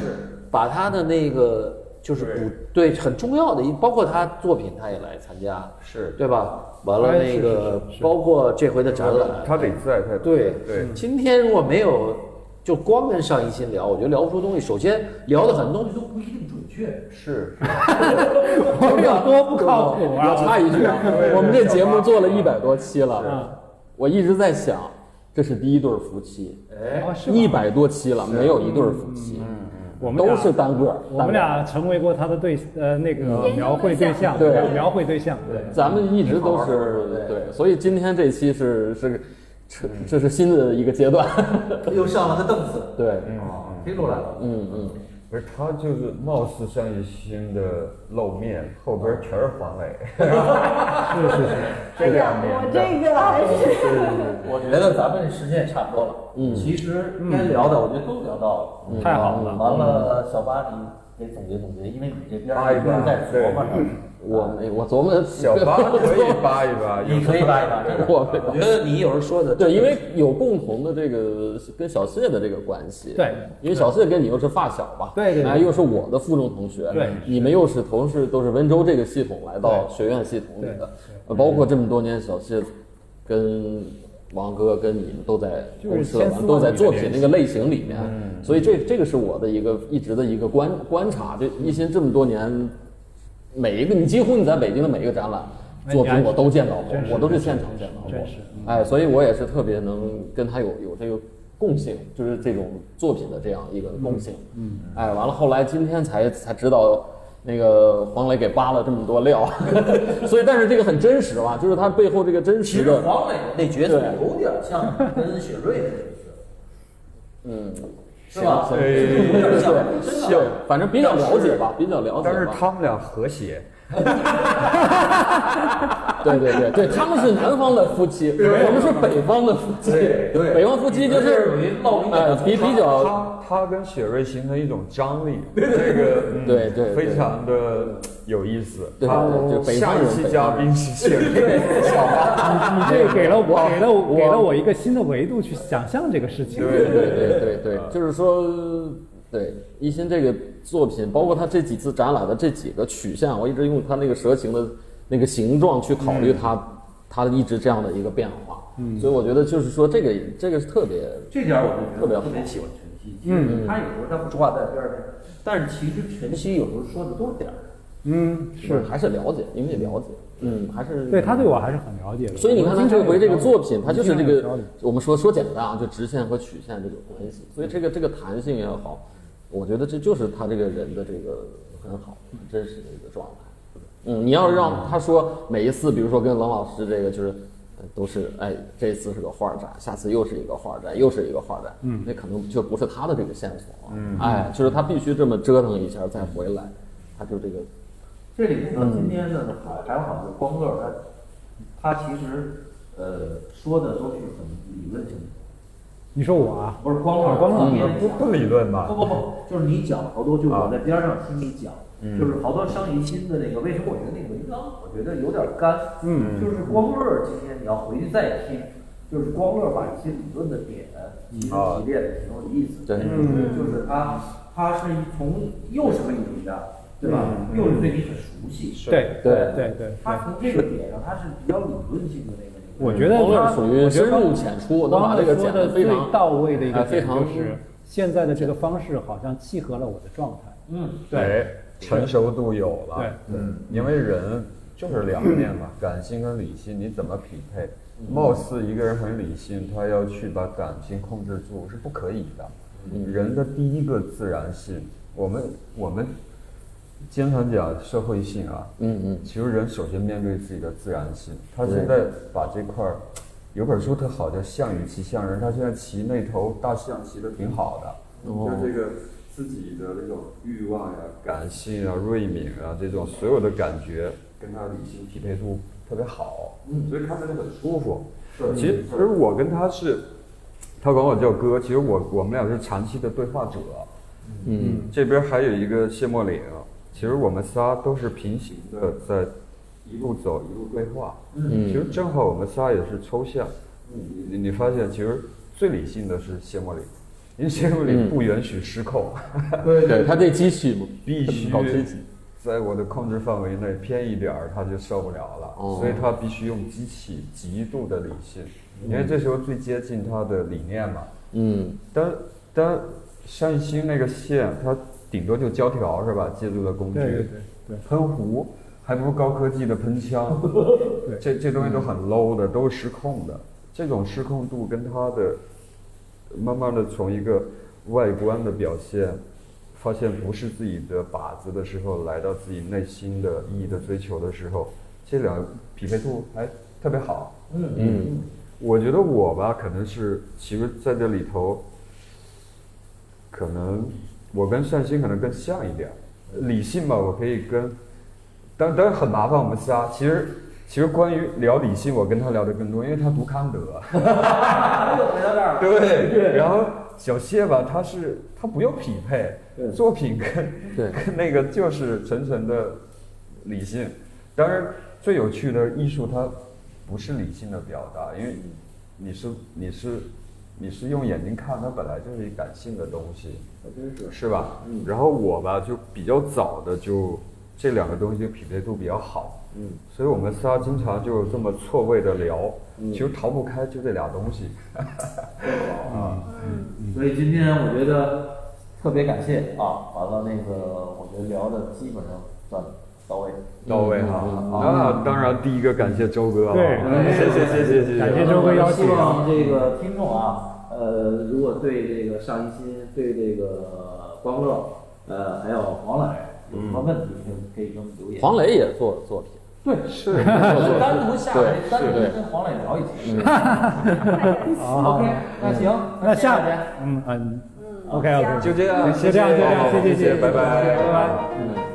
Speaker 6: 把他的那个就是补对很重要的一，包括他作品他也来参加，
Speaker 4: 是
Speaker 6: 对吧？完
Speaker 1: 哎
Speaker 6: 了那个包括这回的展览，
Speaker 4: 他得在，他得
Speaker 6: 对
Speaker 4: 对，
Speaker 6: 今天如果没有，就光跟上一心聊，我觉得聊不出东西。首先聊的很多东西都不一定准确，
Speaker 4: 是
Speaker 3: 我有多不靠谱
Speaker 2: 我
Speaker 3: 啊！
Speaker 2: 插一句啊，我们这节目做了一百多期
Speaker 3: 嗯
Speaker 2: 了，我一直在想，这是第一对儿夫妻，
Speaker 3: 哦是
Speaker 2: 哎
Speaker 3: 吗
Speaker 2: 一百多期了，没有一对儿夫妻，
Speaker 3: 我们俩
Speaker 2: 都是单个儿。
Speaker 3: 我们
Speaker 2: 单个儿，
Speaker 3: 俩成为过他的对呃那个
Speaker 5: 研究对
Speaker 3: 描绘对象，
Speaker 5: 象
Speaker 2: 嗯对
Speaker 3: 描绘对象，对。
Speaker 2: 咱们一直都是对，所以今天这期是是，这这是新的一个阶 段。
Speaker 1: 又上了个凳子，
Speaker 2: 对，
Speaker 1: 听出来了，
Speaker 2: 嗯嗯，
Speaker 4: 啊不是他就是貌似上一新的露面，后边全是 黄磊。
Speaker 5: 哎呀，我这个还是
Speaker 1: 我觉得咱们时间也差不多了。嗯，其实该聊的我觉得都聊到了，
Speaker 3: 太好
Speaker 2: 嗯
Speaker 3: 了
Speaker 1: 完了，小八你得总结总结，因为你这边
Speaker 4: 扒一
Speaker 1: 一直
Speaker 4: 扒
Speaker 1: 在琢磨着，
Speaker 2: 我没我琢磨
Speaker 4: 啊小八可以扒一扒，
Speaker 1: 你可以扒一扒，真的
Speaker 2: 哎 我
Speaker 1: 我觉得你有时候说的
Speaker 2: 对，因为有共同的这个跟小谢的这个关系。
Speaker 3: 对
Speaker 2: 因为小谢跟你又是发小吧？
Speaker 3: 对对对
Speaker 2: 哎，又是我的附中同学。嗯
Speaker 3: 对
Speaker 2: 你们又是同是都是温州这个系统来到学院系统里的，呃包括这么多年小谢跟。王哥跟你们都在
Speaker 3: 就是
Speaker 2: 公社
Speaker 3: 千
Speaker 2: 嘛，
Speaker 3: 丝万
Speaker 2: 都在
Speaker 3: 缕的
Speaker 2: 作品
Speaker 3: 联嗯
Speaker 2: 那个类型里面，所以这这个是我的一个一直的一个观观察。这一心这么多年，每一个你几乎你在北京的每一个展览
Speaker 3: 哎
Speaker 2: 作
Speaker 3: 你
Speaker 2: 品
Speaker 3: 还
Speaker 2: 我都见到过
Speaker 3: 真，是
Speaker 2: 我都是现场见到过。
Speaker 3: 真是
Speaker 2: 哎，所以我也是特别能跟他有有这个共性，就是这种作品的这样一个共性。嗯，哎，完了后来今天才才知道。那个黄磊给扒了这么多料， 所以但是这个很真实吧，就是他背后这个真
Speaker 1: 其
Speaker 2: 实
Speaker 1: 实
Speaker 2: 的，
Speaker 1: 黄磊那角色有点像 跟雪瑞的角色，
Speaker 2: 嗯，哎
Speaker 1: 是吧？
Speaker 2: 像
Speaker 1: 有点像，真的。
Speaker 2: 像，反正比较了解吧，比较了解吧。
Speaker 4: 但是他们俩和谐，
Speaker 2: 对对对对，他们是南方的夫妻，我们是北方的夫妻。
Speaker 1: 对
Speaker 2: 北方夫妻就
Speaker 1: 你
Speaker 2: 是
Speaker 1: 们是属于烙饼
Speaker 2: 呃比比较
Speaker 4: 他他跟雪瑞形成一种 张力，这个嗯
Speaker 2: 对对对
Speaker 4: 非常的有意思。
Speaker 2: 对对
Speaker 4: 他
Speaker 2: 对就北方人
Speaker 4: 下一期
Speaker 2: 北
Speaker 4: 嘉
Speaker 2: 方人
Speaker 4: 宾是雪瑞，小八，
Speaker 3: 你这给了我，给了我，
Speaker 2: 嗯我
Speaker 3: 给了我一个新的维度去想象这个事情。
Speaker 2: 对对对对，就是说对一心这个作品，包括他这几次展览的这几个取向，我一直用他那个蛇形的那个形状去考虑他他一直这样的一个变化。所以我觉得就是说这个这个是特别
Speaker 1: 这点我就觉得
Speaker 2: 特别
Speaker 1: 我
Speaker 2: 好嗯
Speaker 1: 特别喜欢晨曦。其实他有时候他不说话在边儿上，但是其实晨曦有时候说的都是点儿。
Speaker 3: 嗯，是
Speaker 2: 还是了解，因为了解，嗯，还是
Speaker 3: 对他对我还是很了解的。
Speaker 2: 所以你看
Speaker 3: 我
Speaker 2: 他
Speaker 3: 经常
Speaker 2: 这回这个
Speaker 3: 有交流
Speaker 2: 作品，它就是这
Speaker 3: 经常有交
Speaker 2: 个
Speaker 3: 流
Speaker 2: 我们说说简单啊，就直线和曲线这个关系。所以这个这个弹性也好，我觉得这就是他这个人的这个很好、很真实的一个状态。嗯，你要让他说每一次，比如说跟冷老师这个就是。呃都是哎，这次是个画展，下次又是一个画展，又是一个画展，嗯，那可能就不是他的这个线索了，嗯，哎，就是他必须这么折腾一下再回来，他就这个
Speaker 1: 这里面呢，今天呢还还好，就是光乐他他其实呃说的都是很理论性的，
Speaker 3: 你说我啊，
Speaker 1: 不是光乐
Speaker 3: 啊光乐
Speaker 1: 今天
Speaker 4: 嗯不不理论吧
Speaker 1: 不？不不，就是你讲好多，就是我在边上听你讲，就是好多商业新的那个，为什么我觉得那个文章我觉得有点干，嗯，就是光乐儿今天你要回去再听，就是光乐儿把一些理论的点其实
Speaker 4: 啊
Speaker 1: 提炼的挺有意思的，
Speaker 2: 对
Speaker 1: 嗯，就是他他是从又是为你的，对吧？又是对你很熟悉，是
Speaker 3: 对
Speaker 2: 对
Speaker 3: 对对，
Speaker 1: 他从这个点上他是比较理论性的那个那个，
Speaker 3: 我觉得
Speaker 2: 光乐
Speaker 3: 他
Speaker 2: 属于
Speaker 3: 我觉得
Speaker 2: 深入浅出，能
Speaker 3: 光
Speaker 2: 把这个
Speaker 3: 说
Speaker 2: 讲
Speaker 3: 的
Speaker 2: 得非
Speaker 3: 最
Speaker 2: 常
Speaker 3: 到位的一个
Speaker 2: 哎非
Speaker 3: 点
Speaker 2: 常
Speaker 3: 就是现在的这个方式好像契合了我的状态。嗯，对
Speaker 4: 哎，成熟度有了。
Speaker 3: 对
Speaker 4: 嗯，因为人就是两面嘛，感性跟理性你怎么匹配？貌似一个人很理性，他要去把感性控制住是不可以的。嗯人的第一个自然性，我们我们经常讲社会性啊，
Speaker 2: 嗯嗯。
Speaker 4: 其实人首先面对自己的自然性，他
Speaker 2: 对
Speaker 4: 现在把这块儿，有本书特好叫《项羽骑象人》，他现在骑那头大象骑得挺好的，就这个自己的那种欲望呀、感性啊、锐敏啊这种所有的感觉，跟他理性匹配度特别好，嗯，所以看着就很舒服。是，其实我跟他是，他管我叫哥，其实我我们俩是长期的对话者。嗯，这边还有一个谢莫岭，其实我们仨都是平行的，在一路走一路对话。嗯，其实正好我们仨也是抽象。你你发现其实最理性的是谢莫里，因为谢莫里不允许失控，
Speaker 2: 对对，他这机器嘛，
Speaker 4: 必须
Speaker 2: 搞机器。
Speaker 4: 在我的控制范围内偏一点儿他就受不了了，所以他必须用机器极度的理性，因为这时候最接近他的理念嘛。
Speaker 2: 嗯，
Speaker 4: 但但单一星那个线，它顶多就胶条是吧？借助了工具，
Speaker 3: 对对对对
Speaker 4: 喷壶还不如高科技的喷枪， 这这东西都很 low 的，都是失控的。这种失控度跟他的，慢慢的从一个外观的表现，发现不是自己的靶子的时候，来到自己内心的意义的追求的时候，这两个匹配度还特别好。嗯嗯，我觉得我吧，可能是其实在这里头，可能我跟善心可能更像一点，理性吧，我可以跟，当当然很麻烦我们仨，其实。其实关于聊理性，我跟他聊的更多，因为他读康德。
Speaker 1: 又回到这儿了。
Speaker 4: 对，然后小谢吧，他是他不用匹配作品跟
Speaker 2: 对
Speaker 4: 跟 那个就是纯纯的理性。当然，最有趣的艺术它不是理性的表达，因为你是你是你是用眼睛看，它本来就是一感性的东西，是吧？然后我吧就比较早的就这两个东西就匹配度比较好。嗯，所以我们仨经常就这么错位的聊，其实逃不开就这俩东西。嗯
Speaker 6: 所以今天我觉得特别感谢啊，完了那个我觉得聊的基本上算到位。
Speaker 4: 到位哈，那当然第一个感谢周哥啊，
Speaker 3: 对
Speaker 4: 谢谢谢谢谢谢，
Speaker 3: 感谢周哥邀请
Speaker 6: 希望这个听众啊，呃，如果对这个尚一新、对这个光乐，呃，还有黄磊有
Speaker 4: 嗯
Speaker 6: 什么问题，可以可以给我们留言。
Speaker 2: 黄磊也做作品，
Speaker 6: 磊，单独下来
Speaker 2: 对，
Speaker 6: 单独
Speaker 2: 对
Speaker 6: 跟黄磊聊一
Speaker 4: 嗯
Speaker 6: 期。OK，那行，
Speaker 3: 那下
Speaker 6: 谢谢大家
Speaker 3: 嗯嗯，OK OK，
Speaker 4: 就这样，
Speaker 3: 就这样，就这样，谢谢，谢
Speaker 4: 谢谢，
Speaker 3: 谢，
Speaker 4: 拜拜，
Speaker 3: 拜拜。
Speaker 6: 嗯。